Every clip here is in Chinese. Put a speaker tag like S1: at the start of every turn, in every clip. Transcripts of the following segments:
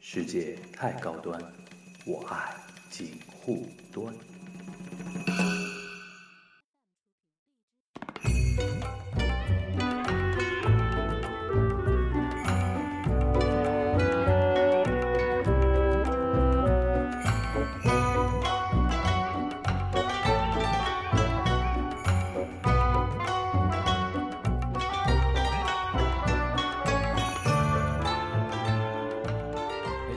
S1: 世界太高端，我爱锦护端。
S2: 哎，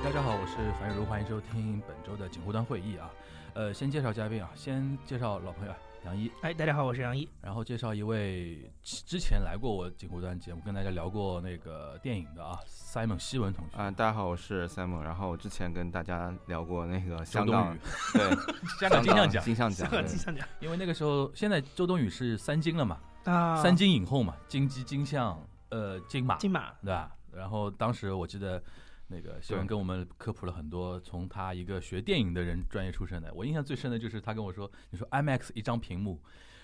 S2: 大家好，我是樊玉茹，欢迎收听本周的锦湖端会议啊。呃，先介绍嘉宾啊，先介绍老朋友杨一，
S3: 哎，大家好，我是杨一。
S2: 然后介绍一位之之前来过我锦湖端节目跟大家聊过那个电影的啊，Simon 西文同学，
S4: 啊、大家好，我是 Simon。然后我之前跟大家聊过那个
S2: 周
S4: 香
S2: 冬
S4: 港
S2: 雨，，
S4: 对，
S2: 香港金像奖，
S4: 金像 奖，对
S3: 金像奖
S2: 因为那个时候现在周冬雨是三金了嘛，
S3: 啊，
S2: 三金影后嘛，金鸡、金像、呃金马，
S3: 金马，
S2: 对吧？然后当时我记得。那个希文
S4: 对
S2: 跟我们科普了很多，从他一个学电影的人专业出身的，我印象最深的就是他跟我说，你说 IMAX 一张屏幕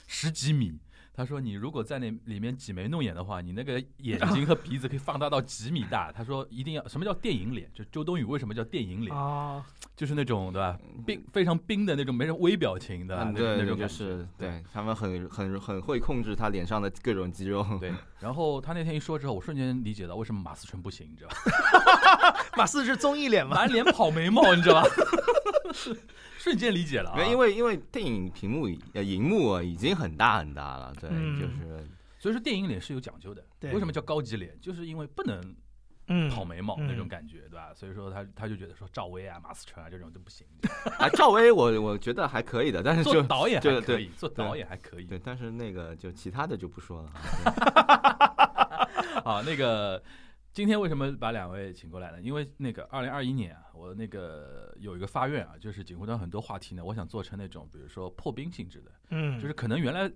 S2: 十几米，他说你如果在那里面挤眉弄眼的话，你那个眼睛和鼻子可以放大到几米大。他说一定要什么叫电影脸？就周冬雨为什么叫电影
S4: 啊
S2: 脸？
S3: 哦，
S2: 就是那种对吧，冰非常冰的那种，没人微表情的那
S4: 嗯，
S2: 种
S4: 对，
S2: 那
S4: 对
S2: 种
S4: 就
S2: 感
S4: 是
S2: 觉。
S4: 对他们很很很会控制他脸上的各种肌肉。
S2: 对，然后他那天一说之后，我瞬间理解到为什么马思纯不行，你知道吧？
S3: 马四是综艺 脸吗？
S2: 满脸跑眉毛，你知道吧？ 瞬间理解了、啊，
S4: 因为因为电影屏幕已呃荧幕啊已经很大很大了，对，
S3: 嗯
S4: 就是
S2: 所以说电影脸是有讲究的。
S3: 对
S2: 为什么叫高级脸？就是因为不能
S3: 嗯
S2: 跑眉毛
S3: 嗯
S2: 那种感觉，对吧？所以说他他就觉得说赵薇啊、马思纯啊这种都不行，
S4: 啊，赵薇我我觉得还可以的，但 是
S2: 做
S4: 就
S2: 导 演还
S4: 就
S2: 可
S4: 对
S2: 以，做导演还可以
S4: 对，但是那个就其他的就不 说了啊。
S2: 啊。那个今天为什么把两位请过来呢？因为那个二零二一年啊，我那个有一个发愿啊，就是锦湖端很多话题呢，我想做成那种比如说破冰性质的，
S3: 嗯，
S2: 就是可能原来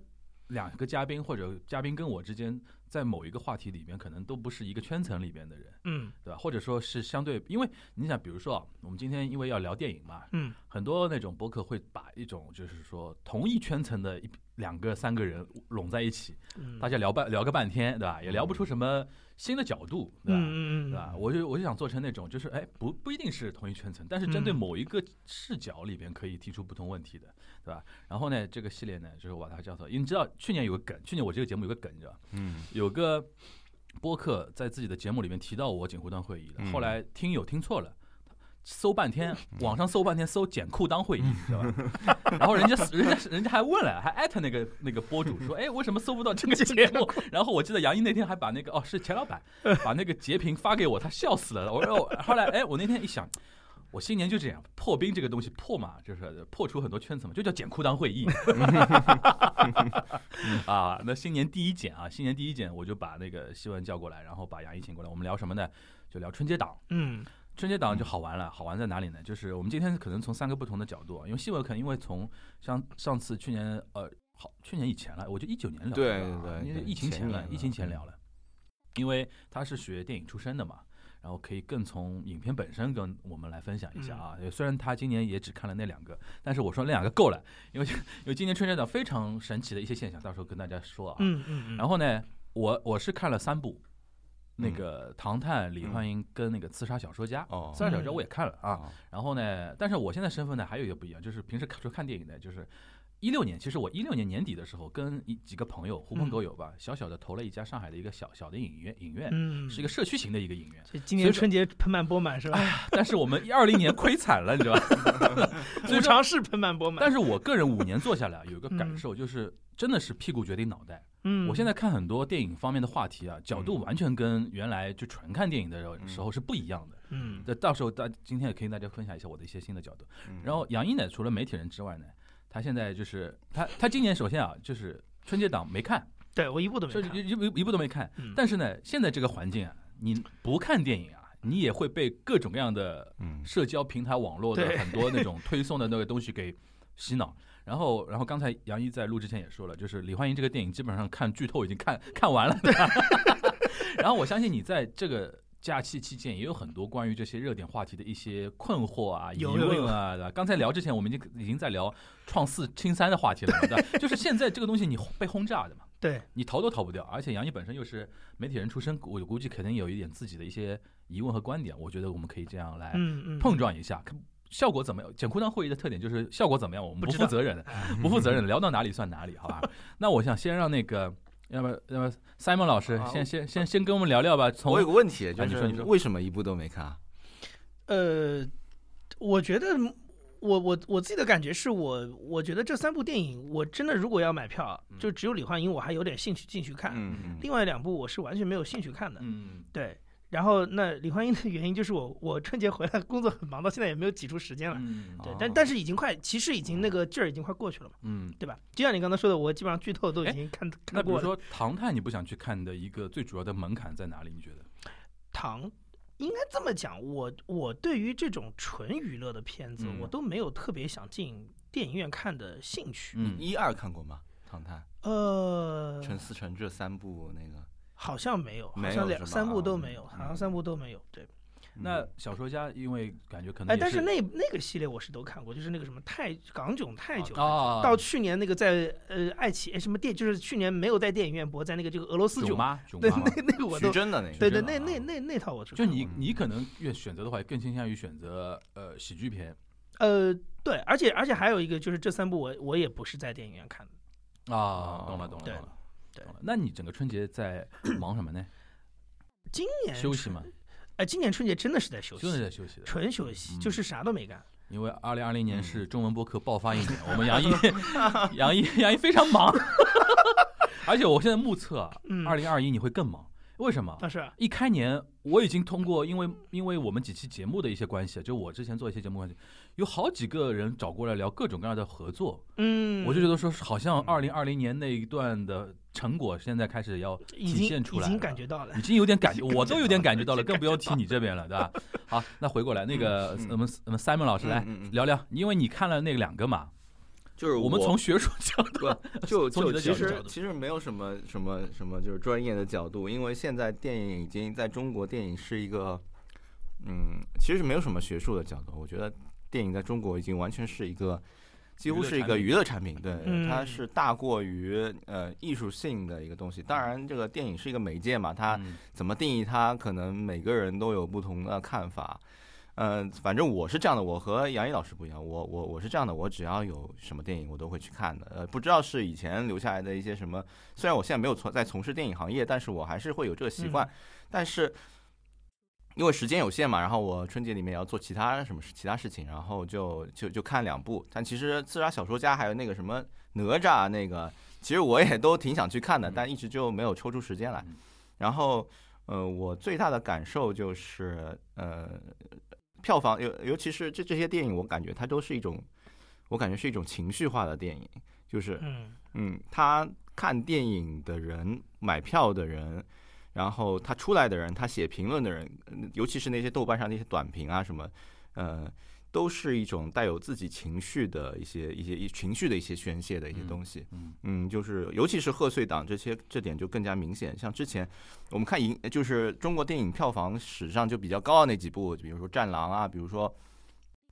S2: 两个嘉宾或者嘉宾跟我之间，在某一个话题里面，可能都不是一个圈层里面的人，
S3: 嗯
S2: 对吧？或者说是相对，因为你想，比如说啊，我们今天因为要聊电影嘛，
S3: 嗯
S2: 很多那种博客会把一种就是说同一圈层的一两个三个人拢在一起，
S3: 嗯，
S2: 大家聊半聊个半天，对吧？也聊不出什么新的角度，对吧？
S3: 嗯嗯
S2: 对吧？我就我就想做成那种，就是哎，不不一定是同一圈层，但是针对
S3: 嗯
S2: 某一个视角里边可以提出不同问题的，对吧？然后呢，这个系列呢，就是我把它叫做，因为你知道去年有个梗，去年我这个节目有个梗，你知道吧，
S4: 嗯，
S2: 有个播客在自己的节目里面提到我剪裤裆会议了，
S4: 嗯
S2: 后来听友听错了。搜半天，网上搜半天，搜“剪裤裆会议”，知道吧？ 然后人家人家人家还问了，还艾特那个那个博主说：“哎，为什么搜不到这个节目？”然后我记得杨毅那天还把那个哦是钱老板把那个截屏发给我，他笑死了。我我后来哎，我那天一想，我新年就这样破冰这个东西破嘛，就是破除很多圈层嘛，就叫剪裤裆会议。啊，那新年第一剪啊，新年第一剪我就把那个希文叫过来，然后把杨毅请过来，我们聊什么呢？就聊春节档。
S3: 嗯
S2: 春节档就好玩了，好玩在哪里呢？就是我们今天可能从三个不同的角度啊，因为新闻可能因为从像上次去年呃，好去年以前了，我就一九年聊的
S4: 对
S2: 啊
S4: 对对
S2: 因为
S4: 对
S2: 疫情
S4: 前
S2: 前了，
S4: 年
S2: 疫
S4: 了
S2: 情前聊了，因为他是学电影出身的嘛，然后可以更从影片本身跟我们来分享一下
S4: 嗯
S2: 啊。虽然他今年也只看了那两个，但是我说那两个够了，因为因为今年春节档非常神奇的一些现象，到时候跟大家说啊。
S3: 嗯嗯，
S2: 然
S3: 后
S2: 后呢，我我是看了三部，那
S4: 嗯
S2: 个《唐探》、李
S4: 嗯
S2: 焕英跟那个《刺杀小说家》。
S4: 哦，
S2: 刺杀
S3: 嗯
S2: 小说家我也看了啊。
S4: 哦，
S2: 然后呢，但是我现在身份呢还有一个不一样，就是平时看除了看电影呢，就是一六年，其实我一六年年底的时候跟一几个朋友狐
S3: 嗯
S2: 朋狗友吧，小小的投了一家上海的一个小小的影院，影院
S3: 嗯
S2: 是一个，哎社区型的一个影院。
S3: 所以
S2: 所
S3: 今年
S2: 以说
S3: 春节盆满钵满是吧？
S2: 但是我们一二零年亏惨了，你知道吧？ 所以说，
S3: 补偿是盆满钵满，
S2: 但
S3: 是
S2: 是我个人五年做下来啊有一个感
S3: 嗯
S2: 受，就是真的是屁股决定脑袋。
S3: 嗯，
S2: 我现在看很多电影方面的话题啊，角度
S4: 嗯
S2: 完全跟原来就纯看电影的时候
S4: 嗯
S2: 时候是不一样的。
S3: 嗯
S2: 那到时候大今天也可以跟大家分享一下我的一些新的角度。
S4: 嗯
S2: 然后杨一呢，除了媒体人之外呢，他现在就是他他今年首先啊，就是春节档没看，
S3: 对我一部都
S2: 就
S3: 没
S2: 是
S3: 看，
S2: 一一一部都没看。
S3: 嗯
S2: 但是呢，现在这个环境啊，你不看电影啊，你也会被各种各样的
S4: 嗯
S2: 社交平台网络的
S3: 对
S2: 很多那种推送的那个东西给洗脑。然后，然后刚才杨一在录之前也说了，就是李焕英这个电影基本上看剧透已经看 看完了。然后我相信你在这个假期期间也有很多关于这些热点话题的一些困惑啊、疑
S3: 有有
S2: 问啊，对吧？刚才聊之前我们已经已经在聊创四清三的话题了嘛，对吧？就是现在这个东西你被轰炸的嘛，
S3: 对，
S2: 你逃都逃不掉。而且杨毅本身又是媒体人出身，我估计肯定有一点自己的一些疑问和观点。我觉得我们可以这样来
S3: 嗯嗯，
S2: 碰撞一下，看效果怎么样。简裤裆会议的特点就是效果怎么样，我们
S3: 不
S2: 不
S3: 知
S2: 负
S3: 道哎
S2: 责任的， 不负责任的，聊到哪里算哪里，好 吧？那我想先让那个，要不要不 Simon 老师
S4: 啊
S2: 先
S4: 我
S2: 先先先跟我们聊聊吧。从
S4: 我有个问题，
S2: 啊
S4: 就
S2: 你说你
S4: 是
S2: 说
S4: 为什么一部都没看啊？
S3: 呃，我觉得我我我自己的感觉是我我觉得这三部电影，我真的如果要买票啊，
S2: 嗯
S3: 就只有李焕英我还有点兴趣进去看，
S4: 嗯嗯
S3: 另外两部我是完全没有兴趣看的。
S2: 嗯，
S3: 对，然后那李焕英的原因就是我我春节回来工作很忙，到现在也没有挤出时间来。
S2: 嗯
S3: 对
S4: 哦，
S3: 但但是已经快，其实已经那个劲儿已经快过去了嘛，
S2: 嗯。
S3: 对吧？就像你刚才说的，我基本上剧透都
S2: 哎
S3: 已经看
S2: 那
S3: 看
S2: 比如
S3: 过了。
S2: 说《唐探》，你不想去看的一个最主要的门槛在哪里？你觉得？
S3: 唐应该这么讲，我我对于这种纯娱乐的片子，
S2: 嗯
S3: 我都没有特别想进电影院看的兴趣。
S2: 嗯，
S4: 一二看过吗？《唐探》
S3: 呃，
S4: 陈思诚这三部那个，
S3: 好像没有，好
S4: 没有
S3: 像
S4: 是
S3: 两
S4: 吧
S3: 三部
S2: 哦
S3: 都
S4: 嗯
S3: 没有，好像三部都没有。对，
S2: 那小说家因为感觉可能
S3: 嗯哎，
S2: 也
S3: 但是那那个系列我是都看过，就是那个什么泰港囧泰囧。
S2: 啊，
S3: 到去年那个在呃爱奇哎什么电，就是去年没有在电影院播，在那个这个俄罗斯
S2: 囧
S3: 囧，
S2: 妈囧
S3: 对
S2: 妈
S3: 那
S2: 嘛，
S3: 那个我
S4: 徐
S3: 都
S4: 峥的那个，
S3: 对对，
S2: 徐峥
S3: 那
S2: 啊
S3: 那那那套嗯我是
S2: 就
S3: 看
S2: 你
S3: 过
S2: 你可能越选择的话，更倾向于选择呃喜剧片
S3: 呃对，而且而且还有一个就是这三部我我也不是在电影院看的，
S2: 啊，懂了懂了
S3: 对
S2: 懂了。
S3: 哦对
S2: 懂了那你整个春节在忙什么呢？
S3: 今年
S2: 休息
S3: 春
S2: 嘛，
S3: 哎，今年春节真的是在休
S2: 就是
S3: 息，
S2: 在休息的。嗯啊
S3: 纯休息，就是啥都没干。
S2: 因为二零二零
S3: 嗯
S2: 年是中文播客爆发一 年，我们杨毅 杨毅杨毅非常忙， 而且我现在目测啊，
S3: 嗯，
S2: 二零二一你会更忙，为什么？
S3: 那是啊
S2: 一开年，我已经通过，因为因为我们几期节目的一些关系，啊就我之前做一些节目关系，有好几个人找过来聊各种各样的合作，
S3: 嗯，
S2: 我就觉得说，好像二零二零年那一段的成果，现在开始要
S3: 已
S2: 体
S3: 经
S2: 现出
S3: 已
S2: 来
S3: 经
S2: 了嗯
S3: 感觉到了
S2: 已。经有点感觉，我都有点感觉到了，更不要提你这边了，对 吧？好，那回过来，那个
S4: 嗯嗯
S2: 我们我们 Simon 老师来
S4: 嗯嗯嗯
S2: 聊聊，因为你看了那两个嘛，
S4: 就是
S2: 我们从学术角度，
S4: 不就
S2: 从你
S4: 就
S2: 的
S4: 其
S2: 角
S4: 实
S2: 度
S4: 其实没有什么什么什么就是专业的角度，因为现在电影已经在中国电影是一个，嗯，其实没有什么学术的角度，我觉得电影在中国已经完全是一个。几乎是一个娱乐产品，对，
S3: 嗯
S4: 它是大过于呃艺术性的一个东西。当然，这个电影是一个媒介嘛，它
S2: 嗯
S4: 怎么定义它，可能每个人都有不同的看法。嗯、反正我是这样的，我和杨毅老师不一样，我我我是这样的，我只要有什么电影我都会去看的。呃，不知道是以前留下来的一些什么，虽然我现在没有从在从事电影行业，但是我还是会有这个习惯。但是因为时间有限嘛，然后我春节里面也要做其他什么事其他事情，然后就就就看两部。但其实《自杀小说家》还有那个什么哪吒那个，其实我也都挺想去看的，
S2: 嗯
S4: 但一直就没有抽出时间来
S2: 嗯。
S4: 然后，呃，我最大的感受就是，呃，票房尤尤其是这这些电影，我感觉它都是一种，我感觉是一种情绪化的电影，就是
S3: 嗯，
S4: 嗯，他看电影的人、买票的人，然后他出来的人、他写评论的人，嗯尤其是那些豆瓣上那些短评啊什么，呃，都是一种带有自己情绪的一些、一些、一情绪的一些宣泄的一些东西。
S2: 嗯
S4: 嗯，就是尤其是贺岁档这些，这点就更加明显。像之前我们看影，就是中国电影票房史上就比较高的那几部，比如说《战狼》啊，比如说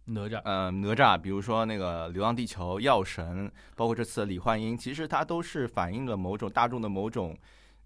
S2: 哪吒，
S4: 呃，哪吒，比如说那个《流浪地球》《药神》，包括这次的李焕英，其实它都是反映了某种大众的某种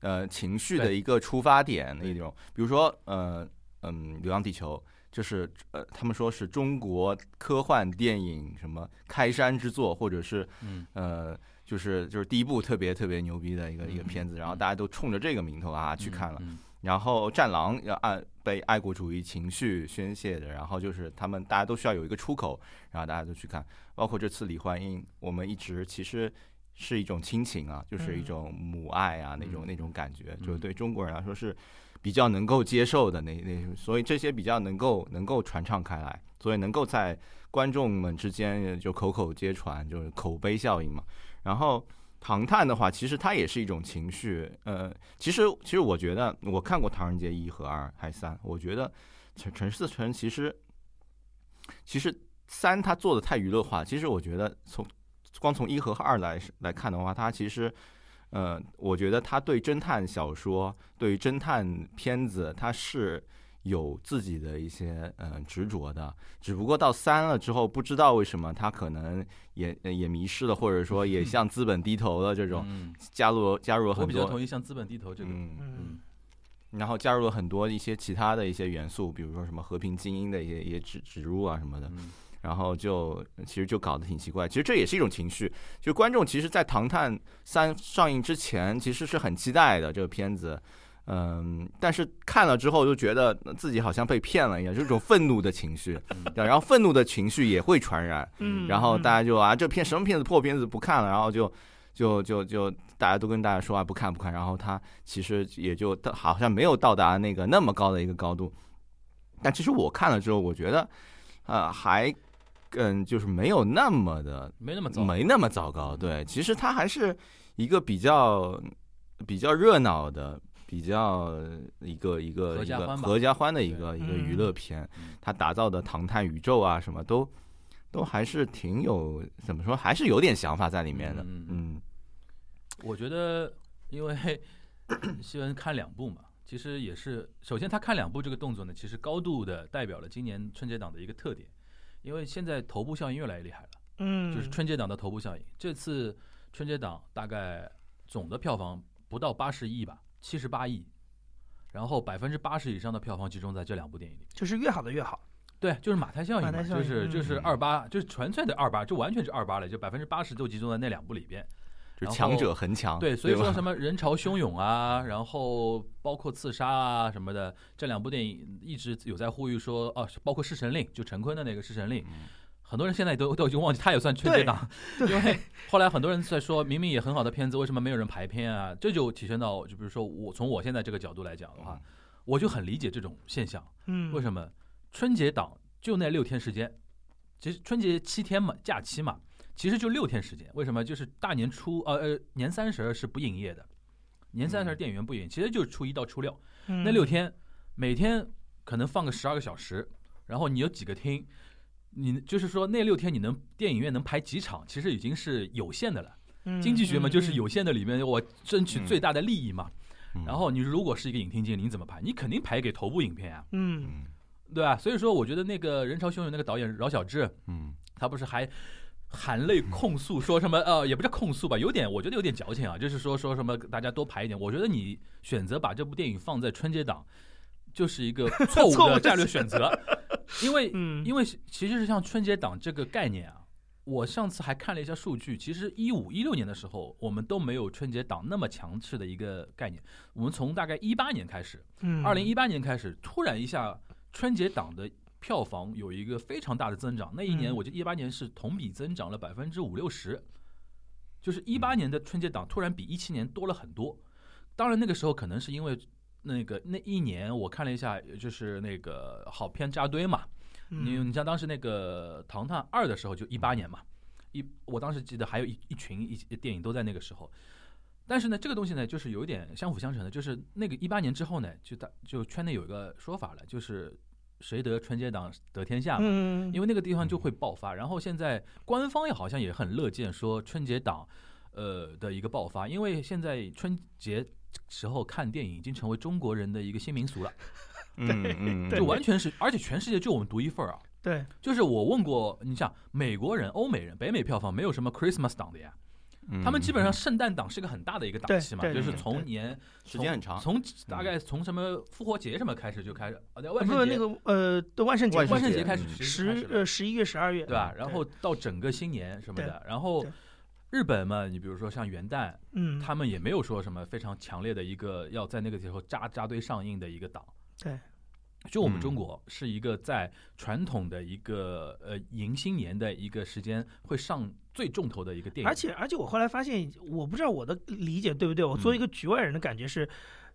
S4: 呃情绪的
S2: 对
S4: 一个出发点
S2: 对
S4: 那种。比如说，呃，嗯，《流浪地球》就是呃，他们说是中国科幻电影什么开山之作，或者是
S2: 嗯
S4: 呃，就是就是第一部特别特别牛逼的一个一个
S2: 嗯
S4: 片子，然后
S2: 嗯
S4: 大家都冲着这个名头啊去看了。
S2: 嗯，
S4: 然后《战狼》要爱被爱国主义情绪宣泄的，然后就是他们大家都需要有一个出口，然后大家都去看。包括这次李焕英，我们一直其实是一种亲情啊，就是一种母爱啊、那种
S2: 嗯
S4: 那种感觉，
S2: 嗯
S4: 就是对中国人来说是比较能够接受的那那种，所以这些比较能够能够传唱开来，所以能够在观众们之间呃就口口皆传，就是口碑效应嘛。然后《唐探》的话，其实它也是一种情绪。呃，其实其实我觉得我看过《唐人街一》和二还三，我觉得陈陈思诚其实其实三他做的太娱乐化。其实我觉得从光从一和二来来看的话，他其实。呃，我觉得他对侦探小说、对于侦探片子，他是有自己的一些呃执着的，只不过到三了之后，不知道为什么他可能也呃也迷失了，或者 说也向资本低头了这种，
S2: 嗯，
S4: 加入加入了
S2: 我
S4: 很
S2: 比较
S4: 多，
S2: 同意向资本低头这个，
S4: 嗯，
S3: 嗯，
S4: 然后加入了很多一些其他的一些元素，比如说什么和平精英的一些一些植植入啊什么的，
S2: 嗯
S4: 然后就其实就搞得挺奇怪。其实这也是一种情绪，就观众其实，在《唐探三》上映之前，其实是很期待的这个片子，嗯，但是看了之后就觉得自己好像被骗了一样，就是一种愤怒的情绪，对，然后愤怒的情绪也会传染，
S3: 嗯，
S4: 然后大
S3: 家
S4: 家就啊，这片什么片子破片子不看了，然后就就就就大家都跟大家说啊不看不看，然后他其实也就到好像没有到达那个那么高的一个高度，但其实我看了之后，我觉得呃还嗯就是没有那么的
S2: 没那么糟，
S4: 没那么糟糕，对，其实它还是一个比较比较热闹的。比较一个一个
S2: 合
S4: 一
S2: 家
S4: 个
S2: 欢吧
S4: 合家欢的一个一个娱乐片，
S2: 嗯
S4: 他打造的唐探宇宙啊什么都都还是挺有怎么说，还是有点想法在里面的。
S2: 嗯嗯
S4: 嗯
S2: 我觉得，因为 西文看两部嘛，其实也是，首先他看两部这个动作呢，其实高度的代表了今年春节档的一个特点，因为现在头部效应越来越厉害了，
S3: 嗯
S2: 就是春节档的头部效应。这次春节档大概总的票房不到八十亿吧，七十八亿，然后百分之八十以上的票房集中在这两部电影里。
S3: 就是越好的越好，
S2: 对，就是马太效应嘛，
S3: 马太效应
S2: 就是就是
S4: 嗯
S2: 二八，就是纯粹的二八，就完全是二八了，就百分之八十都集中在那两部里边。
S4: 就是
S2: 然
S4: 强
S2: 后
S4: 者恒强，
S2: 对，所以说什
S4: 么
S2: 么人潮汹涌啊，然后包括刺杀啊什么的，这两部电影一直有在呼吁说，哦、包括《弑神令》，就陈坤的那个《弑神令》。很多人现在都都已经忘记，他也算春节档，因为后来很多人在说，明明也很好的片子，为什么没有人排片啊？这就体现到，就比如说我从我现在这个角度来讲的话，我就很理解这种现象。
S3: 嗯，
S2: 为
S3: 么？
S2: 什么？春节档就那六天时间，其实春节七天嘛，假期嘛，其实就六天时间。为什么？就是大年初呃呃年三十儿是不营业的，年三十儿
S4: 嗯
S2: 电影院不营业，其实就是初一到初六那
S3: 那
S2: 六天，每天可能放个十二个小时，然后你有几个厅，你就是说那六天你能电影院能排几场，其实已经是有限的了。
S3: 嗯
S2: 经济学嘛，就是有限的里面我争取最大的利益嘛。
S4: 嗯
S2: 然后你如果是一个影厅经理，你怎么排？你肯定排给头部影片啊。
S3: 嗯，
S4: 嗯
S2: 对吧？所以说，我觉得那个人潮汹涌那个导演饶晓志，
S4: 嗯
S2: 他不是还含泪控诉说什么？呃，也不叫控诉吧，有点我觉得有点矫情啊，就是说说什么大家多排一点。我觉得你选择把这部电影放在春节档，就是一个错误
S3: 错误
S2: 的
S3: 的
S2: 战略选择，因为
S3: 嗯，
S2: 因
S3: 为
S2: 为其实是像春节档这个概念啊。我上次还看了一下数据，其实一五一六年的时候，我们都没有春节档那么强势的一个概念。我们从大概一八年开始，
S3: 嗯
S2: 二零一八年开始，突然一下春节档的票房有一个非常大的增长。那一年，
S3: 嗯
S2: 我记得一八年是同比增长了百分之五六十，就是一八年的春节档突然比一七年多了很多。当然，那个时候可能是因为那个那一年我看了一下，就是那个好片扎堆嘛。
S3: 嗯
S2: 你你像当时那个《唐探二》的时候，就一八年嘛，一我当时记得还有一一群一一电影都在那个时候。但是呢，这个东西呢，就是有一点相辅相成的，就是那个一八年之后呢，就大就圈内有一个说法了，就是谁得春节档得天下嘛。
S3: 嗯，
S2: 因为那个地方就会爆发。然后现在官方也好像也很乐见说春节档，呃的一个爆发，因为现在春节时候看电影已经成为中国人的一个新民俗了，
S4: 嗯嗯，
S2: 就完全是，而且全世界就我们独一份儿啊。
S3: 对，
S2: 就是我问过，你想美国人、欧美人、北美票房没有什么 Christmas 档的呀，
S4: 嗯
S2: 他们基本上圣诞档是个很大的一个档期嘛，
S3: 对
S2: 就
S3: 对
S2: 是
S4: 对
S2: 从年
S4: 时间很长，嗯
S2: 从大概从什么复活节什么开始就开始，啊，对万
S3: 不
S2: 圣
S3: 那
S2: 节
S3: 个呃，对万圣节，
S4: 万
S2: 万圣
S4: 圣
S2: 节
S4: 节
S2: 开始
S4: 嗯
S2: 其实就开始了
S3: 十呃十一月十二月
S2: 对吧？然
S3: 对
S2: 后到整个新年什么的，然后
S3: 对
S2: 日本嘛，你比如说像元旦，
S3: 嗯，
S2: 他们也没有说什么非常强烈的一个要在那个时候扎扎堆上映的一个档。
S3: 对，
S2: 就我们
S4: 嗯
S2: 中国是一个在传统的一个呃迎新年的一个时间会上最重头的一个电影，
S3: 而且而且我后来发现，我不知道我的理解对不对，我
S2: 嗯
S3: 作为一个局外人的感觉是。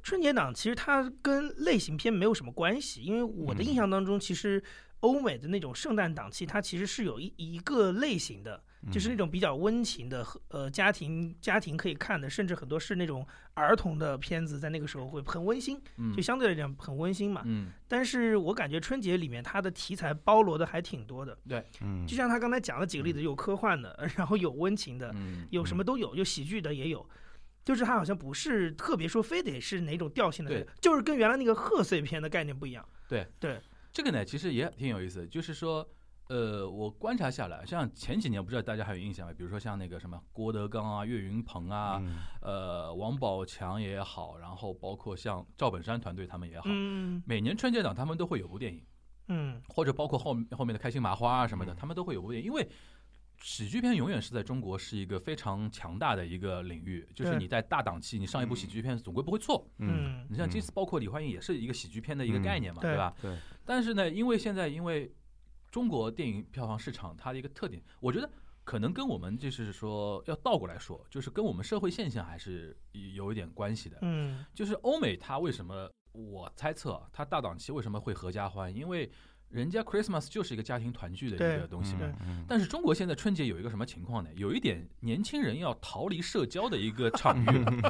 S3: 春节档其实它跟类型片没有什么关系，因为我的印
S2: 嗯
S3: 象当中，其实欧美的那种圣诞档期，它其实是有一一个类型的，就
S2: 嗯
S3: 是那种比较温情的，和呃，家庭家庭可以看的，甚至很多是那种儿童的片子，在那个时候会很温馨，
S2: 嗯
S3: 就相对来讲很温馨嘛。
S2: 嗯
S3: 但是我感觉春节里面它的题材包罗的还挺多的，
S4: 嗯
S3: 就像他刚才讲了几个例子，有科幻的，然后有温情的，
S2: 嗯
S3: 有什么都有，有喜剧的也有。就是它好像不是特别说非得是哪种调性的，
S2: 对，
S3: 就是跟原来那个贺岁片的概念不一样。
S2: 这个呢，其实也挺有意思的，就是说，呃，我观察下来，像前几年不知道大家还有印象没？比如说像那个什么郭德纲啊、岳云鹏啊，
S4: 嗯
S2: 呃，王宝强也好，然后包括像赵本山团队他们也好，
S3: 嗯
S2: 每年春节档他们都会有部电影，
S3: 嗯，
S2: 或者包括后后面的开心麻花啊什么的，他们都会有部电影，因为。喜剧片永远是在中国是一个非常强大的一个领域，就是
S3: 对
S2: 你在大档期，你上一部喜剧片总归不会错。
S4: 嗯
S3: 嗯
S2: 你像这次包括李焕英也是一个喜剧片的一个概念嘛，
S3: 嗯对
S2: 对吧？
S4: 对。
S2: 但是呢，因为现在因为中国电影票房市场它的一个特点，我觉得可能跟我们就是说要倒过来说，就是跟我们社会现象还是有一点关系的。
S3: 嗯
S2: 就是欧美它为什么，我猜测啊它大档期为什么会合家欢，因为人家 Christmas 就是一个家庭团聚的一个
S3: 对
S2: 东西嘛。
S3: 对
S4: 嗯
S2: 但是中国现在春节有一个什么情况呢？有一点年轻人要逃离社交的一个场
S4: 嗯
S2: 域，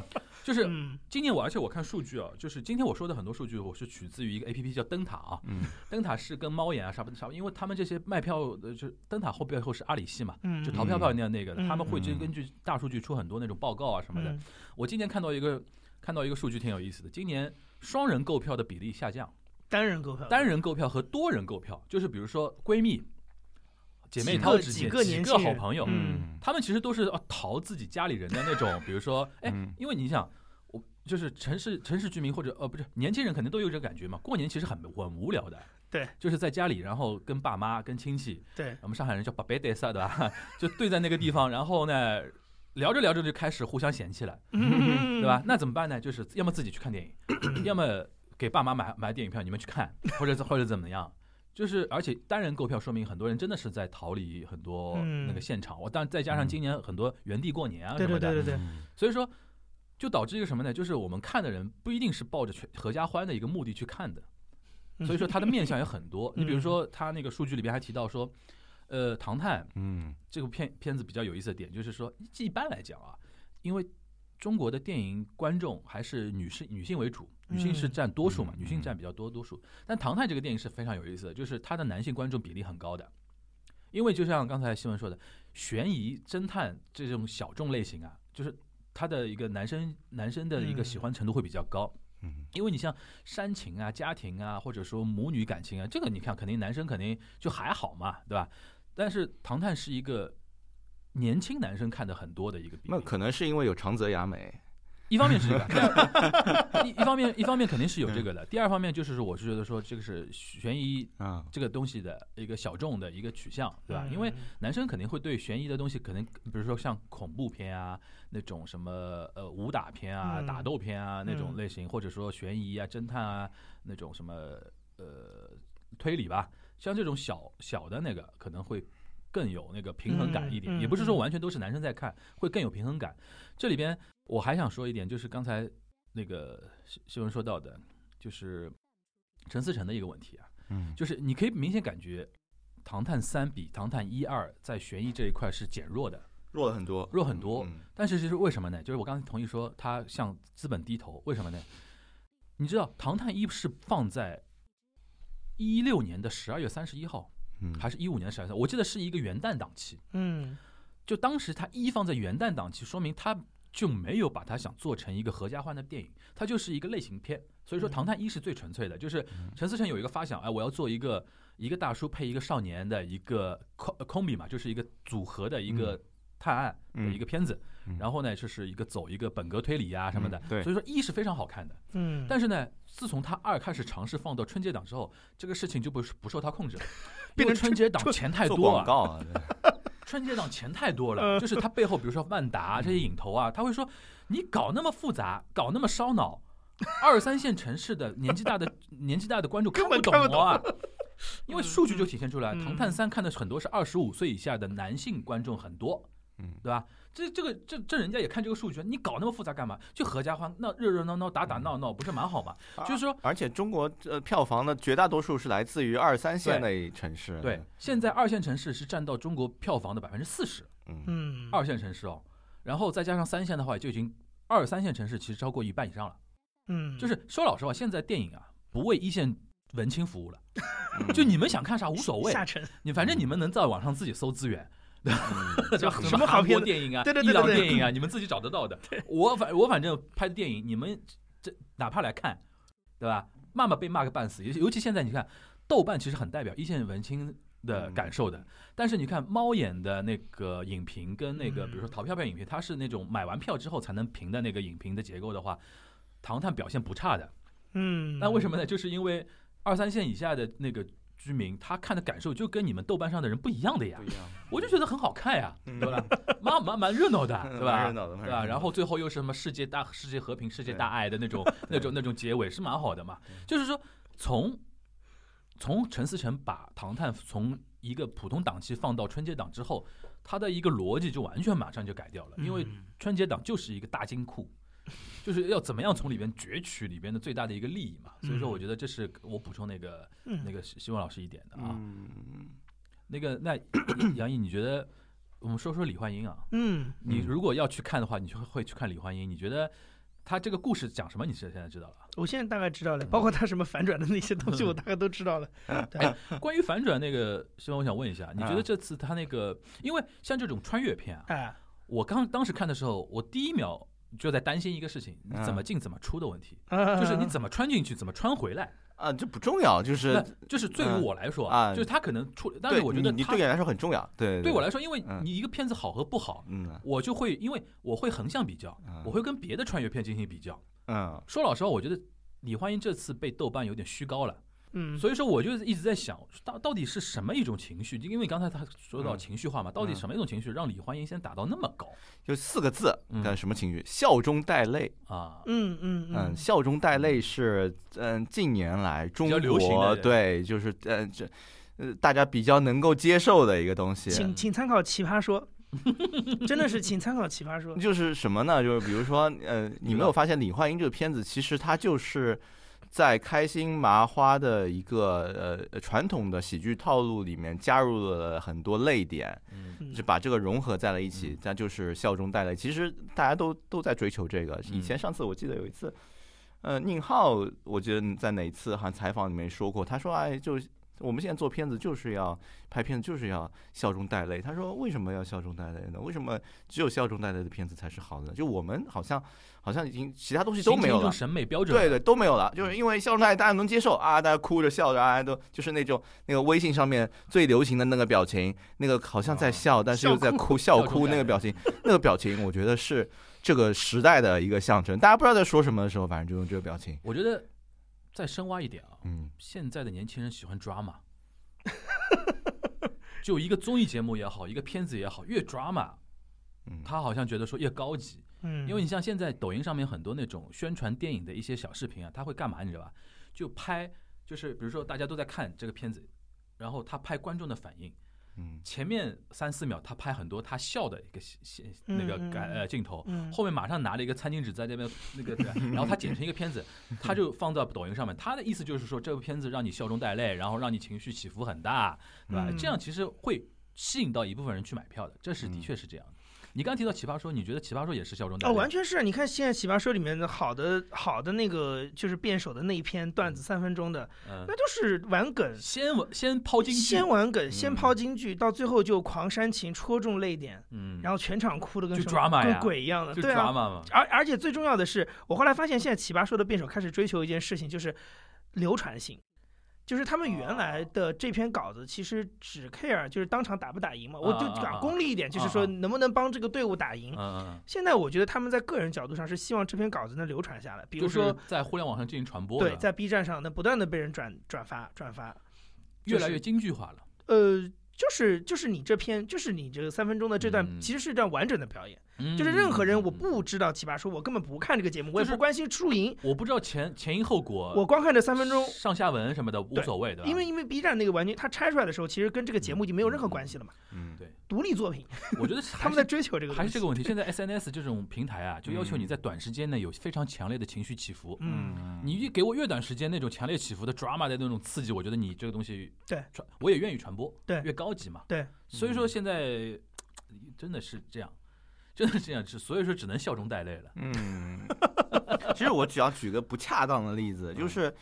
S2: 就是
S3: 嗯
S2: 今年我，而且我看数据啊，就是今天我说的很多数据，我是取自于一个 A P P 叫灯塔啊，
S4: 嗯
S2: 灯塔是跟猫眼啊啥不啥不，因为他们这些卖票的，就是灯塔后背后是阿里系嘛，
S3: 嗯，
S2: 就淘票票那样那个的，
S3: 嗯
S2: 他们会就
S4: 嗯
S2: 根据大数据出很多那种报告啊什么的
S3: 嗯。
S2: 我今年看到一个看到一个数据挺有意思的，今年双人购票的比例下降，
S3: 单人购票，
S2: 单人购票和多人购票，就是比如说闺蜜、姐妹淘之
S3: 几
S2: 间
S3: 个
S2: 几
S3: 年
S2: 个
S3: 轻
S2: 好
S3: 人
S2: 朋友，
S4: 嗯
S2: 他们其实都是要逃自己家里人的那种，比如说，哎，
S4: 嗯
S2: 因为你想，我就是城市城市居民或者呃不是年轻人，肯定都有这个感觉嘛。过年其实很很无聊的，
S3: 对，
S2: 就是在家里，然后跟爸妈、跟亲戚，
S3: 对，
S2: 我们上海人叫“爸爸带塞”对吧？ 就对在那个地方，然后呢，聊着聊着就开始互相嫌弃了，
S3: 对
S2: 对吧？？那怎么办呢？就是要么自己去看电影，要么给爸妈买买电影票，你们去看，或者或者怎么样。就是，而且单人购票说明很多人真的是在逃离很多
S3: 嗯
S2: 那个现场。我当然再加上今年很多原地过年啊
S3: 对
S2: 什么
S3: 对
S2: 的
S3: 对，对对，
S2: 所以说，就导致一个什么呢？就是我们看的人不一定是抱着全合家欢的一个目的去看的，所以说它的面向有很多。你比如说，它那个数据里边还提到说，呃，《唐探》
S4: 嗯
S2: 这部片片子比较有意思的点就是说，一般来讲啊，因为中国的电影观众还是女性女性为主，女性是
S3: 嗯
S2: 占多数嘛，
S4: 嗯
S2: 女性占比较多多数。但《唐探》这个电影是非常有意思的，就是它的男性观众比例很高的，因为就像刚才新闻说的，悬疑侦探这种小众类型啊，就是它的一个男生男生的一个喜欢程度会比较高。
S4: 嗯
S2: 因为你像煽情啊、家庭啊，或者说母女感情啊，这个你看肯定男生肯定就还好嘛，对吧？但是《唐探》是一个年轻男生看的很多的一个比例
S4: 那，可能是因为有长泽雅美，
S2: 一方面 是这个，第二一一方面一方面肯定是有这个的，第二方面就是说，我是觉得说这个是悬疑
S4: 嗯
S2: 这个东西的一个小众的一个取向，对吧？
S3: 嗯
S2: 因为男生肯定会对悬疑的东西，可能比如说像恐怖片啊，那种什么呃武打片啊、
S3: 嗯
S2: 打斗片啊那种
S3: 嗯
S2: 类型，或者说悬疑啊、侦探啊那种什么呃推理吧，像这种小小的那个可能会更有那个平衡感一点，
S3: 嗯嗯
S2: 也不是说完全都是男生在看，会更有平衡感。这里边我还想说一点，就是刚才那个新新闻说到的，就是陈思诚的一个问题啊，
S4: 嗯
S2: 就是你可以明显感觉《唐探三》比《唐探一二》在悬疑这一块是减弱的，
S4: 弱了很多，
S2: 弱很多。
S4: 嗯
S2: 但是这是为什么呢？就是我刚才同意说他向资本低头，为什么呢？你知道《唐探一》是放在一六年的十二月三十一号，
S4: 嗯
S2: 还是一五年十二月？我记得是一个元旦档期。
S3: 嗯
S2: 就当时他一放在元旦档期，说明他就没有把它想做成一个合家欢的电影，它就是一个类型片。所以说，《
S3: 嗯
S2: 唐探一》是最纯粹的，就是陈思诚有一个发想，哎，我要做一个一个大叔配一个少年的一个 co- combi 嘛，就是一个组合的一个探案的一个片子。
S4: 嗯
S2: 然后呢，就是一个走一个本格推理啊什么的
S4: 嗯。对
S2: 所以说一是非常好看的，
S3: 嗯，
S2: 但是呢，自从他二开始尝试放到春节档之后，这个事情就不是不受他控制了，因
S3: 变
S2: 为
S3: 成
S2: 春节档钱太
S4: 做
S2: 多
S4: 广
S2: 啊。
S4: 告 啊，对
S2: 春节档钱太多
S3: 嗯
S2: 了，就是他背后，比如说万达这些影投啊，他会说你搞那么复杂，搞那么烧 脑，二三线城市的年纪大的 年纪大的观众看
S3: 根本
S2: 懂
S3: 看不
S2: 啊。 因为数据就体现出来，
S3: 嗯嗯
S2: 唐探三》看的很多是二十五岁以下的男性观众很多，
S4: 嗯
S2: 对吧？这这个这这人家也看这个数据，你搞那么复杂干嘛？就合家欢，那热热闹闹打打闹闹不是蛮好吗？就是说，
S4: 而且中国呃票房的绝大多数是来自于二三线的城市，
S2: 对，现在二线城市是占到中国票房的百分之四十，
S4: 嗯
S3: 嗯
S2: 二线城市哦，然后再加上三线的话，就已经二三线城市其实超过一半以上了。
S3: 嗯
S2: 就是说老实话，现在电影啊不为一线文 青服务了，
S4: 嗯
S2: 就你们想看啥无所谓，
S3: 嗯下沉，
S2: 你反正你们能在网上自己搜资源。 就
S3: 嗯就什么好片子
S2: 电影啊，
S3: 对对
S2: 伊
S3: 对对
S2: 朗
S3: 对
S2: 电影啊，你们自己找得到的。我反我反正拍电影，你们这哪怕来看，对吧？骂骂被骂个半死，尤其尤其现在你看，豆瓣其实很代表一线文青的
S4: 嗯
S2: 感受的。但是你看猫眼的那个影评跟那个，
S3: 嗯
S2: 比如说淘票票影评，它是那种买完票之后才能评的那个影评的结构的话，唐探表现不差的。
S3: 嗯，
S2: 那为什么呢？就是因为二三线以下的那个居民，他看的感受就跟你们豆瓣上的人不一样的呀
S4: 不。一样，
S2: 我就觉得很好看呀，对吧？蛮蛮蛮热闹的，对
S4: 嗯蛮
S2: 吧
S4: 热？闹的，蛮
S2: 对
S4: 热闹
S2: 吧？
S4: 的
S2: 然后最后又是什么世界大、世界和平、世界大爱的那 种、那种、那种结尾，是蛮好的嘛。就是说，从从陈思诚把《唐探》从一个普通档期放到春节档之后，他的一个逻辑就完全马上就改掉了，因为
S3: 嗯
S2: 春节档就是一个大金库，就是要怎么样从里边攫取里边的最大的一个利益嘛。所以说，
S3: 嗯
S2: 我觉得这是我补充那个
S3: 嗯
S2: 那个希希望老师一点的啊。
S4: 嗯，
S2: 那个那杨毅，你觉得我们说说李焕英啊？
S3: 嗯，
S2: 你
S4: 嗯
S2: 如果要去看的话，你就会去看李焕英。你觉得他这个故事讲什么？你是现在知道了？
S3: 我现在大概知道
S2: 嗯
S3: 了，包括他什么反转的那些东西，我大概都 知道了。对，
S2: 关于反转那个，希望我想问一下，你觉得
S4: 啊
S2: 这次他那个，因为像这种穿越片啊，
S3: 哎，
S2: 我刚当时看的时候，我第一秒就在担心一个事情：你
S4: 啊
S2: 怎么进怎么出的问题，
S3: 啊
S2: 哎就是你怎么穿进去，怎么穿回来。
S4: 啊，这不重要，就是
S2: 那就是对于我来说，
S4: 啊
S2: 就是他可能出，但
S4: 对
S2: 是我觉得
S4: 你你
S2: 他
S4: 对你来说很重要，对
S2: 对我来，说，因为
S4: 嗯
S2: 你一个片子好和不好，
S4: 嗯
S2: 我就会因为我会横向比较，
S4: 嗯
S2: 我会跟别的穿越片进行比较。
S4: 嗯，
S2: 说老实话，我觉得李焕英这次被豆瓣有点虚高了，
S3: 嗯，
S2: 所以说我就一直在想，到到底是什么一种情绪？因为刚才他说到
S4: 嗯
S2: 情绪化嘛，到底什么一种情绪让李焕英先打到那么高
S4: 就四个字
S2: 嗯
S4: 的什么情绪？笑中带泪。
S2: 啊？
S3: 嗯嗯
S4: 嗯，笑中带泪是嗯近年来中
S2: 较流行的
S4: 国
S2: 对
S4: 对，就是嗯这呃大家比较能够接受的一个东西。
S3: 请请参考《奇 葩说》，真的是请参考《奇葩说》。
S4: 就是什么呢？就是比如说，呃，你没有发现李焕英这个片子，其实它就是在开心麻花的一个呃传统的喜剧套路里面加入了很多泪点，
S2: 嗯
S3: 嗯
S4: 就把这个融合在了一起
S2: 嗯，
S4: 那就是笑中带泪。其实大家都都在追求这个。以前
S2: 嗯
S4: 上次我记得有一次，呃，宁浩我记得在哪一次好像采访里面说过，他说哎，就我们现在做片子就是要拍片子就是要笑中带泪。他说为什么要笑中带泪呢？为什么只有笑中带泪的片子才是好的呢？就我们好像好像已经其他东西都
S2: 形
S4: 没
S2: 成
S4: 有
S2: 一种
S4: 了。
S2: 审美标准，
S4: 对对，都没有了，就是因为笑中带泪大家能接受啊，大家哭着笑着啊，都就是那种那个微信上面最流行的那个表情，那个好像在笑，但是又在哭啊笑
S2: 笑中
S4: 哭
S2: 带
S4: 那
S2: 泪
S4: 个表情，那个表情我觉得是这个时代的一个象征。大家不知道在说什么的时候，反正就用这个表情。
S2: 我觉得再深挖一点啊，
S4: 嗯，
S2: 现在的年轻人喜欢 drama。就一个综艺节目也好，一个片子也好，越 drama，
S4: 嗯
S2: 他好像觉得说越高级，
S3: 嗯，
S2: 因为你像现在抖音上面很多那种宣传电影的一些小视频啊，他会干嘛你知道吧？就拍，就是比如说大家都在看这个片子，然后他拍观众的反应，
S4: 嗯
S2: 前面三四秒他拍很多他笑的一个戏戏那个
S3: 嗯嗯
S2: 感呃镜头，
S3: 嗯
S2: 后面马上拿了一个餐巾纸在那边那个， 然后他剪成一个片子，他就放到抖音上面。他的意思就是说，这部片子让你笑中带泪，然后让你情绪起伏很大，对吧？
S3: 嗯
S2: 这样其实会吸引到一部分人去买票的，这是的确是这样的。你刚提到《奇葩说》，你觉得《奇葩说》也是笑中带
S3: 哦，
S2: 泪？
S3: 完全是你看现在《奇葩说》里面的好的好的那个就是辩手的那一篇段子三分钟的，
S2: 嗯
S3: 那，就是玩梗，
S2: 先玩先抛金句，
S3: 先玩梗，先
S4: 嗯
S3: 抛金句，到最后就狂煽情，戳中泪点，
S2: 嗯，
S3: 然
S2: 后
S3: 后全场哭的跟
S2: 就
S3: 什么
S2: drama 呀
S3: 跟鬼一样的，
S2: 就
S3: 对啊
S2: drama，嘛，
S3: 而而且最重要的是，我后来发现现在奇葩说的辩手开始追求一件事情，就是流传性。就是他们原来
S2: 哦
S3: 的这篇稿子其实只 care 就是当场打不打赢嘛，我就
S2: 啊啊啊
S3: 讲功利一点，就是
S2: 啊
S3: 说
S2: 啊
S3: 能不能帮这个队伍打赢
S2: 嗯。嗯，
S3: 现在我觉得他们在个人角度上是希望这篇稿子能流传下来，比
S2: 比
S3: 如说
S2: 在互联网上进行传播的，
S3: 对，在 B 站上能不断的被人转转发转发。
S2: 越来
S3: 就是
S2: 越京剧化了。
S3: 呃，就是就是你这篇，就是你这三分钟的这段，
S2: 嗯
S3: 其实是一段完整的表演。
S2: 嗯
S3: 就是任何人，我
S2: 嗯
S3: 不知道奇葩说，我根本不看这个节目，我也
S2: 就是
S3: 不关心输赢，
S2: 我不知道前前因后果，
S3: 我光看这三分钟。
S2: 上下文什么的无
S3: 对
S2: 所谓的，
S3: 因为因为 B 站那个完全，它拆出来的时候，其实跟这个节目已经没有任何关系了嘛。
S4: 嗯
S2: 对
S3: 独立作品，
S2: 我觉得
S3: 他
S2: 他
S3: 们在追求这个东西，
S2: 还是这个问题。现在 SNS 这种平台啊，就要求你在短时间内有非常强烈的情绪起伏。
S3: 嗯，
S2: 你一给我越短时间那种强烈起伏的 drama 的那种刺激，我觉得你这个东西
S3: 对
S2: 传，我也愿意传播，
S3: 对嗯
S2: 越高级嘛。
S3: 对，
S2: 所以说现在真的是这样，真的是这样，只所以说只能笑中带泪了。
S4: 嗯，其实我只要举个不恰当的例子，就是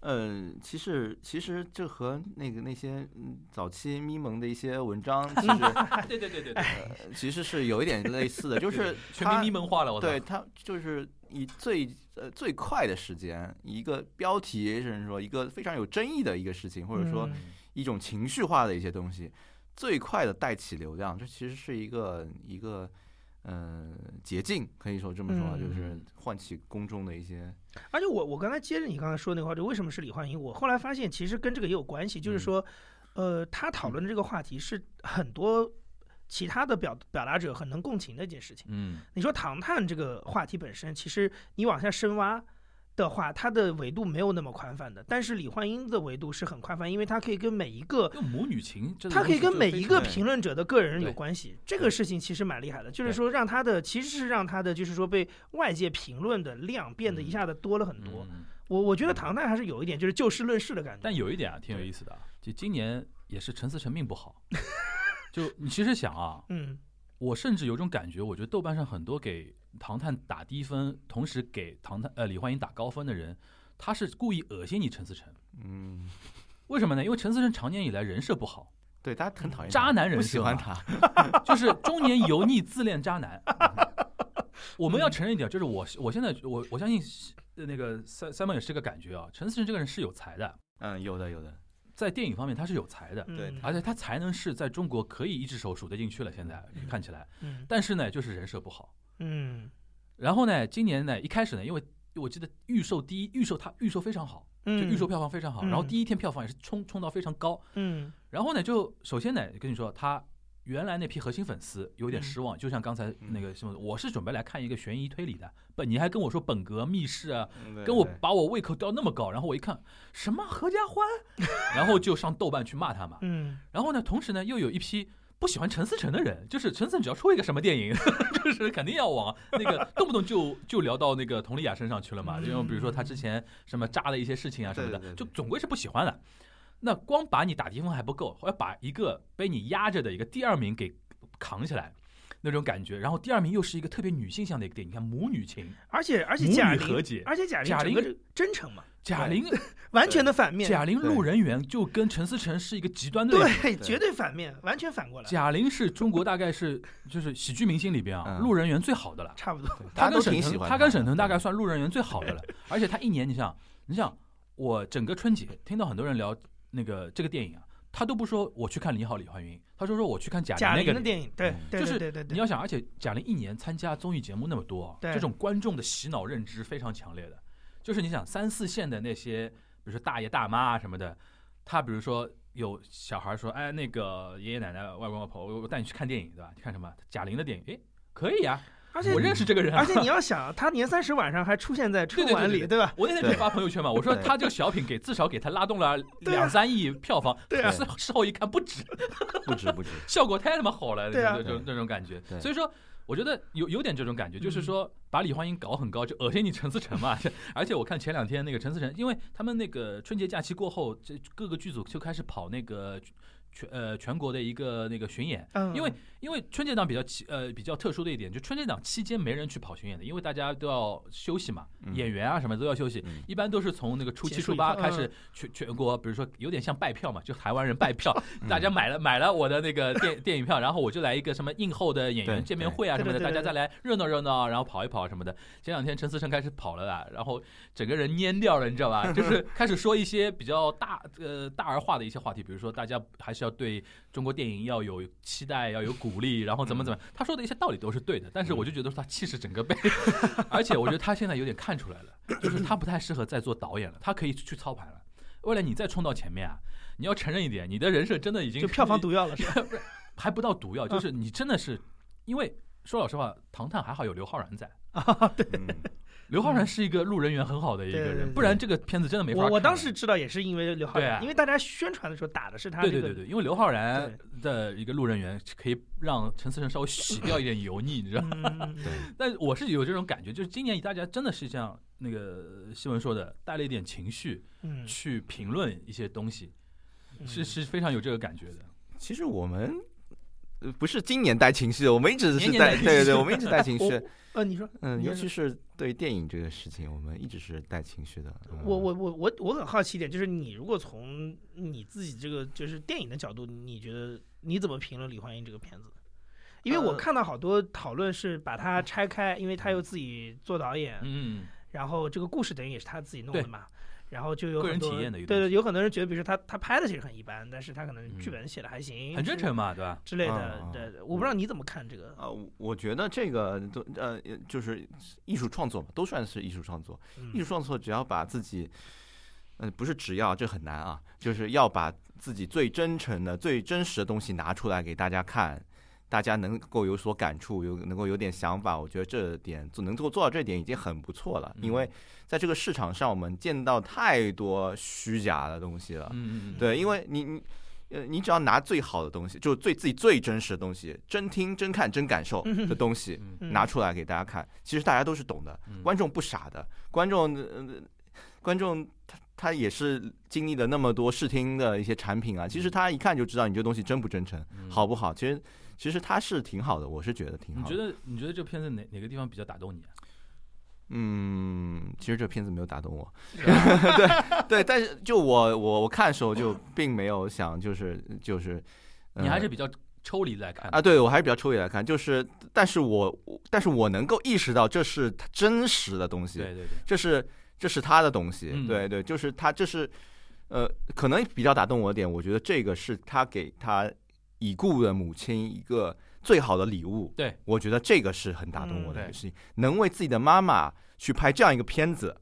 S4: 呃，其实其实这和那个那些嗯早期咪蒙的一些文章，其实、
S3: 哎
S2: 对对对对对，
S4: 呃、其实是有一点类似的，就
S2: 对
S4: 是
S2: 哎 全民
S4: 它
S2: 迷蒙化了，我操！
S4: 对他就是以最呃最快的时间，以一个标题，甚至说一个非常有争议的一个事情，或者说
S3: 嗯
S4: 一种情绪化的一些东西，最快的带起流量，这其实是一个一个呃捷径，可以说这么说，啊就是
S2: 嗯
S4: 唤起公众的一些
S3: 而且我我刚才接着你刚才说那个话题，为什么是李焕英？我后来发现其实跟这个也有关系，
S2: 嗯
S3: 就是说，呃，他讨论的这个话题是很多其他的表表达者很能共情的一件事情。
S2: 嗯，
S3: 你说唐探这个话题本身，其实你往下深挖的话，它的维度没有那么宽泛的，但是李焕英的维度是很宽泛，因为它可以跟每一个。
S2: 就母女情，这
S3: 它可以跟每一个
S4: 对
S3: 评论者的个人有
S2: 对
S3: 关系，这个事情其实蛮厉害的，就是说让他的其实是让他的就是说被外界评论的量变得一下子多了很多。
S2: 嗯。嗯
S3: 我我觉得唐探还是有一点就是就事论事的感觉，
S2: 但有一点啊，挺有意思的啊，就今年也是陈思诚命不好。 就你其实想啊，
S3: 嗯
S2: 我甚至有种感觉，我觉得豆瓣上很多给唐探打低分，同时给唐探呃李焕英打高分的人，他是故意恶心你陈思诚。
S4: 嗯，
S2: 为什么呢？因为陈思诚常年以来人设不好，
S4: 对大家很讨厌
S2: 渣
S4: 他
S2: 男人
S4: 不
S2: 设啊
S4: 喜欢
S2: 嘛
S4: 他，
S2: 就是中年油腻自恋渣男。 我们要承认一点，就是我我现在我我相信呃那个三三毛也是个感觉啊，陈思诚这个人是有才的，
S4: 嗯，有的有的，
S2: 在电影方面他是有才的，
S4: 对
S3: 嗯
S2: 而且他才能是在中国可以一只手数得进去了，现在
S3: 嗯
S2: 看起来，
S3: 嗯
S2: 但是呢，就是人设不好。
S3: 嗯
S2: 然后呢，今年呢，一开始呢，因为我记得预售第一预售它预售非常好，就
S3: 嗯，
S2: 预售票房非常好，
S3: 嗯
S2: 然后第一天票房也是冲冲到非常高。
S3: 嗯
S2: 然后呢，就首先呢，跟你说，他原来那批核心粉丝有
S4: 嗯
S2: 点失望，就像刚才那个什么，我是准备来看一个悬疑推理的，本你还跟我说本格密室啊，
S4: 嗯对
S2: 跟我
S4: 对
S2: 把我胃口吊那么高，然后我一看什么合家欢， 然后就上豆瓣去骂他嘛。
S3: 嗯
S2: 然后呢，同时呢，又有一批不喜欢陈思诚的人，就是陈思诚只要出一个什么电影， 就是肯定要往那个动不动就就聊到那个佟丽娅身上去了嘛。
S3: 嗯
S2: 因为比如说他之前什么渣了一些事情啊什么
S4: 对
S2: 的，
S4: 对对
S2: 就
S4: 对
S2: 总归是不喜欢的。那光把你打低分还不够，还要把一个被你压着的一个第二名给扛起来。那种感觉，然后第二名又是一个特别女性向的一个电影，你看母女情，
S3: 而且而且
S2: 母
S3: 贾
S2: 女和
S3: 玲，
S2: 解，
S3: 而且贾玲
S2: 贾
S3: 整
S2: 玲
S3: 个这真诚嘛，
S2: 贾玲
S3: 完全的反面，
S2: 贾玲
S4: 对
S2: 路人缘就跟陈思诚是一个极端的两
S3: 对绝对反面，完全反过来，
S2: 贾玲是中国大概是就是喜剧明星里边啊，
S4: 嗯
S2: 路人缘最好的了。
S3: 差不多，
S4: 对
S2: 她
S4: 大家
S2: 跟
S4: 都
S2: 沈
S4: 挺喜
S2: 腾，
S4: 欢
S2: 她跟
S4: 的
S2: 沈腾大
S4: 对
S2: 概算路人缘最好的了。而且她一年，你想，你想，我整个春节听到很多人聊那个这个电影啊，他都不说我去看《你好，李焕英》，他说说我去看贾
S3: 贾
S2: 玲
S3: 玲
S2: 那
S3: 的
S2: 个。
S3: 电影，对
S4: 嗯
S3: 对
S2: 就是
S3: 对对对
S2: 你
S3: 对，
S2: 要想，而且贾玲一年参加综艺节目那么多啊，
S3: 对
S2: 这种观众的洗脑认知非常强烈的。就是你想三四线的那些，比如说大爷大妈啊什么的，他比如说有小孩说，哎，那个爷爷奶奶、外公外婆，我我带你去看电影，对吧？你看什么？贾玲的电影，诶，可以啊，
S3: 而且
S2: 我认识这个人、啊。
S3: 而且你要想，他年三十晚上还出现在 春
S2: 对对
S3: 晚里，
S2: 对
S3: 对吧？
S2: 我那天就发朋友圈嘛，我说他这个小品给至少给他拉动了
S3: 对啊
S2: 两三亿票房，
S3: 对
S4: 啊
S2: 事事后一看不止，
S4: 不 止不止，
S2: 效果太他妈好了，
S3: 对啊
S2: 就就就那种感觉。
S4: 对
S2: 所以说，我觉得有有点这种感觉，
S3: 嗯
S2: 就是说把李焕英搞很高，就恶心你陈思诚嘛。 而且我看前两天那个陈思诚，因为他们那个春节假期过后，这各个剧组就开始跑那个全呃全国的一个那个巡演。
S3: 嗯，
S2: 因为因为春节档比较奇呃比较特殊的一点，就春节档期间没人去跑巡演的，因为大家都要休息嘛，
S4: 嗯
S2: 演员啊什么都要休息，
S4: 嗯
S2: 一般都是从那个初
S3: 结
S2: 七
S3: 束
S2: 初
S3: 以
S2: 八
S3: 后
S2: 开
S3: 嗯
S2: 始全全国，比如说有点像拜票嘛，就台湾人拜票，
S4: 嗯
S2: 大家买了买了我的那个 电电影票，然后我就来一个什么映后的演员
S4: 对
S2: 见面会啊
S3: 对
S2: 什么的，
S3: 对对
S2: 大家
S3: 对
S2: 再来热闹热闹，啊然后跑一跑什么的。前两天陈思诚开始跑了啦，然后整个人蔫掉了，你知道 吧？就是开始说一些比较大呃大而化的一些话题，比如说大家还是要对中国电影要有期待，要有鼓励，然后怎么怎么样，
S3: 嗯
S2: 他说的一些道理都是对的，但是我就觉得他气势整个被， 而且我觉得他现在有点看出来了，就是他不太适合再做导演了，他可以去操盘了。为了你再冲到前面啊，你要承认一点，你的人设真的已经
S3: 就票房毒药了，是吧？
S2: 还不到毒药，
S3: 嗯
S2: 就是你真的是，因为说老实话，唐探还好有刘昊然在，
S4: 嗯
S2: 刘昊然是一个路人缘很好的一个
S3: 对对对
S2: 人，不然这个片子真的没法
S3: 我
S2: 看。
S3: 我当时知道也是因为刘昊
S2: 对
S3: 然，
S2: 啊
S3: 因为大家宣传的时候打的是他
S2: 对
S3: 这
S2: 对
S3: 个，
S2: 对对，因为刘昊然的一个路人缘可以让陈思诚稍微洗掉一点油腻，你知道吗。
S3: 嗯，
S2: 但我是有这种感觉，就是今年大家真的是像那个新闻说的，带了一点情绪
S3: 嗯
S2: 去评论一些东西，
S3: 嗯
S2: 是是非常有这个感觉的。
S4: 其实我们呃不是今年带情绪，我们一直
S2: 年
S4: 是
S2: 年带
S4: 带
S2: 情
S4: 对对
S2: 绪
S4: 对，我们一直 带情绪。
S3: 我呃，你说，
S4: 嗯，
S3: 你
S4: 尤
S3: 说
S4: 其是对电影这个事情，我们一直是带情绪的。嗯
S3: 我我我我我很好奇一点，就是你如果从你自己这个就是电影的角度，你觉得你怎么评论李焕英这个片子？因为我
S4: 呃
S3: 看到好多讨论是把它拆开，因为他又自己做导演，
S2: 嗯，
S3: 然后这个故事等于也是他自己弄的
S2: 对
S3: 嘛，然后就有
S2: 个
S3: 很
S2: 人
S3: 多
S2: 体验的一个
S3: 对
S2: 东
S3: 对，有很多人觉得，比如说他他拍的其实很一般，但是他可能
S2: 嗯
S3: 剧本写的还行，
S2: 很真
S3: 之
S2: 诚嘛，对吧？
S3: 之类的
S4: 啊啊。
S3: 对，对我不知道你怎么看这个。
S4: 啊，我我觉得这个都呃，就是艺术创作嘛，都算是艺术创作。
S3: 嗯
S4: 艺术创作只要把自己，嗯、不是只要，这很难啊，就是要把自己最真诚的、最真实的东西拿出来给大家看，大家能够有所感触，有能够有点想法。我觉得这点做能够做到这点已经很不错了，因为在这个市场上，我们见到太多虚假的东西了。
S2: 嗯嗯嗯，
S4: 对，因为你你呃，你只要拿最好的东西，就是最自己最真实的东西，真听、真看、真感受的东西
S2: 嗯
S3: 嗯
S4: 拿出来给大家看，其实大家都是懂的，
S2: 嗯
S4: 观众不傻的，观众呃，观众他他也是经历了那么多试听的一些产品啊，其实他一看就知道你这东西真不真诚，
S2: 嗯
S4: 好不好？其实其实他是挺好的，我是觉得挺
S2: 你
S3: 嗯
S4: 好
S2: 觉
S4: 的。
S2: 得你觉得这片子哪哪个地方比较打动你啊？
S4: 嗯，其实这片子没有打动我， 对对，但是就我我我看的时候就并没有想就是就是。
S2: 你还
S4: 呃
S2: 是比较抽离来看的
S4: 啊，对我还是比较抽离来看，就是，但是我，但是我能够意识到这是它真实的东西，
S2: 对对对，
S4: 这是这是他的东西，
S2: 嗯
S4: 对对，就是他这是，呃，可能比较打动我的点，我觉得这个是他给他已故的母亲一个最好的礼物，
S2: 对
S4: 我觉得这个是很打动我的
S2: 嗯
S4: 一
S2: 对
S4: 个事情，能为自己的妈妈去拍这样一个片子，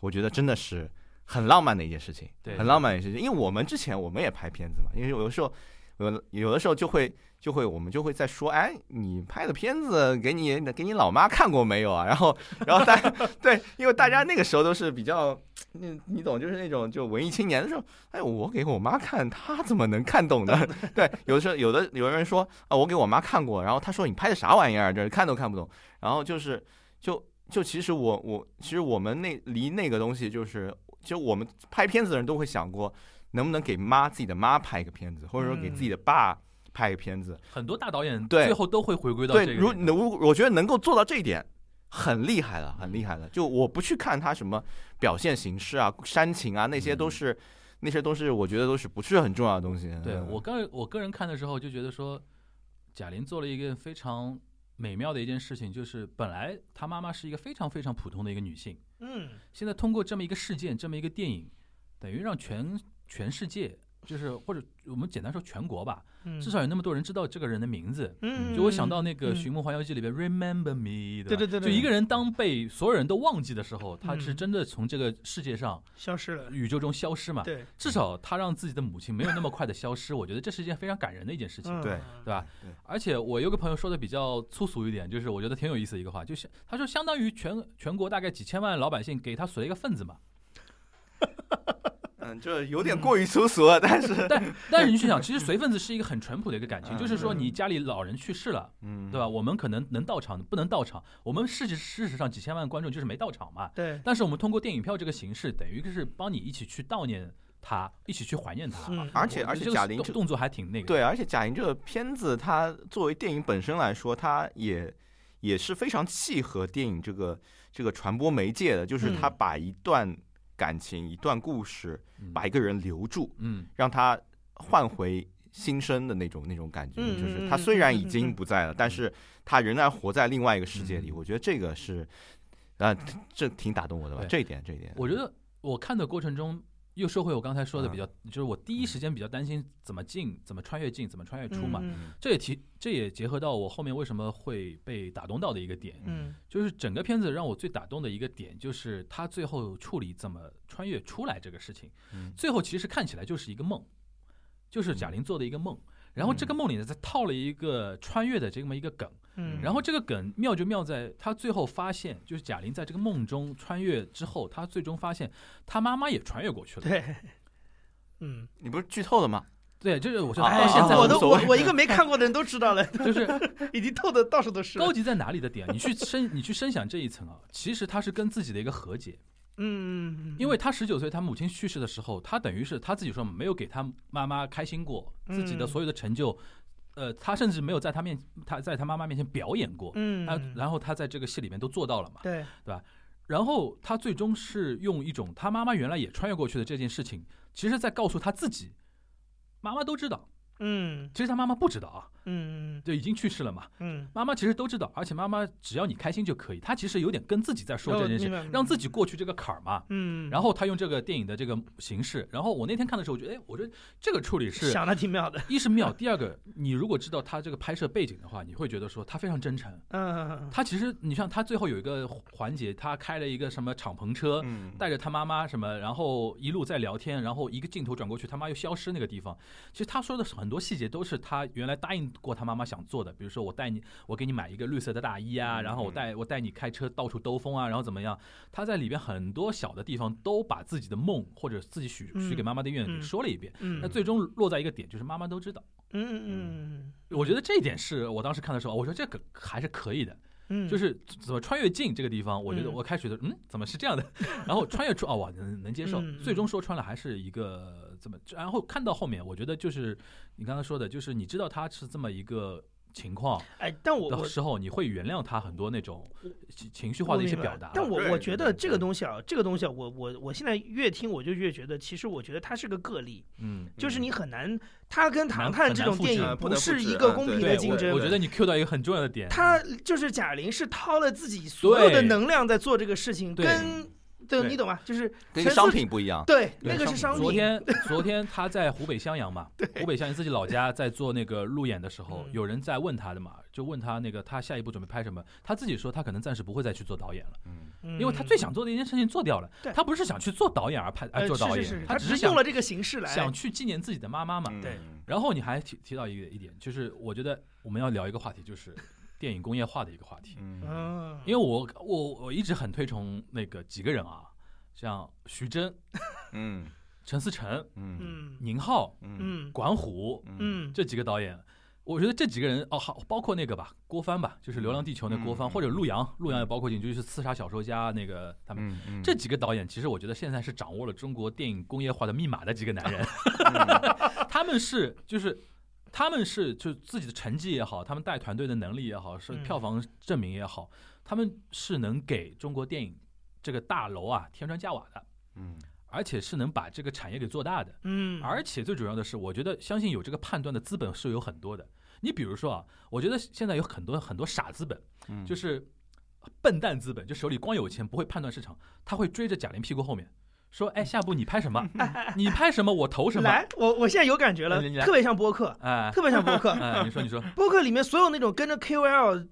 S4: 我觉得真的是很浪漫的一件事情，
S2: 对
S4: 很浪漫的一件事情。因为我们之前我们也拍片子嘛，因为有的时候有有的时候就会就会我们就会在说，哎，你拍的片子给你给你老妈看过没有啊？然后然后大 对，因为大家那个时候都是比较。你你懂，就是那种就文艺青年的时候，哎，我给我妈看，她怎么能看懂呢？ 对，有的时候有的有的人说啊，我给我妈看过，然后她说你拍的啥玩意儿，就是看都看不懂。然后就是就就其实我我其实我们那离那个东西就是，其实我们拍片子的人都会想过，能不能给妈自己的妈拍一个片子，或者说给自己
S2: 嗯
S4: 的爸拍一个片子。
S2: 很多大导演
S4: 对
S2: 最后都会回归到这
S4: 对，
S2: 个
S4: 如嗯
S2: 地方。
S4: 如我觉得能够做到这一点。很厉害了，很厉害了。就我不去看他什么表现形式啊、煽情啊，那些
S2: 嗯
S4: 都是，那些都是我觉得都是不是很重要的东西。
S2: 对
S4: 嗯
S2: 我个人我个人看的时候就觉得说，贾玲做了一个非常美妙的一件事情，就是本来她妈妈是一个非常非常普通的一个女性，
S3: 嗯
S2: 现在通过这么一个事件，这么一个电影，等于让全全世界，就是或者我们简单说全国吧，
S3: 嗯，
S2: 至少有那么多人知道这个人的名字。
S3: 嗯，
S2: 就我想到那个《
S3: 嗯
S2: 寻梦环游记》里边，Remember Me，
S3: 对
S2: 吧
S3: 对对对
S2: 就一个人当被所有人都忘记的时候，他是
S3: 嗯
S2: 真的从这个世界上、
S3: 消失了，
S2: 宇宙中消失嘛。
S3: 对，
S2: 至少他让自己的母亲没有那么快的消失，我觉得这是一件非常感人的一件事情，
S3: 嗯
S4: 对
S2: 对吧？而且我有个朋友说的比较粗俗一点，就是我觉得挺有意思的一个话，就是他说相当于全全国大概几千万老百姓给他锁了一个份子嘛。
S4: 嗯，这有点过于粗俗了，但是，
S2: 但但是你去想，其实随份子是一个很淳朴的一个感情，
S4: 嗯
S2: 就是说你家里老人去世了，
S4: 嗯
S2: 对吧？？我们可能能到场，不能到场。我们事实事实上几千万观众就是没到场嘛，
S3: 对，
S2: 但是我们通过电影票这个形式，等于是帮你一起去悼念他，一起去怀念他。
S3: 嗯，
S4: 而且
S2: 我觉得
S4: 而且
S2: 这个
S4: 贾玲
S2: 动
S4: 这
S2: 动作还挺那个，
S4: 对，而且贾玲这个片子，它作为电影本身来说，它也也是非常契合电影这个这个传播媒介的，就是它
S3: 嗯
S4: 把一段感情、一段故事，
S2: 嗯
S4: 把一个人留住，
S2: 嗯
S4: 让他换回新生的那种那种感觉。
S3: 嗯
S4: 就是
S3: 嗯
S4: 他
S3: 嗯
S4: 虽然
S3: 嗯
S4: 已
S3: 嗯
S4: 经
S3: 嗯
S4: 不在了，但是他仍然活在另外一个世界里。
S2: 嗯
S4: 我觉得这个是啊，这挺打动我的吧？
S2: 对
S4: 这一点，这一点，
S2: 我觉得我看的过程中，又说回我刚才说的比较，
S3: 嗯
S2: 就是我第一时间比较担心怎么进、怎么穿越进、怎么穿越出嘛。
S3: 嗯
S2: 这也提，这也结合到我后面为什么会被打动到的一个点，
S3: 嗯
S2: 就是整个片子让我最打动的一个点，就是他最后处理怎么穿越出来这个事情。
S4: 嗯
S2: 最后其实看起来就是一个梦，就是
S3: 嗯
S2: 贾玲做的一个梦。然后这个梦里呢，再套了一个穿越的这么一个梗，
S3: 嗯，
S2: 然后这个梗妙就妙在，他最后发现，就是贾玲在这个梦中穿越之后，他最终发现他妈妈也穿越过去了。
S3: 对，嗯，
S4: 你不是剧透了吗？
S2: 对，这是我觉得
S4: 哎
S2: 到现在
S3: 我
S4: 我
S3: 都
S4: 都
S3: 我
S4: 我
S3: 我一个没看过的人啊都知道了，
S2: 就是
S3: 已经透的到处都 是。
S2: 高级在哪里的点，你去深你去深想这一层啊，其实他是跟自己的一个和解，
S3: 嗯，
S2: 因为他十九岁，他母亲去世
S3: 嗯
S2: 的时候，他等于是他自己说没有给他妈妈开心过，自己的所有的成就呃，他甚至没有在他面他在他妈妈面前表演过，
S3: 嗯，
S2: 他然后他在这个戏里面都做到了嘛。
S3: 对，
S2: 然后他最终是用一种他妈妈原来也穿越过去的这件事情，其实在告诉他自己，妈妈都知道，
S3: 嗯
S2: 其实他妈妈不知道啊，
S3: 嗯
S2: 就已经去世了嘛。
S3: 嗯，
S2: 妈妈其实都知道，而且妈妈只要你开心就可以。她其实有点跟自己在说这件
S3: 哦明
S2: 事，
S3: 白明白
S2: 让自己过去这个坎儿嘛。
S3: 嗯，
S2: 然后他用这个电影的这个形式，然后我那天看的时候，我觉得，哎，我觉得这个处理是
S3: 想的挺妙的，
S2: 一是妙，第二个，你如果知道他这个拍摄背景的话，你会觉得说他非常真诚。
S3: 嗯，
S2: 他其实，你像他最后有一个环节，他开了一个什么敞篷车，
S4: 嗯
S2: 带着他妈妈什么，然后一路在聊天，然后一个镜头转过去，他妈又消失那个地方。其实他说的很多细节都是他原来答应过他妈妈想做的，比如说我带你，我给你买一个绿色的大衣啊，
S4: 嗯
S2: 然后我带我带你开车到处兜风啊，然后怎么样？他在里边很多小的地方都把自己的梦或者自己许许给妈妈的愿给
S3: 嗯
S2: 说了一遍。
S3: 嗯
S2: 那最终落在一个点，就是妈妈都知道。
S3: 嗯嗯
S2: 我觉得这一点是我当时看的时候，我说这个还是可以的。
S3: 嗯，
S2: 就是怎么穿越镜这个地方，我觉得
S3: 嗯
S2: 我开始觉得嗯怎么是这样的？ 然后穿越出哦，我能能接受
S3: 嗯。嗯
S2: 最终说穿了还是一个怎么？然后看到后面，我觉得就是你刚才说的，就是你知道他是这么一个情况
S3: 哎，但我我
S2: 的时候，你会原谅他很多那种情情绪化的一些表达。
S3: 但我
S4: 对
S3: 我
S4: 对
S3: 觉
S4: 对
S3: 得这个东西啊，这个东西啊，我我我现在越听我就越觉得，其实我觉得它是个个例，
S2: 嗯，
S3: 就是
S4: 嗯
S3: 你很难，它跟《唐
S2: 难
S3: 探》
S2: 很
S3: 这
S2: 难
S3: 种
S2: 复
S3: 电
S2: 制
S3: 影
S4: 啊不能
S3: 是
S4: 复
S3: 一
S4: 制
S3: 个
S4: 啊
S3: 公
S4: 对
S3: 平
S2: 对
S3: 的竞
S2: 我，我觉
S3: 争。
S2: 得你 Q 到一个很重要的点。
S3: 他就是贾玲是掏了自己所有的
S2: 对
S3: 能量在做这个事情，
S2: 对
S3: 跟对
S2: 对
S3: 你懂吗？就是
S4: 跟
S3: 陈思
S4: 商品不一样。
S3: 对
S4: 对
S3: 那个是商
S4: 商品
S2: 昨
S3: 品，
S2: 天昨天他在湖北襄阳嘛，湖北襄阳自己老家在做那个路演的时候，
S3: 嗯
S2: 有人在问他的嘛，就问他那个他下一步准备拍什么，他自己说他可能暂时不会再去做导演了，
S4: 嗯，
S2: 因为他最想做的一件事情做掉了
S3: 对，
S2: 他不是想去做导演而拍
S3: 呃
S2: 而做导
S3: 是是
S2: 演，
S3: 是，
S2: 只
S3: 只
S2: 是
S3: 是用
S2: 想
S3: 了这个形式来
S2: 想去纪念自己的妈妈嘛。
S4: 嗯
S3: 对
S2: 然后你还提提到一个一点，就是我觉得我们要聊一个话题，就是电影工业化的一个话题，
S4: 嗯
S3: 嗯，
S2: 因为我我我一直很推崇那个几个人啊，像徐峥、
S4: 嗯
S2: 陈思诚、
S4: 嗯
S3: 嗯
S2: 宁浩、
S4: 嗯
S3: 嗯
S2: 管虎，
S4: 嗯
S3: 嗯
S2: 这几个导演，我觉得这几个人哦，好，包括那个吧，郭帆吧，就是《流浪地球》那郭帆，
S4: 嗯
S2: 或者陆阳，陆阳也包括进去，就是《刺杀小说家》那个他们。
S4: 嗯
S2: 这几个导演，其实我觉得现在是掌握了中国电影工业化的密码的几个男人，
S4: 嗯
S2: 他们是就是，他们是就自己的成绩也好，他们带团队的能力也好，是
S3: 嗯
S2: 票房证明也好，他们是能给中国电影这个大楼啊添砖加瓦的，
S4: 嗯
S2: 而且是能把这个产业给做大的。
S3: 嗯，
S2: 而且最主要的是，我觉得相信有这个判断的资本是有很多的。你比如说啊，我觉得现在有很多很多傻资本，
S4: 嗯
S2: 就是笨蛋资本，就手里光有钱不会判断市场，他会追着贾玲屁股后面说：“哎，下部你拍 什么？你拍什么？我投什么
S3: 来，我我现在有感觉了
S2: 来你，来
S3: 特别像播客？”，
S2: 哎
S3: 特别像播客，
S2: 哎，你说你说，
S3: 播客里面所有那种跟着 KOL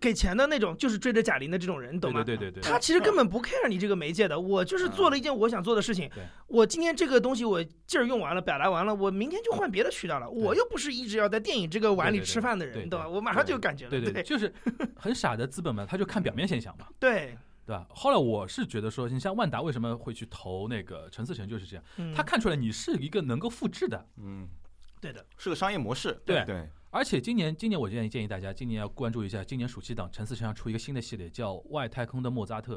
S3: 给钱的那种，就是追着贾玲的这种人，你 懂
S2: 对
S3: 吗？
S2: 对对对对，
S3: 他其实根本不 care 你这个媒介的，我就是做了一件我想做的事情
S2: 对。
S3: 我今天这个东西我劲儿用完了，表达完了，我明天就换别的渠道了。我又不是一直要在电影这个碗里吃饭的
S2: 对对
S3: 人，
S2: 对
S3: 你懂吧？我马上就有感觉了。
S2: 对对对，
S3: 对
S2: 就是很傻的资本嘛，他就看表面现象嘛，
S3: 对，
S2: 对吧？后来我是觉得说，你像万达为什么会去投那个陈思诚，就是这样，
S3: 嗯
S2: 他看出来你是一个能够复制的，
S4: 嗯，
S3: 对的，
S4: 是个商业模式。
S2: 对
S4: 对，
S2: 而且今年，今年我建议建议大家，今年要关注一下，今年暑期档陈思诚要出一个新的系列，叫《外太空的莫扎特》，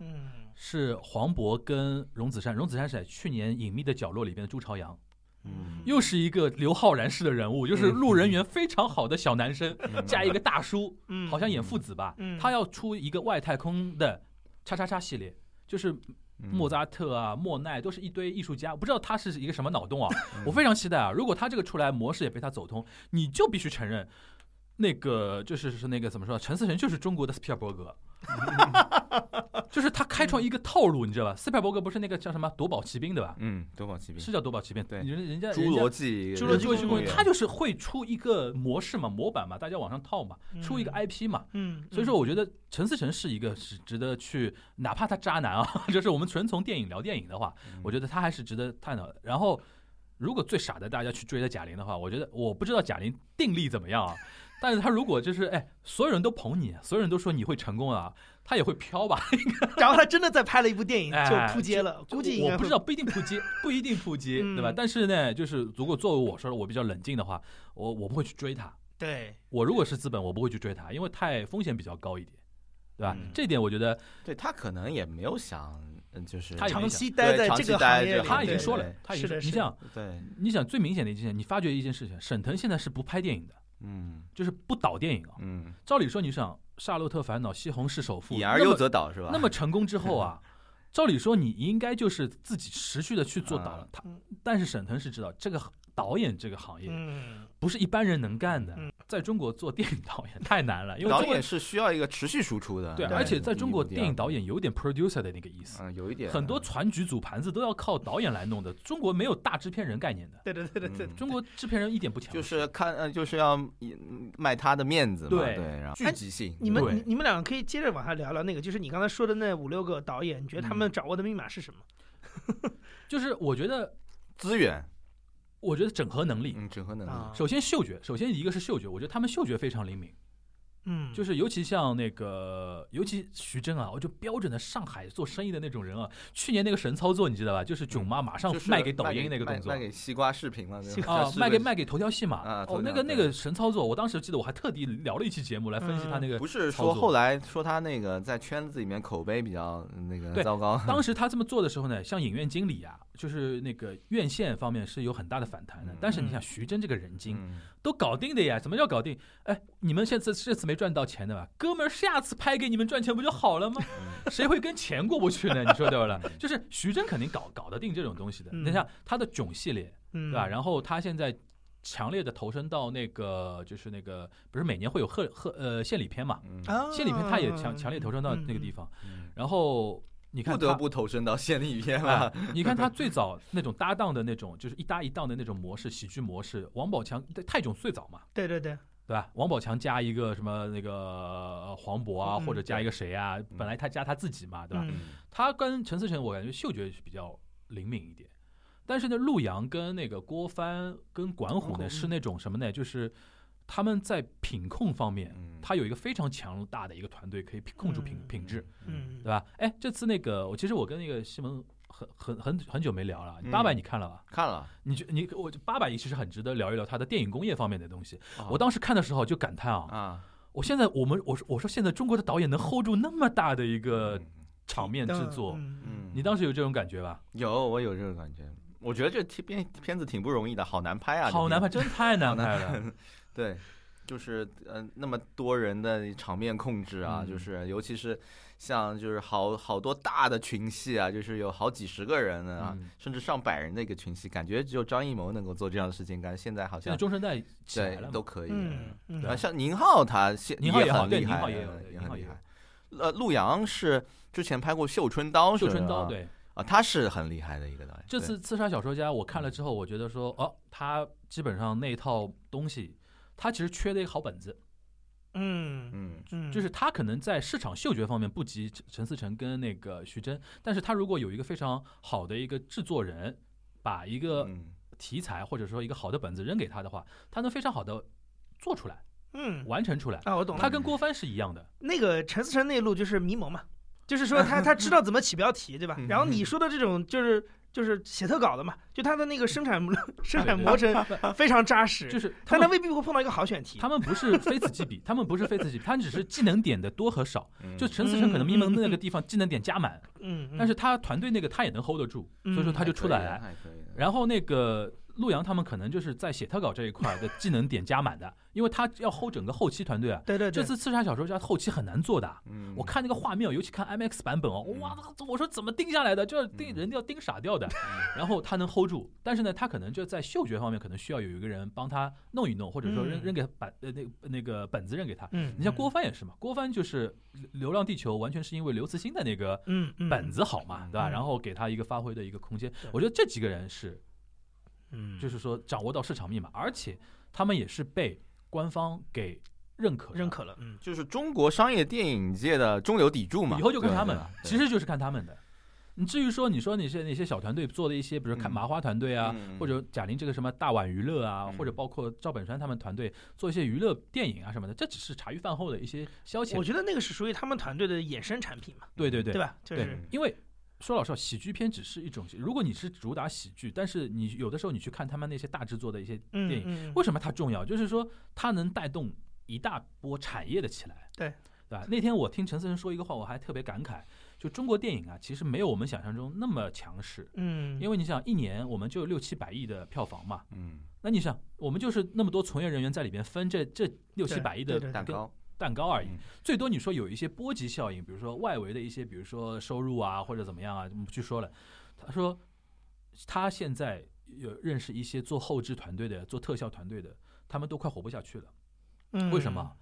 S3: 嗯
S2: 是黄渤跟荣梓杉，荣梓杉是在去年《隐秘的角落》里边的朱朝阳，
S4: 嗯
S2: 又是一个刘昊然式的人物，
S3: 嗯
S2: 就是路人缘非常好的小男生，加一个大叔，
S3: 嗯，
S2: 好像演父子吧
S3: 嗯，
S2: 他要出一个外太空的叉叉叉系列。就是
S4: 嗯
S2: 莫扎特啊、莫奈都是一堆艺术家，不知道他是一个什么脑洞啊！
S4: 嗯
S2: 我非常期待啊！如果他这个出来模式也被他走通，你就必须承认，那个就是是那个怎么说，陈思诚就是中国的斯皮尔伯 格，就是他开创一个套路，你知道吧？斯皮尔伯格不是那个叫什么夺宝奇兵对吧？
S4: 嗯，夺宝奇兵，
S2: 是叫夺宝奇兵，
S4: 对
S2: 人人家
S4: 侏罗纪，
S2: 侏罗纪
S3: 公
S2: 公
S3: 园
S2: 园，他就是会出一个模式嘛、模板嘛，大家往上套嘛，出一个
S3: 嗯
S2: IP 嘛。
S3: 嗯，
S2: 所以说，我觉得陈思诚是一个是值得去，哪怕他渣男啊， 就是我们纯从电影聊电影的话，
S3: 嗯
S2: 我觉得他还是值得探讨的。然后，如果最傻的大家去追的贾玲的话，我觉得我不知道贾玲定力怎么样啊，但是他如果就是哎，所有人都捧你，所有人都说你会成功啊，他也会飘吧？
S3: 嗯然后他真的在拍了一部电影
S2: 哎
S3: 就扑街了，估计应该
S2: 我不
S3: 会
S2: 知道，不一定扑街，不一定扑街，对吧
S3: 嗯？
S2: 但是呢，就是如果作为我说的，我比较冷静的话，我我不会去追他。
S3: 对
S2: 我如果是资本，我不会去追他，因为太风险比较高一点，对吧？
S4: 嗯
S2: 这点我觉得
S4: 对他可能也没有想，嗯就是
S2: 他也
S3: 长
S2: 没
S3: 期
S4: 对
S3: 待在
S4: 长
S3: 这
S4: 期
S3: 个
S4: 待
S3: 行
S4: 这
S3: 业
S4: 个
S3: 里，
S2: 他已经
S3: 对
S2: 说
S4: 对
S2: 了
S4: 对，
S2: 他已经
S3: 是
S2: 说
S3: 的是
S2: 你
S3: 的
S2: 想，
S4: 对，
S2: 你想最明显的一件事情，你发觉一件事情，沈腾现在是不拍电影的，
S4: 嗯
S2: 就是不导电影啊。
S4: 嗯，
S2: 照理说，你想《夏洛特烦恼》《西红柿首富》
S4: 演
S2: 那
S4: 而
S2: 么
S4: 优则导是吧？
S2: 那么成功之后 啊，照理说你应该就是自己持续的去做导了
S4: 啊。
S2: 他
S3: 嗯，
S2: 但是沈腾是知道这个导演这个行业
S3: 嗯，
S2: 不是一般人能干的
S3: 嗯，
S2: 在中国做电影导演太难了，因为
S4: 导
S2: 中国
S4: 演是需要一个持续输出的，
S2: 对，
S3: 对
S2: 而且在
S4: 你
S2: 中国
S4: 一定
S2: 电影
S4: 要
S2: 导演有点 producer 的那个意思，
S4: 嗯有一点
S2: 很多船局组盘子都要靠导演来弄的。中国没有大制片人概念的，
S3: 对对对对对，
S4: 嗯
S2: 中国制片人一点不强势，
S4: 就是看呃就是要嗯卖他的面子嘛，
S2: 对
S4: 对，然后聚集性，
S3: 你们
S2: 对
S3: 你你们两个可以接着往下聊聊那个，就是你刚才说的那五六个导演，你
S2: 嗯
S3: 觉得他们掌握的密码是什么？
S2: 就是我觉得，
S4: 资源，
S2: 我觉得整合能力，
S4: 嗯，整合能力，
S3: 啊，
S2: 首先嗅觉，首先一个是嗅觉，我觉得他们嗅觉非常灵敏，
S3: 嗯，
S2: 就是尤其像那个，尤其徐峥啊，我就标准的上海做生意的那种人啊。去年那个神操作你知道吧？就是囧妈马上
S4: 嗯就是
S2: 卖给抖音那个
S4: 卖
S2: 动作
S4: 卖给西瓜视频嘛，
S3: 西
S4: 对吧
S2: 啊，
S4: 是
S2: 卖给
S4: 的
S2: 卖给头条系
S4: 啊
S2: 嘛。
S4: 头
S2: 哦，那
S4: 条
S2: 个那
S4: 对嗯
S2: 个神操作，我当时记得我还特地聊了一期节目来分析他那个
S4: 不是
S2: 操
S4: 说
S2: 作
S4: 后来说他那个在圈子里面口碑比较嗯那个
S2: 对
S4: 糟糕，
S2: 当时他这么做的时候呢，像影院经理啊，就是那个院线方面是有很大的反弹的
S4: 嗯。
S2: 但是你想，徐峥这个人精
S4: 嗯
S2: 都搞定的呀，什么叫搞定？哎，你们现在这次没赚到钱的吧？哥们儿，下次拍给你们赚钱不就好了吗？
S4: 嗯
S2: 谁会跟钱过不去 呢？你说对不啦？就是徐峥肯定搞搞得定这种东西的。
S3: 嗯
S2: 你像他的囧系列，
S3: 嗯，
S2: 对吧？然后他现在。强烈的投身到那个，就是那个，不是每年会有贺贺呃献礼片嘛？
S4: 嗯
S3: 啊，
S2: 献礼片他也强强烈投身到那个地
S3: 方，
S2: 方。
S4: 嗯
S2: 然后你看
S4: 不
S2: 他，
S4: 得不投身到县里片
S2: 啊
S4: 了，，
S2: 你看他最早那种搭档的那种，就是一搭一档的那种模式，喜剧模式。王宝强、对泰囧最早嘛，
S3: 对对对，
S2: 对吧？王宝强加一个什么那个呃黄渤啊，
S3: 嗯
S2: 或者加一个谁啊？本来他加他自己嘛，对吧？
S3: 嗯
S2: 他跟陈思诚，我感觉嗅觉是比较灵敏一点。但是呢，陆阳跟那个郭帆跟管虎
S3: 管
S2: 呢，
S3: 虎嗯
S2: 是那种什么呢？就是他们在品控方面，
S4: 嗯
S2: 他有一个非常强大的一个团队，可以品控制品
S3: 嗯
S2: 品质。
S3: 嗯，
S2: 对吧？哎，这次那个，我其实我跟那个西蒙很很很很久没聊了。啊
S4: 嗯
S2: 八百你看了吧？
S4: 看了，
S2: 你觉你我八百其实很值得聊一聊他的电影工业方面的东西。
S4: 啊
S2: 我当时看的时候就感叹啊，
S4: 啊
S2: 我现在我们我说我说现在中国的导演能 hold 住那么大的一个场面制作，
S3: 嗯
S4: 嗯
S2: 呃你当时有这种感觉吧？
S4: 有我有这个感觉，我觉得这片片子挺不容易的，好难拍啊，
S2: 好难
S4: 拍。
S2: 拍，真太难拍了。
S4: 对，就是呃那么多人的场面控制啊，
S2: 嗯
S4: 就是尤其是像就是好好多大的群戏啊，就是有好几十个人呢啊，
S2: 嗯
S4: 甚至上百人的一个群戏，感觉只有张艺谋能够做这样的事情，感觉现在好
S2: 现在
S4: 像
S2: 中生代起来
S4: 对
S2: 了嘛
S4: 都可以。
S3: 嗯嗯
S4: 啊，像宁浩他现
S2: 宁浩也好
S4: 很
S2: 对
S4: 厉
S2: 宁
S4: 害
S2: 浩
S4: 的，
S2: 也有对
S4: 也
S2: 宁浩
S4: 很厉
S2: 也有
S4: 害。呃，陆阳是之前拍过《绣春刀》，
S2: 绣春刀，
S4: 对
S2: 对，
S4: 啊，他是很厉害的一个导演。
S2: 这次《刺杀小说家》我看了之后，我觉得说，哦，他基本上那一套东西，他其实缺的一个好本子。
S4: 对
S3: 嗯
S4: 嗯
S3: 嗯，
S2: 就是他可能在市场嗅觉方面不及陈陈思诚跟那个徐峥，但是他如果有一个非常好的一个制作人，把一个
S4: 嗯
S2: 题材或者说一个好的本子扔给他的话，他能非常好的做出来、
S3: 嗯
S2: 完成出来。
S3: 啊，我懂了
S2: 他。跟郭帆是一样的，
S3: 那个陈思诚那一路就是迷蒙嘛，就是 说他他知道怎么起标题，对
S2: 嗯
S3: 吧？然后你说的这种就是就是写特稿的嘛，就他的那个生产生 产磨程非常扎实，
S2: 就是他
S3: 但他
S2: 们
S3: 未必会碰到一个好选题。
S2: 他们不是非此即彼，他们不是非此即彼，他只是技能点的多和少。
S4: 嗯
S2: 就陈思诚可能迷蒙的那个地方技能点加满，
S3: 嗯，嗯嗯
S2: 但是他团队那个他也能 hold 得住，所以说他
S4: 还
S2: 就
S4: 可
S2: 出
S4: 以
S2: 来
S4: 的
S2: 了。
S4: 还可以的
S2: 然后那个陆阳他们可能就是在写特稿这一块的技能点加满的， 因为他要 hold 整个后期团队啊。
S3: 对对
S2: 这
S3: 对，
S2: 次刺杀小说家后期很难做的，
S4: 嗯
S2: 我看那个画面，尤其看 IMAX 版本哦，
S4: 嗯
S2: 哇，我说怎么定下来的？就是定
S4: 嗯
S2: 人要盯傻掉的，
S3: 嗯
S2: 然后他能 hold 住，但是呢，他可能就在嗅觉方面可能需要有一个人帮他弄一弄，或者说扔
S3: 嗯
S2: 扔给本呃那个那个本子扔给他。
S3: 嗯，
S2: 你像郭帆也是嘛，郭帆就是《流浪地球》，完全是因为刘慈欣的那个
S3: 嗯嗯
S2: 本子好嘛，
S4: 嗯
S2: 对吧？
S3: 嗯
S2: 然后给他一个发挥的一个空间
S3: 对。
S2: 我觉得这几个人是，
S3: 嗯
S2: 就是说掌握到市场密码，而且他们也是被官方给认可的
S3: 认，可了，嗯
S4: 就是中国商业电影界的中流砥柱嘛。
S2: 以后就看
S4: 对
S2: 他们
S4: 对吧，
S2: 其实就是看他们的。你至于说你说那些那些小团队做的一些，比如看
S4: 嗯
S2: 麻花团队啊，
S4: 嗯
S2: 或者贾玲这个什么大碗娱乐啊，
S4: 嗯
S2: 或者包括赵本山他们团队做一些娱乐电影啊什么的，这只是茶余饭后的一些消
S3: 我
S2: 遣。
S3: 觉得那个是属于他们团队的衍生产品嘛，
S4: 嗯
S2: 对对对
S3: 对吧？就
S2: 对
S3: 是
S2: 因为说老实话，喜剧片只是一种，如果你是主打喜剧，但是你有的时候你去看他们那些大制作的一些
S3: 嗯
S2: 电影，
S3: 嗯
S2: 为什么它重要？就是说它能带动一大波产业的起来，
S3: 对
S2: 对吧？那天我听陈思诚说一个话，我还特别感慨，就中国电影啊，其实没有我们想象中那么强势，
S3: 嗯，
S2: 因为你想一年我们就六七百亿的票房嘛，
S4: 嗯，
S2: 那你想我们就是那么多从业人员在里边分这这六七百亿
S3: 对
S2: 的
S3: 对对
S4: 蛋
S2: 跟
S4: 糕，
S2: 蛋糕而已
S4: 嗯，
S2: 最多你说有一些波及效应，比如说外围的一些，比如说收入啊或者怎么样啊，我们不去说了。他说他现在有认识一些做后置团队的、做特效团队的，他们都快活不下去了。
S3: 嗯
S2: 为什么？？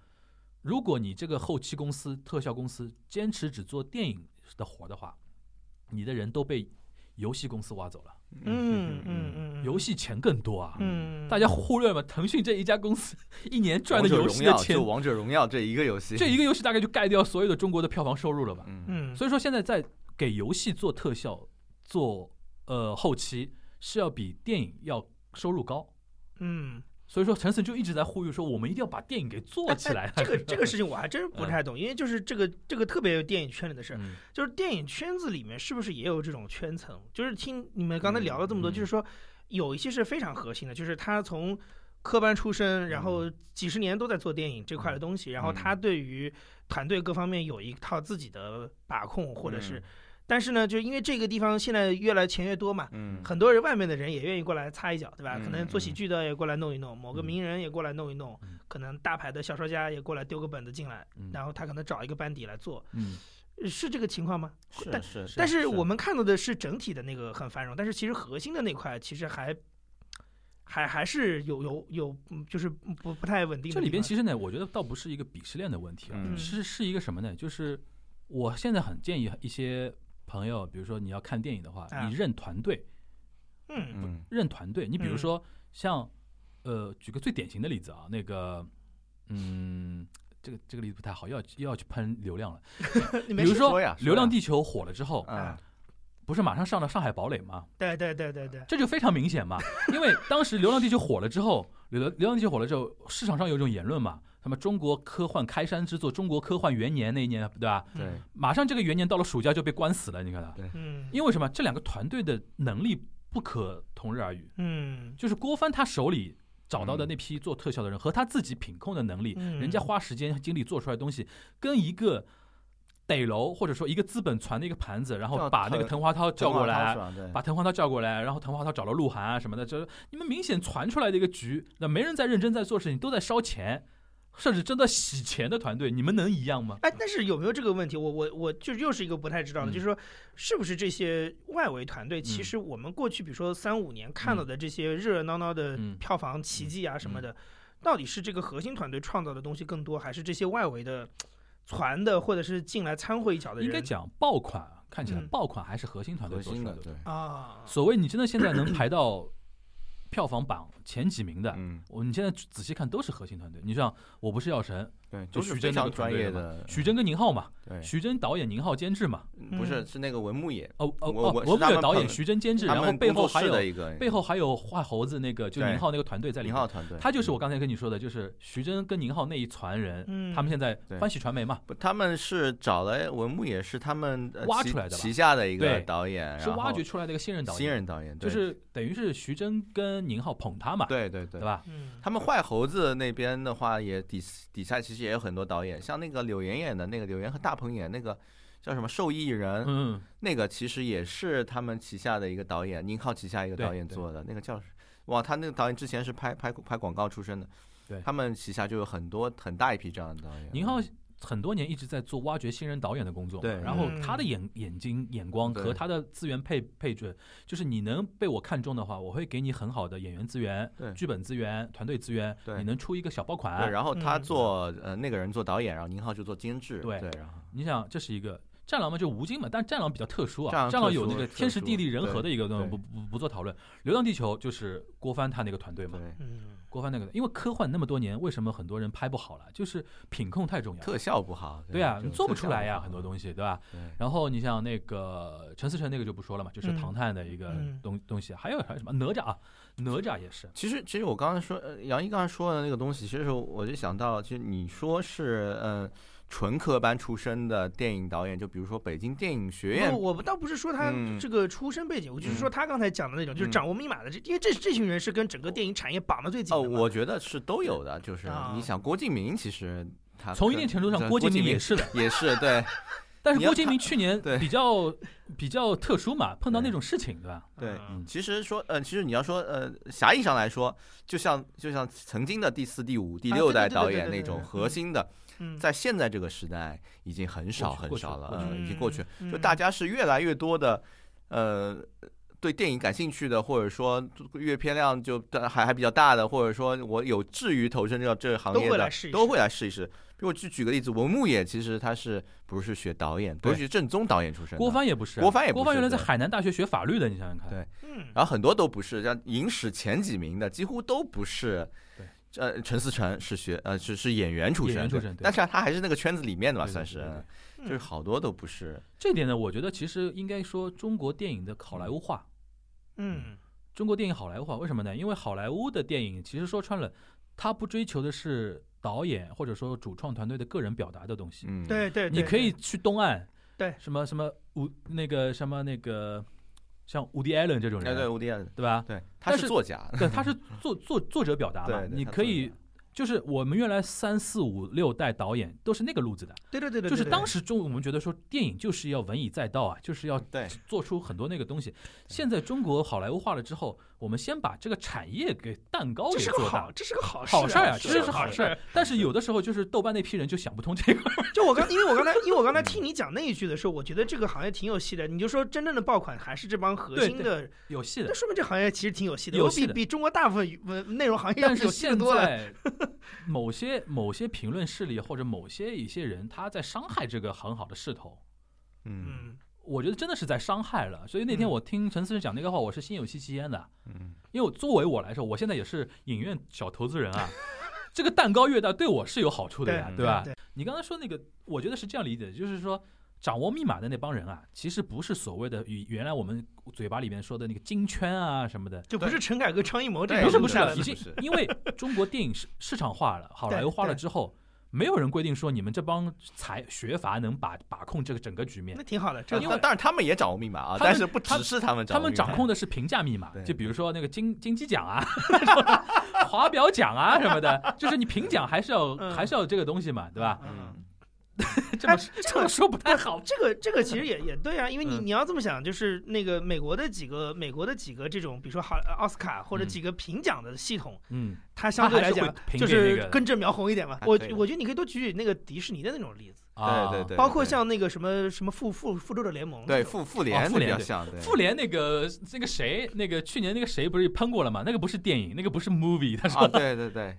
S2: 如果你这个后期公司、特效公司坚持只做电影的活的话，你的人都被游戏公司挖走了，
S3: 嗯嗯嗯，
S2: 游戏钱更多啊。
S3: 嗯，
S2: 大家忽略了腾讯这一家公司一年 赚
S4: 王
S2: 的
S4: 者
S2: 游
S4: 荣
S2: 戏的
S4: 耀
S2: 钱
S4: 就，王者荣耀这一个游戏，
S2: 这一个游戏大概就盖掉所有的中国的票房收入了吧。
S4: 嗯
S3: 嗯，
S2: 所以说现在在给游戏做特效、做呃后期是要比电影要收入高。
S3: 嗯，
S2: 所以说陈思就一直在呼吁说，我们一定要把电影给做起来。
S3: 哎
S2: 啊
S3: 这个 这个事情我还真不太懂，因为就是这个这个特别有电影圈里的事儿，
S2: 嗯
S3: 就是电影圈子里面是不是也有这种圈层？就是听你们刚才聊了这
S2: 嗯
S3: 么多，就是说有一些是非常核心的，就是他从科班出身，然
S2: 嗯
S3: 后几十年都在做电影这块的东西，然后他对于团队各方面有一套自己的把控，或者
S2: 嗯
S3: 是，但是呢，就因为这个地方现在越来钱越多嘛，
S4: 嗯
S3: 很多人外面的人也愿意过来擦一脚，对吧？
S4: 嗯
S3: 可能做喜剧的也过来弄一弄，某个名人也过来弄一弄
S2: 嗯，
S3: 可能大牌的小说家也过来丢个本子进来，
S2: 嗯
S3: 然后他可能找一个班底来做，
S2: 嗯，
S3: 呃是这个情况吗？但
S4: 是是
S3: 但是我们看到的是整体的那个很繁荣，但是其实核心的那块其实还还还是有有有，嗯就是不不太稳定的地
S2: 这
S3: 方。
S2: 里边其实呢，我觉得倒不是一个鄙视链的问题啊，
S4: 嗯
S2: 是是一个什么呢？就是我现在很建议一些朋友，比如说你要看电影的话，
S3: 啊
S2: 你认团队，
S3: 嗯
S4: 嗯
S2: 认团队。你比如
S3: 嗯
S2: 说像，呃，举个最典型的例子啊，那个，嗯，这个这个例子不太好，又要又要去喷流量了。比
S3: 你没
S2: 如
S3: 事
S2: 说
S4: 说呀
S2: 《
S4: 说
S2: 流浪
S4: 呀
S2: 地球》火了之后，
S4: 啊
S2: 不是马上上了《上海堡垒》吗？
S3: 对对对对对，
S2: 这就非常明显嘛，因为当时《流浪地球》火了之后，《流流浪地球》火了之后，市场上有一种言论嘛，什么中国科幻开山之作，中国科幻元年那一年，对吧？
S4: 对
S2: 马上这个元年到了暑假就被关死了，你看他，啊
S3: 嗯，
S2: 因为什么？这两个团队的能力不可同日而语，
S3: 嗯
S2: 就是郭帆他手里找
S4: 嗯
S2: 到的那批做特效的人和他自己品控的能力，
S3: 嗯
S2: 人家花时间精力做出来的东西，跟一个逮楼或者说一个资本传的一个盘子，然后
S4: 叫
S2: 把那个滕
S4: 腾
S2: 华涛叫过来，
S4: 对
S2: 把滕华涛叫过来，然后滕华涛找了鹿晗啊什么的，这你们明显传出来的一个局，那没人在认真在做事情，都在烧钱，甚至真的洗钱的团队，你们能一样吗？
S3: 哎，但是有没有这个问题？我我我就又是一个不太知道的，
S2: 嗯
S3: 就是说，是不是这些外围团队，其
S2: 嗯
S3: 实我们过去比如说三五年
S4: 嗯
S3: 看到的这些热热闹闹的
S2: 嗯
S3: 票房奇迹啊什么的，到底是这个核心团队创造的东西更多，还是这些外围的传的，或者是进来掺和一脚的人？
S2: 应该讲爆款啊，看起来
S3: 嗯
S2: 爆款还是核心团队
S4: 核
S2: 做出
S4: 心
S2: 来
S4: 的
S2: 的。
S4: 对，
S3: 啊，
S2: 所谓你真的现在能排到票房榜前几名的，
S4: 嗯
S2: 我你现在仔细看都是核心团队。你像我不是药神，
S4: 对，
S2: 就
S4: 都
S2: 徐
S4: 是非
S2: 峥那
S4: 常
S2: 个团
S4: 专
S2: 队
S4: 业
S2: 的
S4: 的，
S2: 徐峥跟宁浩嘛，
S4: 对，
S2: 徐峥导演，宁浩监制嘛，
S4: 不是
S3: 嗯
S4: 是那个文牧野，
S2: 哦哦
S4: 我
S2: 哦，
S4: 我
S2: 文
S4: 是
S2: 牧
S4: 他
S2: 野
S4: 们
S2: 导
S4: 朋
S2: 演徐峥监制，
S4: 他
S2: 然后
S4: 们
S2: 背
S4: 工
S2: 后
S4: 作
S2: 还
S4: 室的
S2: 有
S4: 一个嗯
S2: 背后还有画猴子那个，就
S4: 对
S2: 宁浩那个团队在里
S4: 宁
S2: 面
S4: 浩。团队，
S2: 他就是我刚才跟你说的，就是徐峥跟宁浩那一船人，
S3: 嗯
S2: 他们现在
S4: 对
S2: 欢喜传媒嘛，
S4: 不，他们是找了文牧野，是他们呃
S2: 挖
S4: 旗
S2: 出来的吧
S4: 旗下的一个
S2: 对
S4: 导演，
S2: 是
S4: 然
S2: 挖
S4: 后
S2: 掘出来的一个新人导演，
S4: 新人导演，
S2: 就
S4: 对
S2: 是等于是徐峥跟宁浩捧他嘛，
S4: 对对对
S2: 对？吧？
S3: 嗯，
S4: 他们坏猴子那边的话，也底底下其实也有很多导演，像那个柳岩演的那个柳岩和大鹏演那个叫什么受益人，
S2: 嗯，
S4: 那个其实也是他们旗下的一个导演，宁浩旗下一个
S2: 对
S4: 导演
S2: 对
S4: 做的，那个叫哇，他那个导演之前是拍拍拍广告出身的，
S2: 对
S4: 他们旗下就有很多很大一批这样的导演。
S2: 宁浩很多年一直在做挖掘新人导演的工作嘛，
S4: 对
S2: 然后
S3: 嗯
S2: 他的眼眼睛、眼光
S4: 对
S2: 和他的资源配配置，就是你能被我看中的话，我会给你很好的演员资源
S4: 对、
S2: 剧本资源、团队资源，
S4: 对
S2: 你能出一个小爆
S4: 对，
S2: 款。
S4: 然后他
S3: 嗯
S4: 做、呃那个人做导演，然后宁浩就做监制，
S2: 对
S4: 对，然后
S2: 你想，这是一个战狼嘛，就吴京嘛，但战狼比较特殊
S4: 战
S2: 啊，
S4: 狼
S2: 战
S4: 特
S2: 狼有
S4: 殊
S2: 那个
S4: 特
S2: 天时
S4: 殊
S2: 地利人
S4: 对
S2: 和的一个东西，
S4: 对
S2: 不不不做讨论。流浪地球就是郭帆他那个团队嘛，
S4: 对
S3: 嗯
S2: 郭帆那个，因为科幻那么多年，为什么很多人拍不好了？就是品控太重要了。
S4: 特效不好，
S2: 对啊，你做不出来呀，很多
S4: 西。
S2: 东西，对吧？
S4: 对
S2: 然后你像那个陈思诚那个就不说了嘛，就是
S3: 嗯
S2: 唐探的一个
S3: 嗯
S2: 东、东西，还有还有什么哪吒啊，哪吒也是，
S4: 其实，其实我刚才说，呃杨一刚才说的那个东西，其实我就想到，其实你说是，呃，纯科班出身的电影导演，就比如说北京电影学院
S3: 不，我不倒不是说他
S4: 嗯
S3: 这个出身背景，我就是说他刚才讲的那种，就是
S4: 嗯
S3: 掌握密码的这，因为这这群人是跟整个电影产业绑得最紧
S4: 哦，
S3: 的嘛。
S4: 我觉得是都有的，就是
S3: 啊
S4: 你想郭敬明，其实他
S2: 从一
S4: 啊可
S2: 定程度
S4: 对
S2: 上
S4: 郭
S2: 郭敬明也
S4: 也
S2: 是的，
S4: 也是对，
S2: 但是
S4: 你要
S2: 郭敬明去年
S4: 对
S2: 比较比较特殊嘛，碰到那种事情，对吧？
S4: 对
S3: 嗯
S4: 其实说，呃，其实你要说，呃，狭义上来说，就像就像曾经的第四、第五、第
S3: 啊
S4: 六
S3: 对对
S4: 代
S3: 对
S4: 导
S3: 对
S4: 演
S3: 对
S4: 那
S3: 对
S4: 种
S3: 对
S4: 核心的，
S3: 嗯，
S4: 在现在这个时代已经很少
S2: 过去
S4: 很
S2: 过去
S4: 少
S2: 了
S4: 了，
S2: 过
S4: 呃，
S3: 去
S4: 已经过去，
S3: 嗯
S4: 就大家是越来越多的，呃，对电影感兴趣的，或者说阅片量就呃还还比较大的，或者说我有志于投身到这个行
S3: 都
S4: 业
S3: 会
S4: 的
S3: 来试，一
S4: 都
S3: 试
S4: 会来试一试。比如我举举个例子，文牧野其实他是不是学导演，不是
S2: 对
S4: 学正宗导演出身的，
S2: 郭帆也不是，
S4: 郭帆也不
S2: 郭帆
S4: 是
S2: 原来在
S4: 对
S2: 海南大学学法律的，你想想看，
S4: 对
S3: 嗯，
S4: 然后很多都不是，像影史前几名的几乎都不是
S2: 对。
S4: 呃，陈思诚是学呃是是演员出
S2: 演
S4: 身，
S2: 员出
S4: 对
S2: 身对
S4: 但是他还是那个圈子里面的吧，
S2: 对对
S4: 算
S2: 对
S4: 是
S2: 对对，
S3: 嗯
S4: 就是好多都不是。
S2: 这点呢，我觉得其实应该说中国电影的好莱坞化，
S3: 嗯
S2: 中国电影好莱坞化，为什么呢？因为好莱坞的电影其实说穿了，它不追求的是导演或者说主创团队的个人表达的东西。
S4: 嗯，
S3: 对对，
S2: 你
S3: 对
S2: 可以去东岸，
S3: 对
S2: 什么什么伍那个什么那个，像伍迪·艾伦这种
S4: 哎，
S2: 人，
S4: 对，吴迪安，
S2: 对吧？
S4: 对，他
S2: 但
S4: 是
S2: 是
S4: 作家，嗯
S2: 对，他是作作作者表达嘛，
S4: 对对
S2: 你
S4: 他
S2: 可
S4: 作者
S2: 以
S4: 表达。
S2: 就是我们原来三四五六代导演都是那个路子的，
S3: 对对对对，
S2: 就是
S3: 对
S2: 当时中我们觉得说电影就是要文以载道啊，就是要
S4: 对
S2: 做出很多那个东西。现在中国好莱坞化了之后，我们先把这个产业给蛋糕
S3: 哦这
S2: 给
S3: 是个
S2: 做
S3: 好，
S2: 大，
S3: 这是个好事
S2: 好事儿啊，
S3: 这
S2: 其实是好事
S3: 事
S2: 儿。。但是有的时候就是豆瓣那批人就想不通这个，
S3: 就我刚，因为我刚才，因为我刚才听你讲那一句的时候，我觉得这个行业挺有戏的。你就说真正的爆款还是这帮核
S2: 对
S3: 心
S2: 对
S3: 的，
S2: 有戏的
S3: 那。说明这行业其实挺有戏的，
S2: 有
S3: 我
S2: 戏
S3: 比
S2: 的
S3: 比中国大部分文内容行 业要
S2: 但
S3: 有
S2: 是
S3: 戏的
S2: 现
S3: 多了。嗯
S2: 在某些某些评论势力或者某些一些人，他在伤害这个很好的势头。
S4: 嗯
S3: 嗯
S2: 我觉得真的是在伤害了。所以那天
S3: 嗯
S2: 我听陈思诚讲那个话，我是心有戚戚焉的。
S4: 嗯，
S2: 因为我作为我来说，我现在也是影院小投资人啊，这个蛋糕越大对我是有好处的呀，
S4: 对
S2: 吧？
S3: 对
S2: 你刚才说那个，我觉得是这样理解的，就是说掌握密码的那帮人啊，其实不是所谓的与原来我们嘴巴里面说的那个金圈啊什么的。
S3: 就不是陈凯歌、张艺谋这
S4: 对
S3: 种
S2: 不是不
S4: 不是
S2: 是了，
S4: 不
S2: 已
S4: 是
S2: 经因为中国电影市市场化了，好莱坞化了之后，没有人规定说你们这帮财学阀能把把控这个整个局面
S3: 那。挺好的。这
S4: 但
S2: 因
S4: 但
S2: 为
S4: 当然他们也掌握密码啊，
S2: 他们
S4: 但是不只是他们
S2: 他们掌
S4: 掌握密码
S2: 控的是评价密码
S4: 对，
S2: 就比如说那个金金鸡奖啊、 华表奖啊什么的，就是你评奖还是要
S3: 嗯
S2: 还是要有这个东西嘛，对吧？
S3: 嗯，
S2: 这么
S3: 哎
S2: 这么说不太好。
S3: 这个这个其实也也对啊，因为你
S2: 嗯
S3: 你要这么想，就是那个美国的几个美国的几个这种，比如说好奥斯卡或者
S2: 嗯
S3: 几个评奖的系统，
S2: 嗯，
S3: 它相对来
S2: 它还
S3: 讲
S2: 是会评
S3: 就
S2: 给那
S3: 是
S2: 个
S3: 根正苗红一点嘛。
S4: 还
S3: 我
S4: 可以
S3: 我觉得你可以多举举那个迪士尼的那种例子，
S2: 啊
S4: 对对对，
S3: 包括
S4: 对
S3: 像那个什么什么复复复仇者联盟这
S4: 对
S3: 种
S4: 复复联
S2: 嗯哦复
S4: 比
S2: 联
S4: 较
S2: 对
S4: 像，对
S2: 复联那个那个谁，那个去年那个谁不是喷过了吗？那个不是电影，那个不是 movie，他
S4: 啊，
S2: 说
S4: 对对对，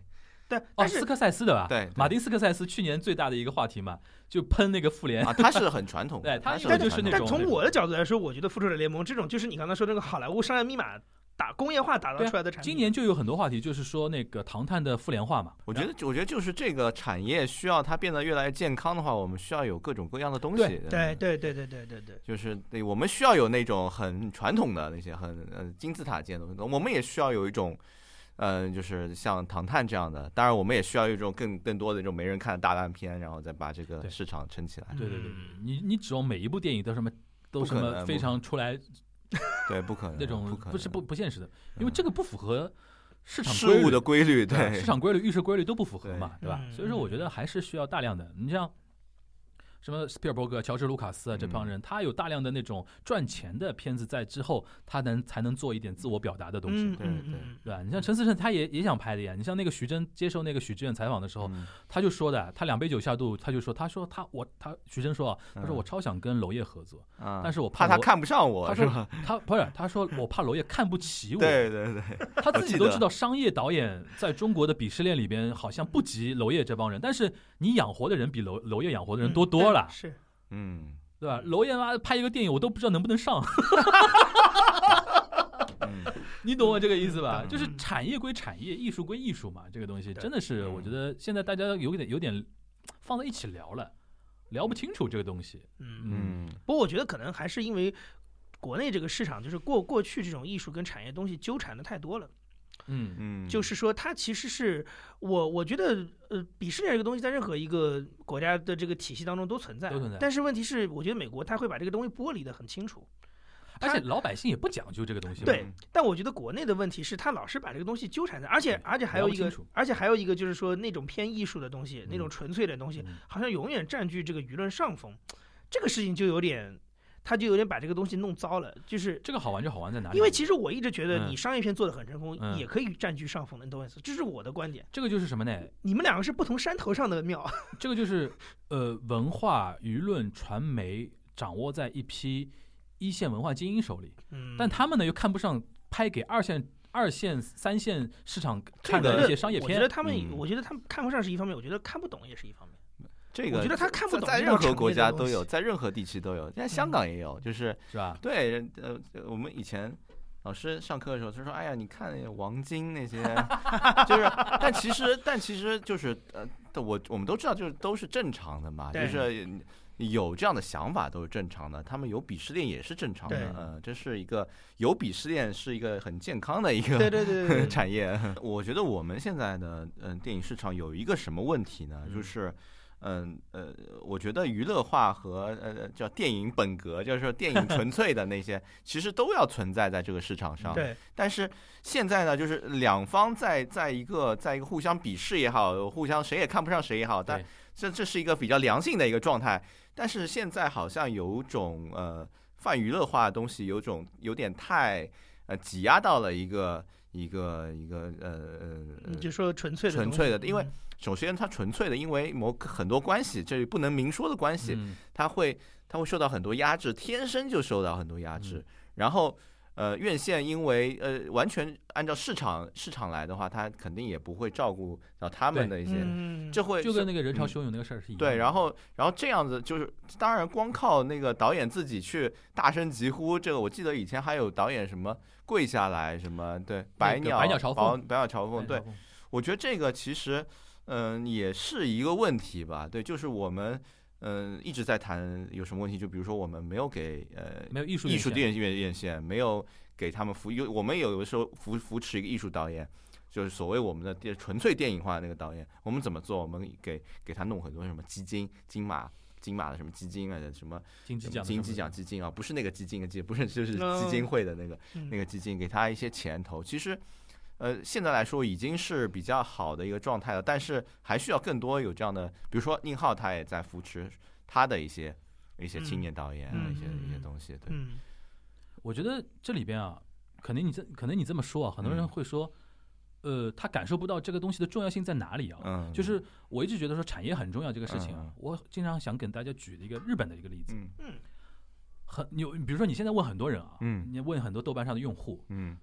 S3: 对，
S2: 哦，
S3: 但是
S2: 斯科塞斯的吧？
S4: 对对
S2: 马丁斯科塞斯去年最大的一个话题嘛，就喷那个复联
S4: 啊，他是很传统的，
S2: 对他
S4: 是
S2: 因为
S4: 很
S2: 就是
S4: 传
S2: 那
S4: 统
S3: 但
S4: 的
S2: 种对
S3: 从我的角度来说，我觉得《复仇者联盟》这种就是你刚才说那个好莱坞商业密码打工业化打造
S2: 对啊
S3: 出来的产品。
S2: 今年就有很多话题，就是说那个唐探的复联化嘛，
S4: 我觉得，我觉得就是这个产业需要它变得越来越健康的话，我们需要有各种各样的东西。
S2: 对
S3: 对，对对对对对对，
S4: 就是对，我们需要有那种很传统的那些很呃金字塔建的东西，我们也需要有一种，呃，就是像《唐探》这样的。当然，我们也需要有一种更更多的这种没人看的大烂片，然后再把这个
S2: 对
S4: 市场撑起来。
S2: 对对对
S3: 嗯，
S2: 你你指望每一部电影都什么都
S4: 不
S2: 什
S4: 可
S2: 么
S4: 能
S2: 非
S4: 不
S2: 常出来
S4: 对，不可能
S2: 那种
S4: 不可能
S2: 不是不不现实的，因为
S4: 嗯
S2: 这个不符合市场规
S4: 事
S2: 律
S4: 物的规律，对
S2: 市场规律、预设规律都不符合
S4: 对
S2: 嘛，对吧？
S3: 嗯
S2: 所以说，我觉得还是需要大量的，你像什么斯皮尔伯格啊、乔治·卢卡斯啊这帮
S4: 嗯
S2: 人，他有大量的那种赚钱的片子在之后，他能才能做一点自我表达的东西
S3: 嗯
S2: 嘛。
S4: 对
S3: 嗯
S4: 对
S3: 嗯
S2: 对吧？啊你像陈思诚，他也也想拍的呀。你像那个徐峥接受那个许志远采访的时候，
S4: 嗯
S2: 他就说的，啊他两杯酒下肚，他就说，他说他我他徐峥说啊，他说
S4: 嗯
S2: 我超想跟娄烨合作，
S4: 啊
S2: 但是我
S4: 怕
S2: 怕
S4: 他
S2: 娄
S4: 看不上我，
S2: 他
S4: 是
S2: 说
S4: 吧？
S2: 他不是，他说我怕娄烨看不起我，
S4: 对对对，
S2: 他自
S4: 我记
S2: 己都
S4: 得
S2: 知道商业导演在中国的鄙视链里边好像不及娄烨这帮人，但是你养活的人比娄娄烨养活的
S3: 嗯，
S2: 人多多了
S3: 对，是
S4: 嗯
S2: 对吧？娄烨妈拍一个电影，我都不知道能不能上，
S4: 嗯，
S2: 你懂我这个意思吧？
S3: 嗯
S2: 就是产业归产业，艺术归艺术嘛，这个东西
S3: 对
S2: 真的是，
S4: 嗯
S2: 我觉得现在大家有点有点放在一起聊了，聊不清楚这个东西。
S3: 嗯。
S4: 嗯
S3: 不过我觉得可能还是因为国内这个市场，就是过过去这种艺术跟产业东西纠缠的太多了。
S2: 嗯
S4: 嗯，
S3: 就是说，它其实是我我觉得，呃，鄙视链这个东西在任何一个国家的这个体系当中都存在，
S2: 都存在
S3: 但是问题是，我觉得美国它会把这个东西剥离的很清楚。他
S2: 而且老百姓也不讲究这个东西嘛。
S3: 对，但我觉得国内的问题是，他老是把这个东西纠缠在，而且
S2: 对
S3: 而且还有一
S2: 聊
S3: 个
S2: 不清楚，
S3: 而且还有一个就是说那种偏艺术的东西，那种
S2: 嗯
S3: 纯粹的东西，
S2: 嗯
S3: 好像永远占据这个舆论上风。这个事情就有点，他就有点把这个东西弄糟了，就是。
S2: 这个好玩就好玩在哪里？
S3: 因为其实我一直觉得
S2: 嗯
S3: 你商业片做的很成功，
S2: 嗯
S3: 也可以占据上风的，你懂我意思？这是我的观点。
S2: 这个就是什么呢？
S3: 你们两个是不同山头上的庙，
S2: 这个就是呃，文化、舆论、传媒掌握在一批一线文化精英手里，
S3: 嗯，
S2: 但他们呢又看不上拍给二线、二线、三线市场
S3: 这
S2: 看的
S3: 个
S2: 一些商业
S3: 我觉得
S2: 片。
S3: 他们，
S4: 嗯
S3: 我觉得他们看不上是一方面，我觉得看不懂也是一方面。
S4: 这个
S3: 我觉得他看不懂
S4: 在在
S3: 这
S4: 任
S3: 种
S4: 何
S3: 场
S4: 国
S3: 面的
S4: 家
S3: 东
S4: 都有，
S3: 西
S4: 在任何地区都有，现在
S2: 嗯
S4: 香港也有，就是
S2: 是吧？
S4: 对，呃，我们以前老师上课的时候，他说：“哎呀，你看那个王晶 那些，就是，但其实，但其实就是，呃，我我们都知道，就是都是正常的嘛，就
S3: 对
S4: 是有这样的想法都是正常的，他们有鄙视链也是正常
S3: 对
S4: 的，呃，这是一个有鄙视链是一个很健康的一个
S3: 对对 对对对，
S4: 产业。我觉得我们现在的嗯、呃电影市场有一个什么问题呢？就
S2: 嗯
S4: 是。嗯呃，我觉得娱乐化和呃叫电影本格，就是说电影纯粹的那些，其实都要存在在这个市场上。
S3: 对
S4: 但是现在呢，就是两方在在一个在一个互相鄙视也好，互相谁也看不上谁也好，但
S2: 对
S4: 这这是一个比较良性的一个状态。但是现在好像有种呃泛娱乐化的东西，有种有点太呃挤压到了一个一个一个呃呃
S3: 你就说纯粹的
S4: 纯
S3: 东
S4: 粹
S3: 西
S4: 的因为
S3: 嗯
S4: 首先，它纯粹的因为某很多关系，这里不能明说的关系，
S2: 嗯，
S4: 它会它会受到很多压制，天生就受到很多压
S2: 嗯
S4: 制。然后，呃，院线因为呃完全按照市场市场来的话，它肯定也不会照顾到他们的一些，
S3: 嗯，
S4: 这会
S2: 就跟那个人潮
S4: 嗯
S2: 汹涌那个事儿是一样的。
S4: 对，然后，然后这样子就是，当然光靠那个导演自己去大声疾呼，这个我记得以前还有导演什么跪下来什么，对，百
S2: 那个
S4: 鸟
S2: 百鸟朝
S4: 保
S2: 凤
S4: 百鸟朝
S2: 哎
S4: 凤，对，，我觉得这个其实，嗯、也是一个问题吧。对，就是我们，嗯、一直在谈有什么问题，就比如说我们没有给呃
S2: 没有艺术
S4: 艺术
S2: 电影
S4: 电影院院线没有给他们扶，有我们有的时候扶扶持一个艺术导演，就是所谓我们的电纯粹电影化的那个导演，我们怎么做？我们给给他弄很多什么基金、金马。金马的什么基金啊，什么
S2: 金鸡
S4: 什么
S2: 奖，
S4: 金鸡奖基金啊，不是那个基金的基，不是就是
S3: 嗯
S4: 基金会的那个，
S3: 嗯
S4: 那个基金，给他一些钱投。其实，呃，现在来说已经是比较好的一个状态了，但是还需要更多有这样的，比如说宁浩他也在扶持他的一些一些
S3: 嗯
S4: 青年导演啊，
S3: 嗯
S4: 一些一些
S3: 嗯
S4: 东西。对，
S3: 嗯
S2: 我觉得这里边啊，可能你这可能你这么说啊，很多人
S4: 嗯
S2: 会说，呃，他感受不到这个东西的重要性在哪里啊。
S4: 嗯，
S2: 就是我一直觉得说产业很重要这个事情
S4: 嗯
S2: 啊
S4: 嗯，
S2: 我经常想给大家举一个日本的一个例子，
S4: 嗯
S3: 嗯
S2: 很你有比如说你现在问很多人啊，
S4: 嗯
S2: 你问很多豆瓣上的用户，
S4: 嗯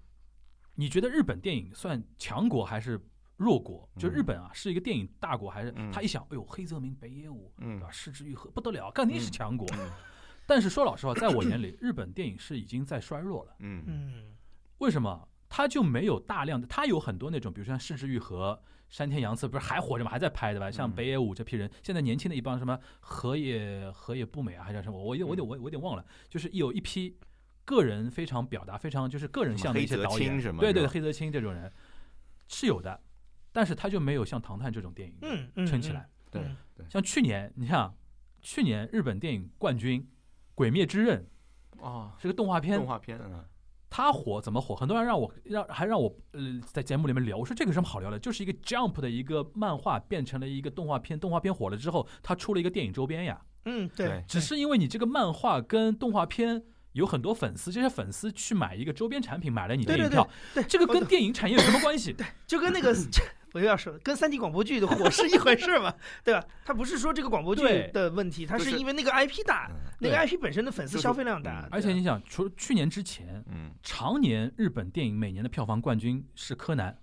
S2: 你觉得日本电影算强国还是弱国？就
S4: 嗯
S2: 日本啊是一个电影大国还是？
S4: 嗯
S2: 他一想，哎呦，黑泽明、北野武，对
S4: 嗯
S2: 吧？失之愈合不得了，肯定是
S4: 嗯
S2: 强国。
S4: 嗯
S2: 但是说老实话，在我眼里，日本电影是已经在衰弱了。
S4: 嗯
S3: 嗯
S2: 为什么？他就没有大量的，他有很多那种，比如说像市之愈合、山田洋次，不是还活着吗？还在拍对吧？像
S4: 嗯
S2: 北野武这批人，现在年轻的一帮什么河野河野不美啊，还叫什么？我有我有
S4: 嗯
S2: 点我有我有点忘了，就是有一批个人非常表达非常就是个人向的一些
S4: 什么
S2: 导
S4: 黑泽
S2: 演，
S4: 清什么
S2: 对对
S4: 是
S2: 对，
S4: 吧
S2: 黑泽清这种人是有的，但是他就没有像唐探这种电影
S3: 嗯嗯，
S2: 撑起来。
S4: 对
S3: 嗯
S2: 像去年，你看啊，去年日本电影冠军《鬼灭之刃
S4: 哦，》
S2: 是个动画片
S4: 动，画片嗯
S2: 他火怎么火？很多人让我让还让我呃在节目里面聊，我说这个有什么好聊的？就是一个 Jump 的一个漫画变成了一个动画片，动画片火了之后，他出了一个电影周边呀。
S3: 嗯对
S4: 对，
S2: 只是因为你这个漫画跟动画片有很多粉丝，这些粉丝去买一个周边产品，买了你
S3: 对
S2: 电影
S3: 对
S2: 票，
S3: 对，
S2: 这个
S3: 我
S2: 跟
S3: 懂
S2: 电影产业有什么关系？
S3: 就跟 那个我又要说，跟三 D 广播剧的火是一回事嘛，对吧？它不是说这个广播剧
S2: 对
S3: 的问题，它
S4: 就是
S3: 是因为那个 IP 大，
S4: 嗯
S3: 那个
S2: 对
S3: IP 本身的粉丝
S4: 就是
S3: 消费量大
S4: 嗯，
S2: 而且你想，除去年之前，
S4: 嗯
S2: 常年日本电影每年的票房冠军是柯 南，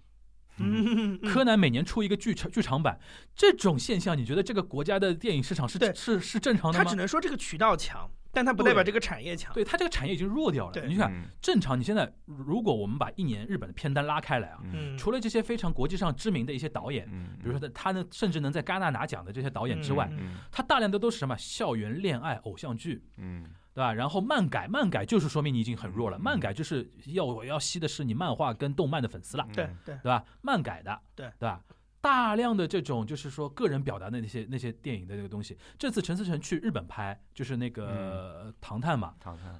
S3: 嗯，嗯嗯
S2: 柯南每年出一个剧场剧场版，这种现象，你觉得这个国家的电影市场是
S3: 对
S2: 是是正常的
S3: 它
S2: 吗
S3: 只？能说这个渠道强，但它不
S2: 对
S3: 代表这个产业
S4: 啊
S3: 强。
S2: 对它这个产业已经弱掉了。
S3: 对
S2: 你看，
S4: 嗯
S2: 正常你现在如果我们把一年日本的片单拉开来啊，
S3: 嗯，
S2: 除了这些非常国际上知名的一些导演，
S4: 嗯，
S2: 比如说他他能甚至能在戛纳拿奖的这些导演之外，
S4: 嗯
S2: 他大量的都是什么校园恋爱偶像剧。
S4: 嗯
S2: 对吧？然后漫改，漫改就是说明你已经很弱了。
S4: 嗯
S2: 漫改就是要我要吸的是你漫画跟动漫的粉丝
S4: 嗯
S2: 了，
S3: 对对，
S2: 对吧？漫改的，
S3: 对
S2: 对吧？大量的这种就是说个人表达的那些那些电
S4: 嗯
S2: 影的这个东西。这次陈思诚去日本拍，就是那个《唐探》嘛，
S4: 唐探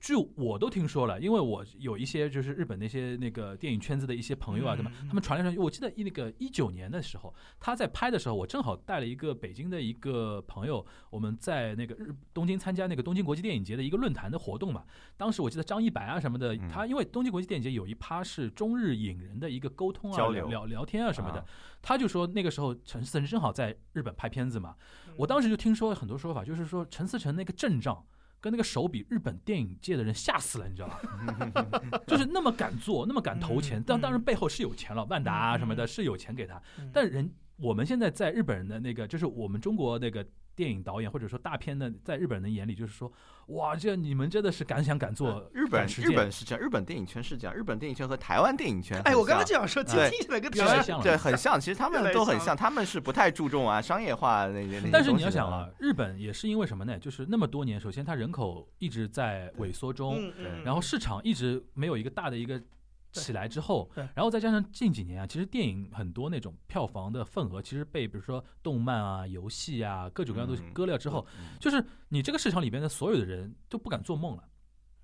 S2: 据我都听说了，因为我有一些就是日本那些那个电影圈子的一些朋友啊，
S3: 嗯
S2: 什么
S3: 嗯
S2: 他们传来传去，我记得一那个一九年的时候，他在拍的时候，我正好带了一个北京的一个朋友，我们在那个日东京参加那个东京国际电影节的一个论坛的活动嘛。当时我记得张一白啊什么的
S4: 嗯，
S2: 他因为东京国际电影节有一趴是中日影人的一个沟通啊、
S4: 交流
S2: 聊聊天啊什么的
S4: 啊，
S2: 他就说那个时候陈思诚正好在日本拍片子嘛，
S4: 嗯
S2: 我当时就听说很多说法，就是说陈思诚那个阵仗。跟那个手比，日本电影界的人吓死了，你知道吧？ 就是那么敢做，那么敢投钱，
S3: 嗯
S2: 但
S3: 嗯
S2: 当然背后是有钱了，万达啊什么的，
S3: 嗯
S2: 是有钱给他。
S3: 嗯，
S2: 但人我们现在在日本人的那个，就是我们中国那个电影导演或者说大片的，在日本人的眼里就是说，哇，这你们真的是敢想敢做，
S4: 呃日本
S2: 敢实
S4: 日
S2: 践
S4: 本是这样，日本电影圈是这样，日本电影圈和台湾电影圈很像，
S3: 哎，我刚刚就想说，今
S4: 对
S3: 天听起来跟
S2: 越来越像了
S4: 对很像，其实他
S3: 越来
S4: 们
S3: 越
S4: 都很
S3: 像
S4: 像，他们是不太注重啊商业化那些那些
S2: 但是
S4: 东
S2: 你要
S4: 西的
S2: 想啊，，日本也是因为什么呢？就是那么多年，首先它人口一直在萎缩中，
S3: 嗯嗯，
S2: 然后市场一直没有一个大的一个起来之后
S3: 对，
S2: 然后再加上近几年啊，其实电影很多那种票房的份额，其实被比如说动漫啊、游戏啊各种各样的东西
S4: 嗯
S2: 割掉之后，就是你这个市场里边的所有的人都不敢做梦了。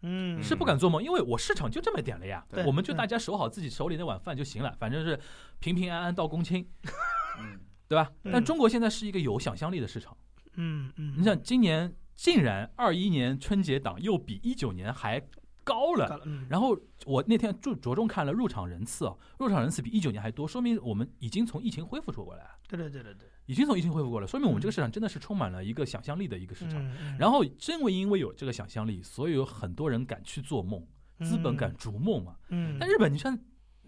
S3: 嗯
S2: 是不敢做梦，因为我市场就这么点了呀
S4: 对，
S2: 我们就
S3: 对
S2: 大家守好自己手里那碗饭就行了，反正是平平安安到公卿，
S4: 嗯
S2: 对吧？
S3: 嗯
S2: 但中国现在是一个有想象力的市场，
S3: 嗯嗯，
S2: 你想今年竟然二一年春节档又比一九年还高了。
S3: 了，嗯，
S2: 然后我那天注着重看了入场人次啊，入场人次比一九年还多，说明我们已经从疫情恢复出过来了，
S3: 对对对对对，
S2: 已经从疫情恢复过来，说明我们这个市场真的是充满了一个想象力的一个市场。
S3: 嗯，
S2: 然后正为因为有这个想象力，所以有很多人敢去做梦，
S3: 嗯
S2: 资本敢，逐梦嘛。
S3: 嗯，
S2: 但日本，你像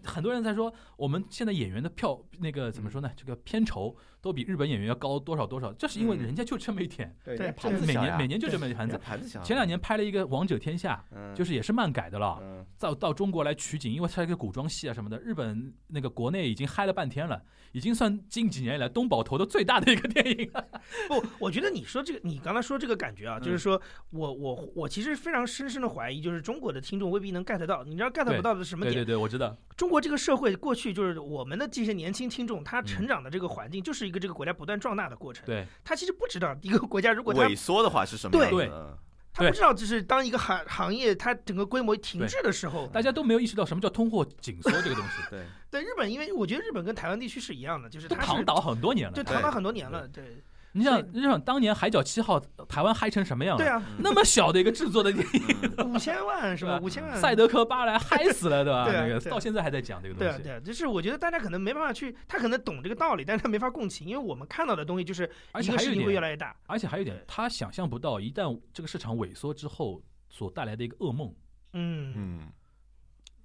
S2: 很多人在说，我们现在演员的票那个怎么说呢？这个片酬都比日本演员要高多少多少，这是因为
S4: 嗯嗯
S2: 人家就这么一点，
S4: 对
S3: 对
S4: 人家盘子
S2: 每
S4: 小
S2: 年
S4: 呀
S2: 每年就这么一盘
S4: 人家
S2: 子。
S4: 盘子小呀，
S2: 前两年拍了一个《王者天下》，
S4: 嗯
S2: 就是也是漫改的了，
S4: 嗯
S2: 到到中国来取景，因为它是一个古装戏啊什么的。日本那个国内已经嗨了半天了，已经算近几年以来东宝投的最大的一个电影了。
S3: 不，我觉得你说这个，你刚才说这个感觉啊，
S2: 嗯
S3: 就是说我我我其实非常深深的怀疑，就是中国的听众未必能 get 到，你知道 get 不到的是什么
S2: 对对
S3: 点？
S2: 对，我知道，
S3: 中国这个社会过去就是我们的这些年轻听众，他成长的这个环境就是一个这个国家不断壮大的过程，
S2: 嗯对
S3: 他其实不知道一个国家如果他
S4: 萎缩的话是什么样
S2: 对
S4: 子呢？
S3: 他不知道就是当一个行行业它整个规模停滞的时候，
S2: 大家都没有意识到什么叫通货紧缩这个 东西，
S4: 对，
S3: 对日本，因为我觉得日本跟台湾地区是一样的，就是
S2: 都
S3: 它是
S2: 躺倒很多年了。
S3: 对，
S4: 对
S3: 躺倒很多年了，对，
S2: 你想
S3: 所，
S2: 你想当年《海角七号》呃台湾嗨成什么样了？
S3: 对
S4: 嗯
S3: 啊，
S2: 那么小的一个制作的 电影，
S3: 五千万是吧？
S2: 对啊
S3: 五千万，
S2: 赛德克巴莱嗨死了，对吧？
S3: 嗯对啊
S2: 那个
S3: 对啊
S2: 到现在还在讲这个
S3: 对
S2: 东
S3: 啊，
S2: 西。
S3: 对啊，就是我觉得大家可能没办法去，他可能懂这个道理，但是他没法共情，因为我们看到的东西就是
S2: 而
S3: 一
S2: 且
S3: 个
S2: 还有
S3: 事
S2: 一
S3: 情会越
S2: 点，
S3: 来越大。
S2: 而且还有一点，他想象不到，一旦这个市场萎缩之后所带来的一个噩梦。
S3: 嗯，
S4: 嗯，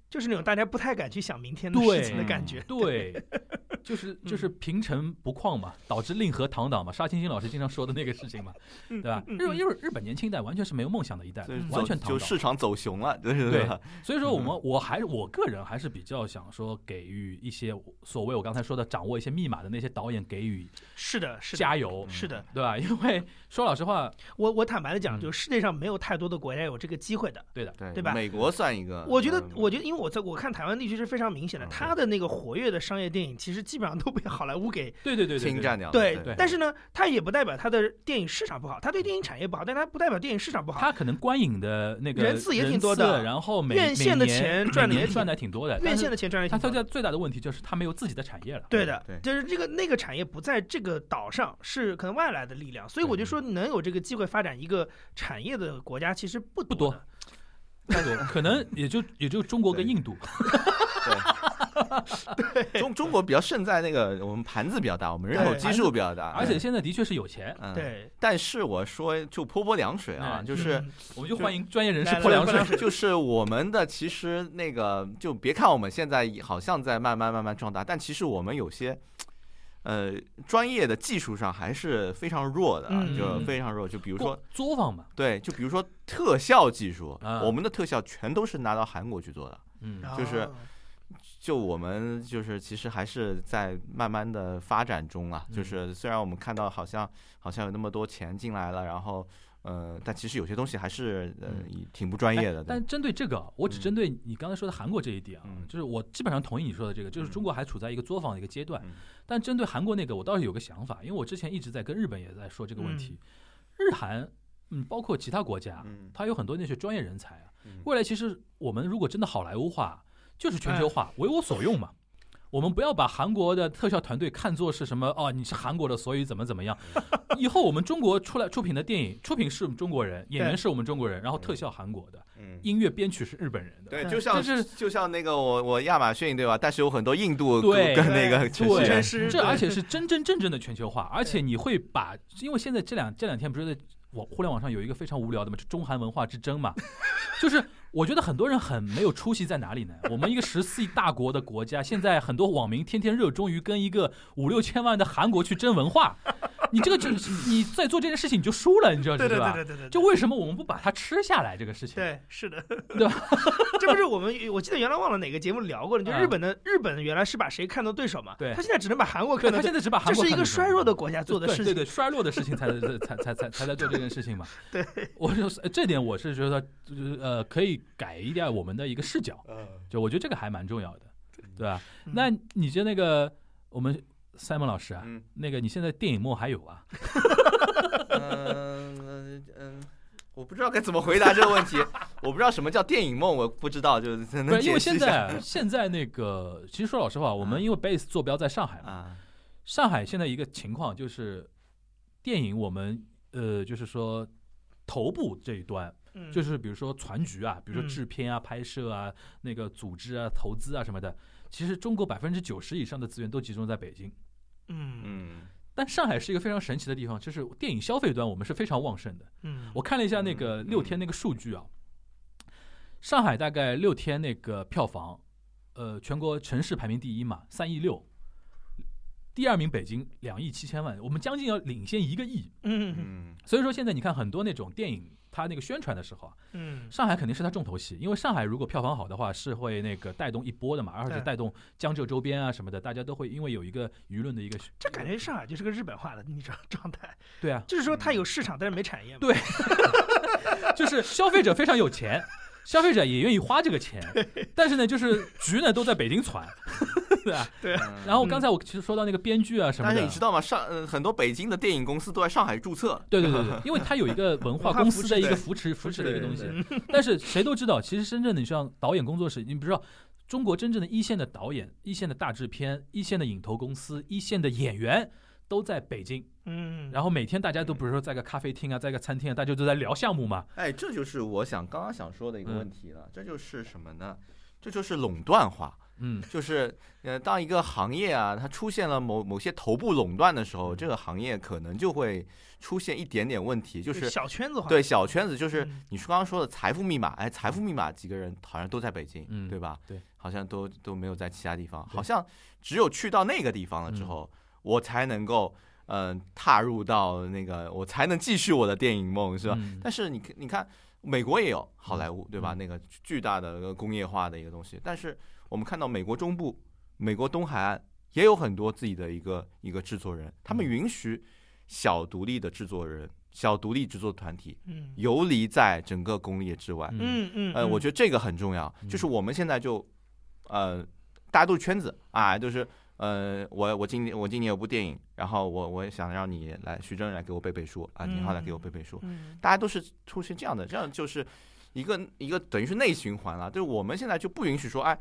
S3: 就是那种大家不太敢去想明天的事
S2: 对
S3: 情的感觉。
S2: 对，就是就是
S3: 嗯
S2: 平成不旷嘛，导致令和堂党嘛，沙青青老师经常说的那个事情嘛，对吧？
S3: 嗯
S2: 日本因为日本年轻一代完全是没有梦想的一代
S4: 所以，
S2: 完
S4: 走
S2: 全躺
S4: 就
S2: 倒。
S4: 市场走熊了，对
S2: 对
S4: 吧？
S2: 所
S3: 嗯
S2: 以说，我们我还是我个人还是比较想说，给予一些所谓我刚才说的掌握一些密码的那些导演给予
S3: 是的，是的，
S2: 加油，
S3: 是的。
S2: 对吧？因为说老实话，
S3: 我我坦白的讲，
S2: 嗯
S3: 就是世界上没有太多的国家有这个机会的。
S2: 对的，
S4: 对
S3: 对吧
S4: 美国算一个，
S3: 我觉得
S4: 嗯，
S3: 我觉得，因为我在我看台湾地区是非常明显的，
S4: 嗯
S3: 他的那个活跃的商业电影其实基本上都被好莱坞给
S2: 对对对对，
S4: 侵占掉了，
S3: 对
S2: 对
S3: 但是呢，它也不代表它的电影市场不好，它对电影产业不好，但它不代表电影市场不好。
S2: 他可能观影的那个
S3: 人次也挺多的
S2: 人次然后每
S3: 院线的
S2: 每年
S3: 钱赚得
S2: 每
S3: 也
S2: 年
S3: 挺
S2: 赚的挺多的，
S3: 院线的钱赚了
S2: 但是他
S3: 挺多
S2: 他
S3: 的
S2: 最最大的问题就是他没有自己的产业了，
S3: 对的，
S4: 对
S3: 就是这个那个产业不在这个岛上，是可能外来的力量，所以我就说能有这个机会发展一个产业的国家其实不
S2: 不
S3: 多
S2: 多
S3: 的，
S2: 那种可能也就也就中国跟印度，
S4: 中中国比较胜在那个我们盘子比较大，我们人口
S3: 对
S4: 基数比较大，
S2: 而且现在的确是有钱，
S4: 嗯，
S3: 对，
S4: 但是我说就泼泼凉水啊，
S2: 嗯
S4: 就是
S3: 嗯
S2: 我们就欢迎专业人士
S3: 来
S2: 泼
S3: 来
S2: 凉
S3: 泼
S2: 水
S3: 凉。水
S4: 就是我们的其实那个就别看我们现在好像在慢慢慢慢壮大，但其实我们有些。呃，专业的技术上还是非常弱的啊，
S3: 嗯
S4: 就非常弱。就比如说，
S2: 作坊嘛，
S4: 对，就比如说特效技术，
S2: 啊
S4: 我们的特效全都是拿到韩国去做的。
S2: 嗯，
S4: 就是
S3: 哦
S4: 就我们就是其实还是在慢慢的发展中啊，
S2: 嗯
S4: 就是虽然我们看到好像好像有那么多钱进来了，然后呃，但其实有些东西还是呃挺不专业的。
S2: 哎但针对这个，我只
S4: 嗯
S2: 针对你刚才说的韩国这一点啊，
S4: 嗯
S2: 就是我基本上同意你说的这个，就是
S4: 嗯
S2: 中国还处在一个作坊的一个阶段。
S4: 嗯
S2: 但针对韩国那个，我倒是有个想法，因为我之前一直在跟日本也在说这个问题，日韩，嗯，包括其他国家，
S4: 嗯
S2: 它有很多那些专业人才啊，嗯未来其实我们如果真的好莱坞化，就是全球化，为我所用嘛。我们不要把韩国的特效团队看作是什么哦，你是韩国的，所以怎么怎么样。以后我们中国出来出品的电影，出品是我们中国人，演员
S3: 对
S2: 是我们中国人，然后特效韩国的，
S4: 嗯，
S2: 音乐编曲是日本人的。
S4: 对，
S3: 嗯
S4: 就
S2: 就
S4: 像
S2: 是
S4: 就像那个我我亚马逊对吧？但是有很多印度
S2: 对
S4: 跟 那个城市
S2: 对
S3: 真
S4: 人
S3: 是
S2: 这而且是真真正正的全球化，而且你会把，因为现在这两这两天不是在网互联网上有一个非常无聊的嘛，就中韩文化之争嘛， 就是我觉得很多人很没有出息在哪里呢？我们一个十四亿大国的国家，现在很多网民天天热衷于跟一个五六千万的韩国去争文化，你这个就你在做这件事情你就输了，你知道
S3: 对对
S2: 吧
S3: 对？对对对，
S2: 就为什么我们不把它吃下来这个事情？
S3: 对，是的，
S2: 对
S3: 吧？ 这不是我们，我记得原来忘了哪个节目聊过了，就
S2: 嗯
S3: 日本的日本原来是把谁看作对手嘛，
S2: 对
S3: 他现在只能把韩国
S2: 对，
S3: 看
S2: 他
S3: 作对，
S2: 现在只把韩
S3: 这
S2: 国
S3: 是一
S2: 看
S3: 个
S2: 成什么
S3: 衰弱的国家做的
S2: 对
S3: 事
S2: 对
S3: 情，
S2: 对，衰落的事情 才才才才才在做这件事情嘛。
S3: 对，
S2: 我就是这点，我是觉得就是呃，可以改一点我们的一个视角，
S4: 嗯
S2: 就我觉得这个还蛮重要的，对吧？
S3: 嗯
S2: 那你就那个我们 Simon 老师啊，
S4: 嗯
S2: 那个你现在电影梦还有啊？
S4: 嗯嗯，我不知道该怎么回答这个问题，我不知道什么叫电影梦，我不知道，就是
S2: 不
S4: 能
S2: 是，因
S4: 解
S2: 为
S4: 释
S2: 现
S4: 一下
S2: 在现在那个，其实说老实话，我们
S4: 啊
S2: 因为 Base 坐标在上海嘛，
S4: 啊，
S2: 上海现在一个情况就是，电影我们呃，就是说头部这一端。
S3: 嗯
S2: 就是比如说传局啊，比如说
S3: 嗯
S2: 制片啊、拍摄啊、那个组织啊、投资啊什么的，其实中国百分之九十以上的资源都集中在北京。
S3: 嗯
S4: 嗯，
S2: 但上海是一个非常神奇的地方，就是电影消费端我们是非常旺盛的。
S3: 嗯，
S2: 我看了一下那个
S4: 嗯
S2: 六天那个数据啊，上海大概六天那个票房，呃，全国城市排名第一嘛，三亿六，第二名北京两亿七千万，我们将近要领先一个亿。
S3: 嗯
S4: 嗯
S2: 所以说现在你看很多那种电影，它那个宣传的时候啊，
S3: 嗯
S2: 上海肯定是它重头戏，因为上海如果票房好的话，是会那个带动一波的嘛，而且
S3: 对
S2: 带动江浙周边啊什么的，大家都会因为有一个舆论的一个，
S3: 这感觉上海就是个日本化的那种 状态，
S2: 对 啊，
S3: 就是说它有市场，但是没产业嘛。
S2: 对就是消费者非常有钱，消费者也愿意花这个钱，但是呢，就是局呢都在北京传， 对啊。
S4: 嗯
S2: 然后刚才我其实说到那个编剧啊什么
S4: 但是
S2: 的
S4: 你。知道吗？上、呃、很多北京的电影公司都在上海注册。
S2: 对对对对，因为它有一个文 化
S3: 文化
S2: 公
S3: 扶
S2: 司
S3: 持
S2: 的一个
S4: 对
S2: 扶持扶持的一个东西
S4: 对，
S2: 但是谁都知道，其实深圳的你像导演工作室，你不知道中国真正的一线的导演、一线的大制片、一线的影投公司、一线的演员都在北京，
S3: 嗯，
S2: 然后每天大家都不是说在个咖啡厅啊，在个餐厅啊，大家都在聊项目嘛。
S4: 哎，这就是我想刚刚想说的一个
S2: 嗯
S4: 问题了，这就是什么呢？这就是垄断化，
S2: 嗯，
S4: 就是呃，当一个行业啊，它出现了某某些头部垄断的时候，这个行业可能就会出现一点点问题，就
S3: 就是小圈子化，
S4: 对小圈子，就是
S3: 嗯
S4: 你说刚刚说的财富密码，哎，财富密码几个人好像都在北京，
S2: 嗯
S4: 对吧？
S2: 对，
S4: 好像都都没有在其他地方，
S2: 对
S4: 好像只有去到那个地方了之后，我才能够嗯、呃踏入到那个，我才能继续我的电影梦，是吧？
S2: 嗯
S4: 但是你看你看，美国也有好莱坞，对吧？
S2: 嗯
S4: 那个巨大的呃工业化的一个东西，但是我们看到美国中部、美国东海岸也有很多自己的一个一个制作人，他们
S2: 嗯
S4: 允许小独立的制作人、小独立制作团体
S3: 嗯
S4: 游离在整个工业之外。
S2: 嗯
S3: 嗯嗯，
S4: 呃，我觉
S3: 得
S4: 得这个很重要，就是我们现在就，呃，大家都是圈子啊，就是呃，我我今年我今年有部电影，然后我我也想让你来徐峥来给我背背书啊，宁浩来给我背背书，
S3: 嗯
S4: 大家都是出现这样的，这样就是一个一个等于是内循环了。就是我们现在就不允许说，哎，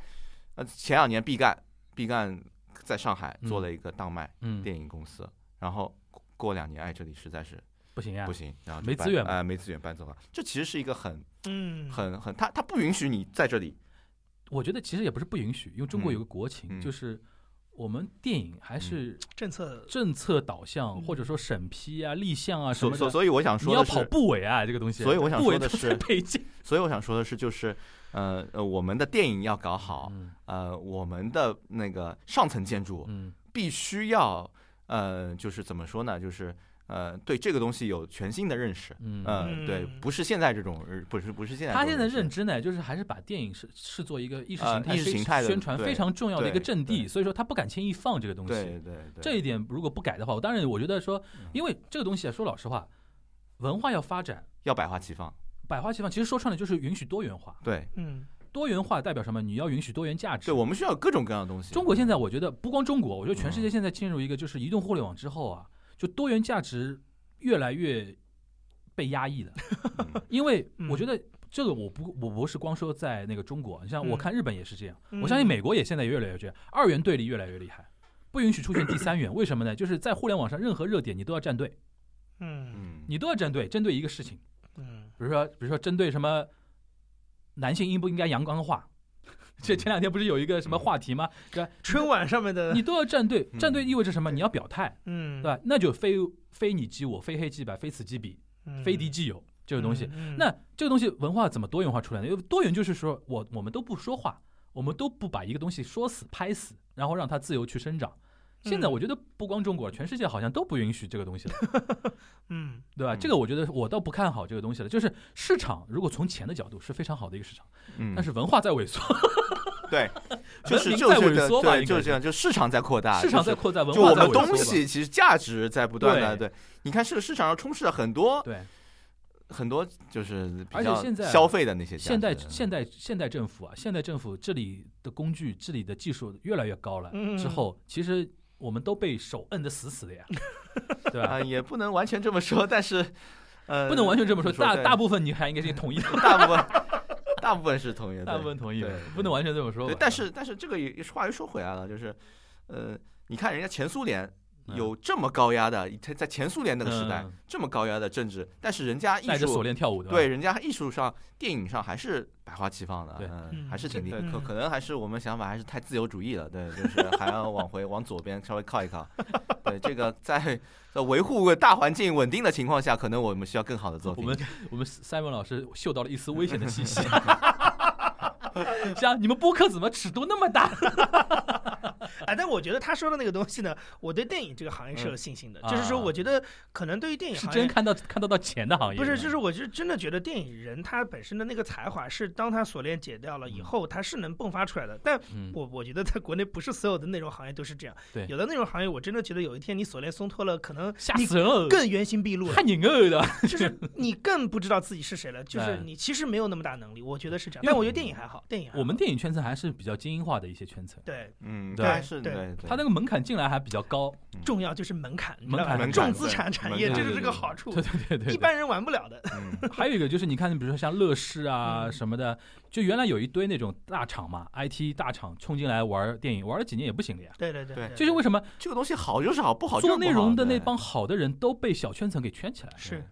S4: 呃，前两年毕赣毕赣在上海做了一个当卖
S2: 嗯，
S4: 电影公司，然后过过两年，哎，这里实在是
S2: 不哎行呀
S4: 不，行，然后就
S2: 没
S4: 搬
S2: 资源嘛
S4: 哎、没资源搬走了。这其实是一个很
S3: 嗯
S4: 很很，他他不允许你在这里，
S2: 我觉得其实也不是不允许，因为中国有个国情，
S4: 嗯嗯嗯
S2: 就是我们电影还是
S3: 政策
S2: 政策导向，
S3: 嗯
S2: 或者说审批啊、立项啊什
S4: 所
S2: 么
S4: 所
S2: 的。
S4: 所以我想
S2: 你
S4: 说
S2: 要
S4: 的
S2: 跑
S4: 是，
S2: 部委啊，这个东西。
S4: 所以我想
S2: 部委
S4: 说的
S2: 都
S4: 是
S2: 在北京。
S4: 所以我想说的是，就是呃呃，我们的电影要搞好，
S2: 嗯
S4: 呃，我们的那个上层建筑，
S2: 嗯
S4: 必须要呃，就是怎么说呢，就是呃，对这个东西有全新的认识。
S2: 嗯
S4: 呃，对，
S3: 嗯
S4: 不是现在这种，呃不是不是现在这
S2: 他
S4: 种
S2: 现在认
S4: 识，
S2: 知呢，就是还是把电影视视作一个意识
S4: 呃
S2: 形态、
S4: 意识形态的
S2: 宣传
S4: 对
S2: 非常重要的一个
S4: 对
S2: 阵地，
S4: 对
S2: 所以说他不敢轻易放这个东西。
S4: 对嗯对对，
S2: 这一点如果不改的话，我当然我觉得说，因为这个东西啊，说老实话，文化要发展，
S4: 要百花齐放，
S2: 百花齐放，其实说穿了就是允许多元化。
S4: 对
S3: 嗯
S2: 多元化代表什么？你要允许多元价值
S4: 对，。我们需要有各种各样的东西。
S2: 中国现在我觉得不光中国，我觉得全世界
S4: 嗯
S2: 现在进入一个就是移动互联网之后啊，就多元价值越来越被压抑了，
S4: 嗯
S2: 因为我觉得这个我不我不是光说在那个中国，你像我
S3: 嗯
S2: 看日本也是这样，
S3: 嗯
S2: 我相信美国也现在也越来越这样，二元对立越来越厉害，不允许出现第三元，为什么呢？就是在互联网上任何热点你都要站队，
S3: 嗯
S4: 嗯，
S2: 你都要站队，针对一个事情，
S3: 嗯
S2: 比如说比如说针对什么男性应不应该阳刚化，这
S3: 嗯
S2: 前两天不是有一个什么话题吗？对吧，
S3: 春晚上面的
S2: 你都要站队，
S4: 嗯
S2: 站队意味着什么？你要表态，
S3: 嗯
S2: 对吧？那就非非你即我，非黑即白，非此即彼，
S3: 嗯
S2: 非敌即友这个东西。
S3: 嗯嗯
S2: 那这个东西文化怎么多元化出来呢？因为多元就是说我我们都不说话，我们都不把一个东西说死拍死，然后让它自由去生长。现在
S3: 嗯
S2: 我觉得不光中国，全世界好像都不允许这个东 西了，
S3: 嗯
S2: 对吧？
S4: 嗯
S2: 这个我觉得我倒不看好这个东西了。就是市场如果从钱的角度是非常好的一个市场，
S4: 嗯
S2: 但是文化在萎缩，
S4: 对，就
S2: 文
S4: 是
S2: 明
S4: 就
S2: 在
S4: 是
S2: 萎
S4: 这
S2: 缩吧应该
S4: 对，就是
S2: 是
S4: 这样，就市场在扩大，
S2: 市场在
S4: 啊就是
S2: 扩大，文
S4: 就我
S2: 化在
S4: 们
S2: 萎缩吧。
S4: 东西其实价值在不断的
S2: 对
S4: 对，你看市市场上充斥了很多
S2: 对，
S4: 很多就是比
S2: 而且
S4: 较
S2: 现在
S4: 消费的那些价值嗯
S2: 现代现代现代政府啊，现代政府治理的工具、治理的技术越来越高了，
S3: 嗯
S2: 之后其实我们都被手摁得死死 的呀，对吧
S4: 啊，？也不能完全这么说，但是呃，
S2: 不能完全这 么说，大
S4: 对
S2: 大部分你还应该是同意的，
S4: 大部分大部分是同意的，
S2: 大部分同意的
S4: 对，
S2: 不能完全这么说吧
S4: 对，。但是但是这个也也话又说回来了，就是呃，你看人家前苏联
S2: 嗯
S4: 有这么高压的，在在前苏联那个时代
S2: 嗯
S4: 这么高压的政治，但是人家艺
S2: 带着锁
S4: 术
S2: 链跳舞的，
S4: 对，人家艺术上、电影上还是百花齐放的，
S2: 对
S4: 嗯，
S3: 嗯
S4: 还是挺厉害。
S3: 嗯
S4: 可可能还是我们想法还是太自由主义了，对， 就是还要往回往左边稍微靠一靠。对，这个在在维护大环境稳定的情况下，可能我们需要更好的作
S2: 我
S4: 品。
S2: 们我们 Simon 老师嗅到了一丝危险的气息。 像你们播客怎么尺度那么大？
S3: 哎，但我觉得他说的那个东西呢，我对电影这个行业是有信心的，就是说，
S2: 啊
S3: 我觉得可能对于电影
S2: 是
S3: 行
S2: 真
S3: 业。
S2: 看到看到到钱的行业，
S3: 不是，就是我是真的觉得电影人他本身的那个才华是，当他锁链解掉了以
S2: 嗯
S3: 后，他是能迸发出来的。但
S2: 嗯，
S3: 我我觉得在国内不是所有的内容行业都是这样，
S2: 对
S3: 有的内容行业我真的觉得有一天你锁链松脱了，可能
S2: 吓
S3: 你
S2: 死人了，
S3: 更原形毕露 了，
S2: 看你饿的。
S3: 就是你更不知道自己是谁了，就是
S2: 哎
S3: 你其实没有那么大能力，我觉得是这样。
S2: 因为
S3: 但我觉得电影还好，电影还好
S2: 我们电影圈层还是比较精英化的一些圈层，
S3: 对
S4: 嗯，
S2: 对
S4: 但是
S3: 对
S4: 对，
S2: 它那个门槛进来还比较高。
S3: 重要就是门槛，你知道
S2: 门槛
S3: 吧
S2: 门槛
S3: 重资产产业
S4: 门
S3: 这
S4: 槛
S3: 是
S4: 对
S3: 这个好处
S2: 对，对对对对，
S3: 一般人玩不了的。
S4: 嗯
S2: 还有一个就是，你看，比如说像乐视啊
S3: 嗯
S2: 什么的，就原来有一堆那种大厂嘛，IT 大厂冲进来玩电影，玩了几年也不行了呀。
S3: 对对对
S4: 对
S2: 这是为什么
S4: 这个东西好就是好，不好就是
S2: 做
S4: 不好
S2: 内容的那
S4: 对
S2: 帮好的人都被小圈层给圈起来了？
S3: 是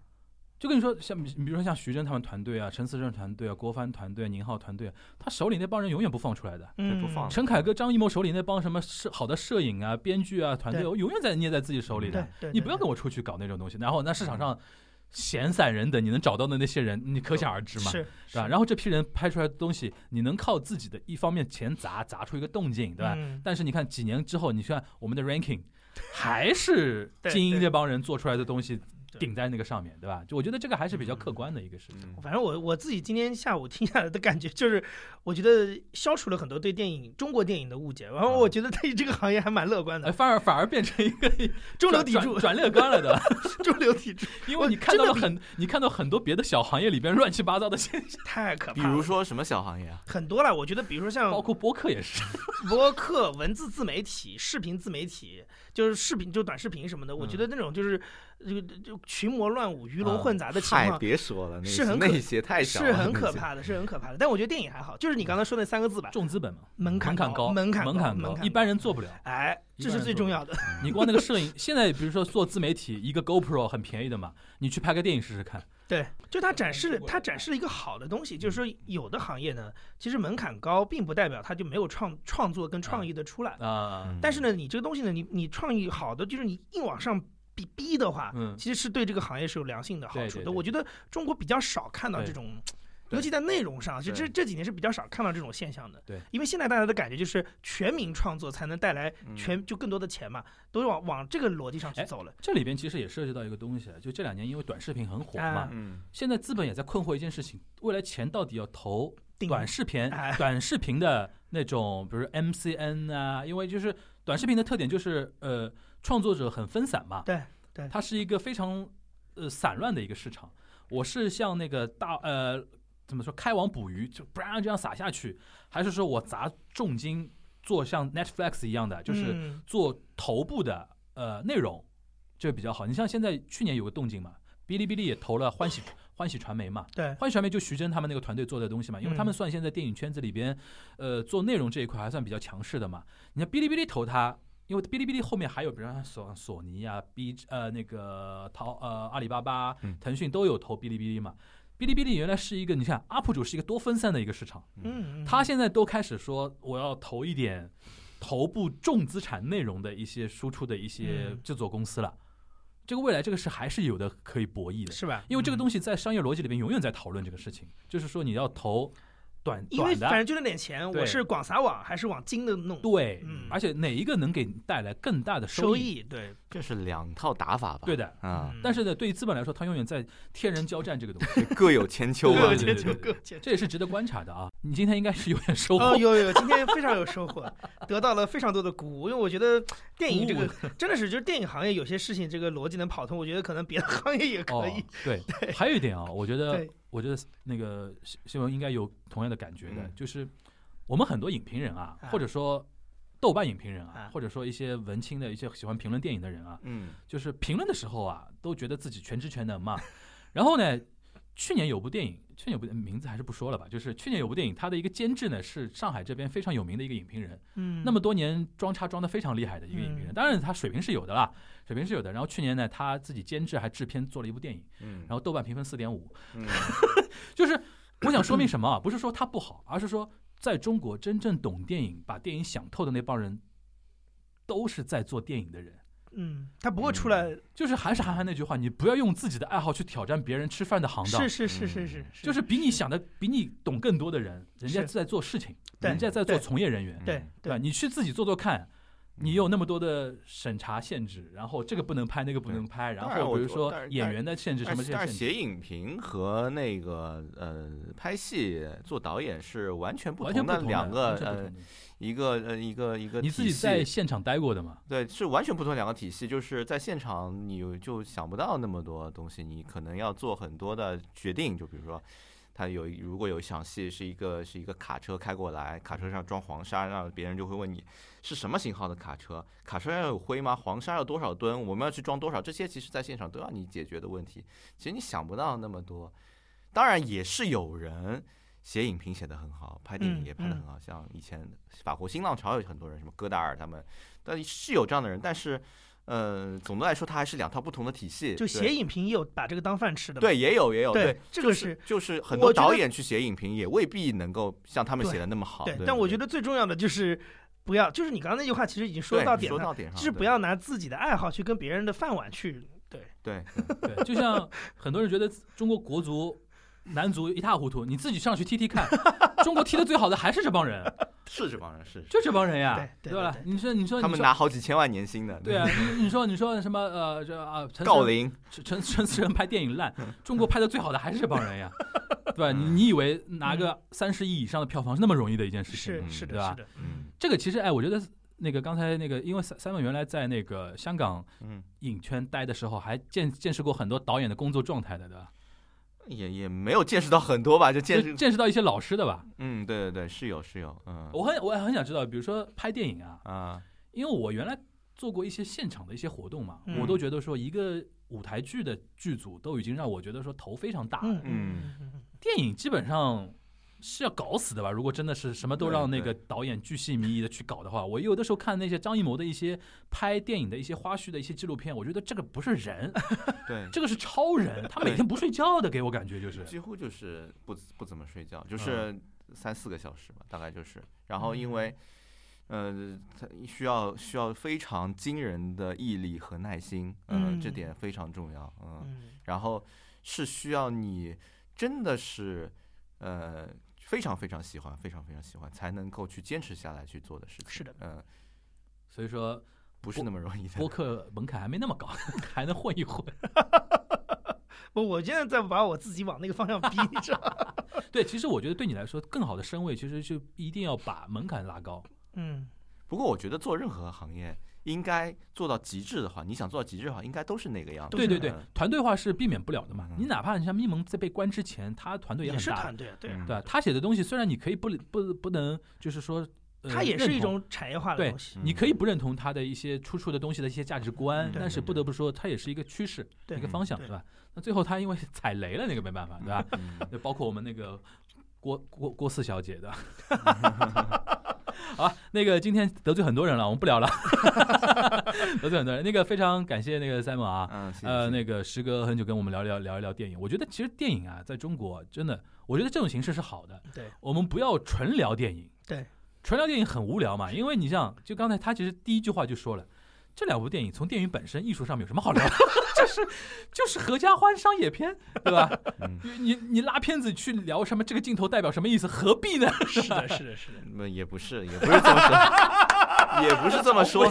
S2: 就跟你说，像比比如说像徐峥他们团队啊、陈思诚团队啊、郭帆团队啊、宁浩团队啊，他手里那帮人永远不放出来的。
S3: 嗯
S4: 不放
S2: 陈凯歌、张艺谋手里那帮什么摄好的摄影啊、编剧啊团队，
S3: 对
S2: 我永远在捏在自己手里
S3: 对
S2: 的
S3: 对。，对
S2: 你不要跟我出去搞那种东西。然后那市场上闲散人等，你能找到的那些人，你可想而知嘛。
S3: 是
S2: 对吧？然后这批人拍出来的东西，你能靠自己的一方面钱砸砸出一个动静，对吧？
S3: 嗯
S2: 但是你看几年之后，你看我们的 ranking 还是
S3: 对
S2: 精英
S3: 对
S2: 这帮人做出来的东西
S3: 对
S2: 顶在那个上面，对吧？就我觉得这个还是比较客观的一个事情。
S4: 嗯
S3: 反正我我自己今天下午听下来的感觉就是，我觉得消除了很多对电影中国电影的误解，然
S2: 嗯
S3: 后我觉得对这个行业还蛮乐观
S2: 哎，
S3: 的，
S2: 反而反而变成一个
S3: 中流砥柱
S2: 转，转乐观了 的，
S3: 中流砥柱
S2: 因
S3: 我
S2: 为你看
S3: 真
S2: 到
S3: 的
S2: 了很你看到很多别的小行业里边乱七八糟的现象，
S3: 太可
S4: 比
S3: 怕了。
S4: 如说什么小行业啊？
S3: 很多了，我觉得比如说像
S2: 包括播客也是。
S3: 博客、文字自媒体、视频自媒体，就是视频就短视频什么的，我
S2: 嗯
S3: 觉得那种就是这个就群魔乱舞、鱼龙
S2: 啊
S3: 混杂的情
S4: 嗨，
S3: 况。
S4: 别说了，那
S3: 是很可
S4: 那些太小了，
S3: 是很可
S4: 那些。嗯
S3: 怕的，是很可怕的。但我觉得电影还好，就是你刚才说那三个字吧，
S2: 重资本嘛，
S3: 门槛
S2: 槛
S3: 高
S2: 门
S3: 门槛高
S2: 槛
S3: 门槛
S2: 一般人做不了。
S3: 哎，
S2: 一
S3: 这
S2: 般
S3: 是
S2: 人
S3: 最
S2: 做
S3: 重
S2: 不
S3: 要的。
S2: 你光那个摄影，现在比如说做自媒体，一个 GoPro 很便宜的嘛，你去拍个电影试试看。
S3: 对，就它展示了，它展示了一个好的东西，
S4: 嗯
S3: 就是说有的行业呢，其实门槛高，并不代表它就没有创创作跟创意的出来。
S2: 啊、
S4: 嗯
S3: 但是呢，你这个东西呢，你你创意好的，就是你硬往上逼逼的话，
S2: 嗯
S3: 其实是对这个行业是有良性的好
S2: 对
S3: 处
S2: 对
S3: 的。
S2: 对
S3: 我觉得中国比较少看到
S2: 对
S3: 这种。
S4: 对
S3: 尤其在内容上，就这
S4: 对
S3: 这几年是比较少看到这种现象的。
S2: 对，
S3: 因为现在大家的感觉就是全民创作才能带来
S2: 嗯
S3: 全就更多的钱嘛，都往往这个逻辑上去
S2: 哎
S3: 走了。
S2: 这里边其实也涉及到一个东西，啊就这两年因为短视频很火嘛，
S3: 啊
S4: 嗯，
S2: 现在资本也在困惑一件事情：未来钱到底要投
S3: 定
S2: 短视频、
S3: 哎
S2: 短视频的那种，比如 MCN 啊，因为就是短视频的特点就是呃，创作者很分散嘛，
S3: 对对
S2: 它是一个非常呃散乱的一个市场。我是像那个大呃怎么说开网捕鱼，就不然这样撒下去，还是说我砸重金做像 Netflix 一样的，就是。
S3: 嗯
S2: 做头部的呃内容，这比较好。你像现在去年有个动静嘛，哔哩哔哩也投了欢喜 欢喜传媒嘛，
S3: 对，
S2: 欢喜传媒就徐峥他们那个团队做的东西嘛，因为他们
S3: 嗯
S2: 算现在电影圈子里边，呃，做内容这一块还算比较强势的嘛。你看哔哩哔哩投他，因为哔哩哔哩后面还有，比如说像索索尼啊、B 呃那个淘呃阿里巴巴
S4: 嗯、
S2: 腾讯都有投哔哩哔哩嘛。哔哩哔哩原来是一个，你看 UP 主是一个多分散的一个市场，
S3: 嗯，嗯
S2: 他现在都开始说我要投一点头部重资产内容的一些输出的一些
S3: 嗯
S2: 制作公司了。这个未来这个是还是有的可以博弈的，
S3: 是吧？
S2: 因为这个
S3: 嗯
S2: 东西在商业逻辑里面永远在讨论这个事情，就是说你要投短
S3: 因为
S2: 短
S3: 反
S2: 的，
S3: 正就那点钱，
S2: 对
S3: 我是广撒网还是往精的弄
S2: 对
S3: 嗯，
S2: 而且哪一个能给你带来更大的
S3: 收
S2: 益？
S3: 益？对
S4: 这是两套打法吧？
S2: 对的。
S4: 啊，
S3: 嗯
S2: 但是呢，对于资本来说，它永远在天人交战这个东 西，
S4: 各有千秋啊
S2: 对
S4: 嘛
S3: 各
S2: 对。对
S3: 有千
S2: 对
S3: 秋，
S2: 对
S3: 各有千秋。
S2: 这也是值得观察的啊。你今天应该是有点收获
S3: 哦，，有有，今天非常有收获，得到了非常多的鼓舞。因为我觉得电影这个真的是，就是电影行业有些事情这个逻辑能跑通，我觉得可能别的行业也可以
S2: 哦。对，还有一点啊，我觉得
S3: 对，
S2: 我觉得那个新新闻应该有同样的感觉的，
S4: 嗯
S2: 就是我们很多影评人啊，
S3: 啊
S2: 或者说豆瓣影评人啊
S3: 啊，
S2: 或者说一些文青的一些喜欢评论电影的人啊，
S4: 嗯，
S2: 就是评论的时候啊，都觉得自己全知全能 嘛。然后呢，去年有部电影，去年有部名字还是不说了吧，就是去年有部电影，它的一个监制呢是上海这边非常有名的一个影评人，
S3: 嗯
S2: 那么多年装叉装的非常厉害的一个影评人，
S3: 嗯
S2: 当然他水平是有的啦，水平是有的。然后去年呢，他自己监制还制片做了一部电影。
S4: 然
S2: 然后豆瓣评分四点五，
S4: 嗯
S2: 就是我想说明什么啊？不 是说它不好，而是说在中国真正懂电影、把电影想透的那帮人，都是在做电影的人。
S3: 嗯，他不会出来，
S2: 就是还是韩寒那句话，你不要用自己的爱好去挑战别人吃饭的行当
S3: 是，是是是是，
S2: 就是比你想的、比你懂更多的人，人家
S3: 是
S2: 在做事情，
S3: 对
S2: 人家在做
S3: 对
S2: 从业人员，
S3: 对
S2: 对
S4: 嗯
S2: 吧？
S3: 对
S2: 你去自己做做看。你有那么多的审查限制，然后这个不能拍，那个不能拍，然
S4: 当然
S2: 后
S4: 我
S2: 比如
S4: 觉
S2: 说
S4: 但是
S2: 演
S4: 但
S2: 员的限制什
S4: 但
S2: 么
S4: 是
S2: 这些
S4: 但
S2: 限
S4: 是
S2: 制，
S4: 写影评和那个呃拍戏做导演是完全不
S2: 完全
S4: 同
S2: 不
S4: 的
S2: 同的
S4: 两个
S2: 完全不
S4: 呃
S2: 同的
S4: 一个呃一个一个
S2: 你自己
S4: 体系
S2: 在现场待过的 嘛？
S4: 对是完全不同两个体系，就是在现场你就想不到那么多东西，你可能要做很多的决定，就比如说。他有一如果有一场戏是一个是一个卡车开过来，卡车上装黄沙，让别人就会问你是什么型号的卡车，卡车要有灰吗？黄沙要多少吨？我们要去装多少？这些其实在现场都要你解决的问题，其实你想不到那么多。当然也是有人写影评写得很好，拍电
S3: 嗯
S4: 影也拍得很好，像以前法国新浪潮有很多人，什么戈达尔他们，但是有这样的人，但是呃，总的来说他还是两套不同的体系。
S3: 就
S4: 对
S3: 写影评也有把这个当饭吃的嘛。
S4: 对，也有也有
S3: 对
S4: 对，
S3: 这个
S4: 就是
S3: 是
S4: 就是很
S3: 我
S4: 多
S3: 觉得
S4: 导演去写影评也未必能够像他们写的那么好。
S3: 对
S4: 对，，
S3: 但我觉
S4: 得
S3: 得最重要的就是不要，就是你刚刚那句话其实已经说
S4: 说
S3: 到点
S4: 说
S3: 了，
S4: 到点上，
S3: 就是不
S4: 对
S3: 要拿自己的爱好去跟别人的饭碗去。对，
S4: 对
S2: 对，就像很多人觉得中国国足、男足一塌糊涂，你自己上去踢踢看，中国踢得最好的还是这帮人，
S4: 是这帮人是，
S2: 就这帮人呀，
S3: 对对
S2: 吧
S3: 对？对
S2: 你说，你说，
S4: 他们
S2: 你说
S4: 拿好几千万年薪的，
S2: 对啊，你你说，你说什么？呃，这啊，陈
S4: 告嗯
S2: 思
S4: 林，
S2: 陈陈陈思诚拍电影烂，中国拍的最好的还是这帮人 呀，对吧？你你以为拿个三十亿以上的票房是那么容易的一件事情吗？
S3: 是
S4: 嗯
S3: 是
S2: 对
S3: 的，
S2: 吧
S3: 是的，
S4: 嗯
S2: 这个其实，哎，我觉得那个刚才那个，因为三三本原来在那个香港
S4: 嗯，
S2: 影圈待的时候，还见见识过很多导演的工作状态的，对吧？
S4: 也也没有见识到很多吧，就见
S2: 就
S4: 识，
S2: 见识到一些老师的吧。
S4: 嗯，对对对，是有是有，嗯
S2: 我很我很想知道，比如说拍电影啊，
S4: 啊，
S2: 因为我原来做过一些现场的一些活动嘛，
S3: 嗯
S2: 我都觉得说一个舞台剧的剧组都已经让我觉得说头非常大了，
S3: 嗯
S4: 嗯
S3: 嗯嗯，
S2: 电影基本上。是要搞死的吧？如果真的是什么都让那
S4: 对
S2: 个导演巨细靡遗的去搞的话，我有的时候看那些张艺谋的一些拍电影的一些花絮的一些纪录片，我觉得这个不是 人，
S4: 对，
S2: 这个是超 人，他每天不睡觉的，给我感觉就是。
S4: 几乎就是不不怎么睡觉，就是三四个小时吧，大概就是。然后因为，呃，他需要需要非常惊人的毅力和耐心，嗯，这
S3: 嗯
S4: 点非常重要，嗯。
S3: 嗯
S4: 然后是需要你真的是，呃，非常非常喜欢，非常非常喜欢，才能够去坚持下来去做的事情。
S3: 是的，
S4: 嗯，
S2: 所以说，
S4: 不是那么容易的
S2: 播。客门槛还没那么高， 还能混一混。
S3: 我我现在在把我自己往那个方向逼，你知道 吗？
S2: 对，其实我觉得对你来说，更好的身位其实就一定要把门槛拉高。
S3: 嗯，
S4: 不过我觉得做任何行业，应该做到极致的话，你想做到极致的话，应该都是那个样子。
S2: 对对对
S4: 嗯，
S2: 团队化是避免不了的嘛。
S4: 嗯
S2: 你哪怕你像咪蒙在被关之前，他团队
S3: 也
S2: 很
S3: 是
S2: 大
S3: 团
S2: 的，
S3: 队，对，
S4: 嗯
S2: 对吧？他写的东西虽然你可以不不不能，就是说。呃
S3: 它也是一
S2: 认同
S3: 种产业化的
S2: 对
S3: 东西。
S2: 你可以不认同它的一些出处的东西的一些价值观，
S3: 对
S2: 但是
S4: 嗯对
S2: 不得不说，它也是一个趋势，
S3: 对
S2: 一个方向，
S3: 对
S2: 对吧？那最后他因为 踩雷了，那个没办法，对吧？
S4: 嗯
S2: 就包括我们那个郭郭郭四小 姐的。好吧，那个今天得罪很多人了，我们不聊了， 得罪很多人。那个非常感谢那个 Simon 啊，
S4: 嗯，谢谢
S2: 呃，那个时隔很久跟我们聊聊聊一聊电影，我觉得其实电影啊，在中国真的，我觉得这种形式是好的。
S3: 对，
S2: 我们不要纯聊电影，
S3: 对，
S2: 纯聊电影很无聊嘛，因为你像就刚才他其实第一句话就说了。这两部电影从电影本身艺术上面有什么好聊的？ 就是就是合家欢商业片，对吧？
S4: 嗯
S2: 你你你拉片子去聊什么这个镜头代表什么意思？何必呢？
S3: 是的，是的，是 的。
S4: 那也不是，也不是这么说，也不是这 么说，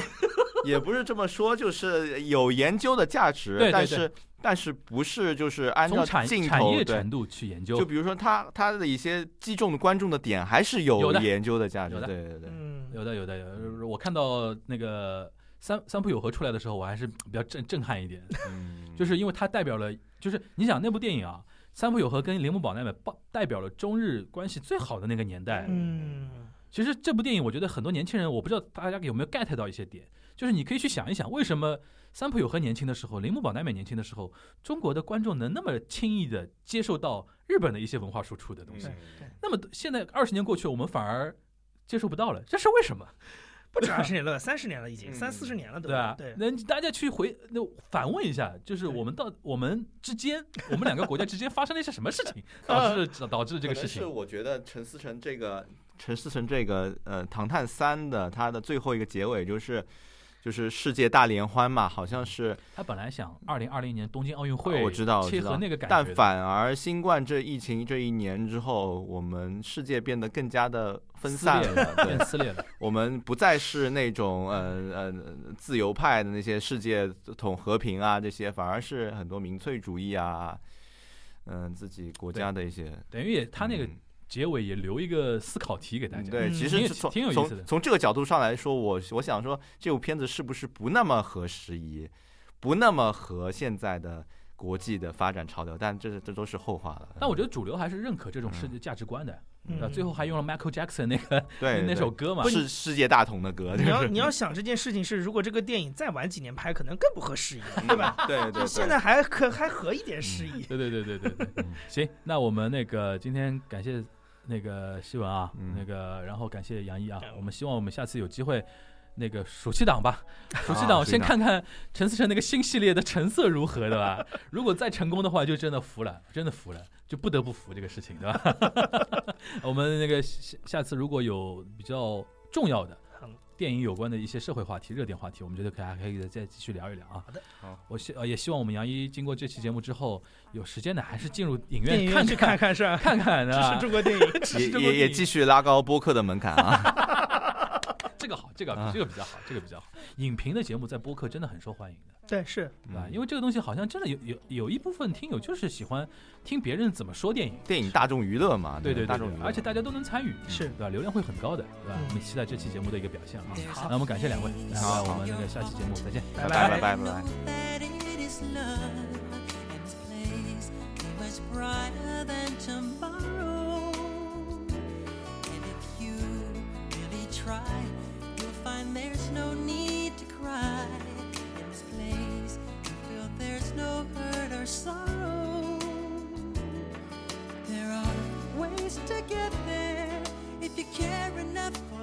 S4: 也不是这么说，就是有研究的价值，
S2: 对对
S4: 但
S2: 对
S4: 是但是不是就是按
S2: 从
S4: 照
S2: 产
S4: 镜
S2: 产
S4: 头
S2: 业
S4: 对
S2: 程。度去研究
S4: 就，比如说他他的一些击中观众的点，还是有
S2: 有的
S4: 研究的价值。
S2: 有的
S4: 对对对，
S3: 嗯，
S2: 有的有的有的。我看到那个三三浦友和出来的时候，我还是比较震震撼一点。
S4: 嗯
S2: 就是因为它代表了，就是你想那部电影啊，三浦友和跟铃木保奈美代代表了中日关系最好的那个年代。
S3: 嗯，
S2: 其实这部电影，我觉得很多年轻人，我不知道大家有没有 get 到一些点，就是你可以去想一想，为什么三浦友和年轻的时候，铃木保奈美年轻的时候，中国的观众能那么轻易的接受到日本的一些文化输出的东
S4: 嗯
S2: 西
S3: 对，
S2: 那么现在二十年过去，我们反而接受不到了，这是为什么？
S3: 不止二十年了，三十年了，已经
S4: 嗯
S3: 三四十年了都，
S2: 对啊吧？
S3: 对，
S2: 那大家去回那反问一下，就是
S3: 对
S2: 我们到我们之间，我们两个国家之间发生了一些什么事情，导致导导致这个事
S4: 可能
S2: 情
S4: 是？我觉得陈思诚这个陈思诚这个呃《唐探三》的它的最后一个结尾就是就是世界大联欢嘛，好
S2: 嗯
S4: 像是
S2: 他本来想二零二零年东京奥运会，
S4: 哦我知道我
S2: 切
S4: 知
S2: 合
S4: 道
S2: 那个感觉
S4: 但
S2: 的，
S4: 反而新冠这疫情这一年之后，我们世界变得更加的分
S2: 撕
S4: 散
S2: 裂
S4: 了，对
S2: 变，撕裂了。
S4: 我们不再是那种呃呃自由派的那些世界统和平啊这些，反而是很多民粹主义啊，嗯、自己国家的一些。
S2: 等于也他那个
S4: 嗯结
S2: 结尾也留一个思考题给大家。
S4: 对，
S3: 嗯
S4: 其
S2: 挺
S4: 实
S2: 有
S4: 从
S2: 挺有意思的
S4: 从从这个角度上来说，我我想说这部片子是不是不那么合时宜，不那么合现在的国际的发展潮流？但这是这都是后话了。
S2: 但我觉得主流还是认可这种世界价值观的，对吧？
S3: 嗯
S2: 最后还用了 Michael Jackson 那个
S4: 嗯对
S2: 那
S4: 对
S2: 首歌嘛，
S4: 是世界大同的歌，
S3: 你
S4: 就
S3: 要
S4: 是
S3: 你要想这件事情是，如果这个电影再晚几年拍，可能更不合时宜了，对
S2: 嗯
S3: 吧？？
S4: 对对对，
S3: 现在还可还合一点时宜，
S2: 对对对对对对，嗯行，那我们那个今天感谢那个希文啊，
S4: 嗯
S2: 那个然后感谢杨毅啊
S3: 嗯，
S2: 我们希望我们下次有机会。那个暑期档吧，暑期
S4: 啊
S2: 档
S4: 暑期
S2: 先
S4: 档
S2: 看看陈思诚那个新系列的成色如何，对吧？如果再成功的话，就真的服了，真的服了，就不得不服这个事情，对吧？ 我们那个下下次如果有比较重要的
S3: 好的
S2: 电影有关的一些社会话题、热点话题，我们觉得可以还可以再继续聊一聊啊。
S3: 好的，
S4: 好，
S2: 我希呃也希望我们杨一经过这期节目之后，有时间呢还是进入影
S3: 电
S2: 院
S3: 影
S2: 看
S3: 院去看
S2: 看
S3: 看是吧？
S2: 看看
S3: 支持
S2: 啊。
S3: 中国电影，
S4: 也
S2: 是中国
S4: 也也
S2: 电影
S4: 继续拉高播客的门槛啊！
S2: 这个好，这个
S4: 啊
S2: 这个比较好，这个比较好。影评的节目在播客真的很受欢迎的，
S3: 对，是
S2: 对吧？
S4: 嗯
S2: 因为这个东西好像真的有有有一部分听友就是喜欢听别人怎么说电影，
S4: 电影大众娱乐嘛，
S2: 对对
S4: 大
S2: 对
S4: 众娱
S2: 对，
S4: 乐，
S2: 而且大家都能参与，
S3: 是
S2: 对吧？流量会很高的，对吧？
S3: 嗯
S2: 我们期待这期节目的一个表现啊。
S5: 好
S2: 那我们感谢两位，那
S4: 好
S2: 我们那个下期节目再见。
S4: 拜
S3: 拜
S4: 拜拜拜拜。
S5: that it is love and this place be much brighter than tomorrow. And if you really try, you'll find there's no need to cry in this place. You feel there's no hurt or sorrow. There are ways to get there if you care enough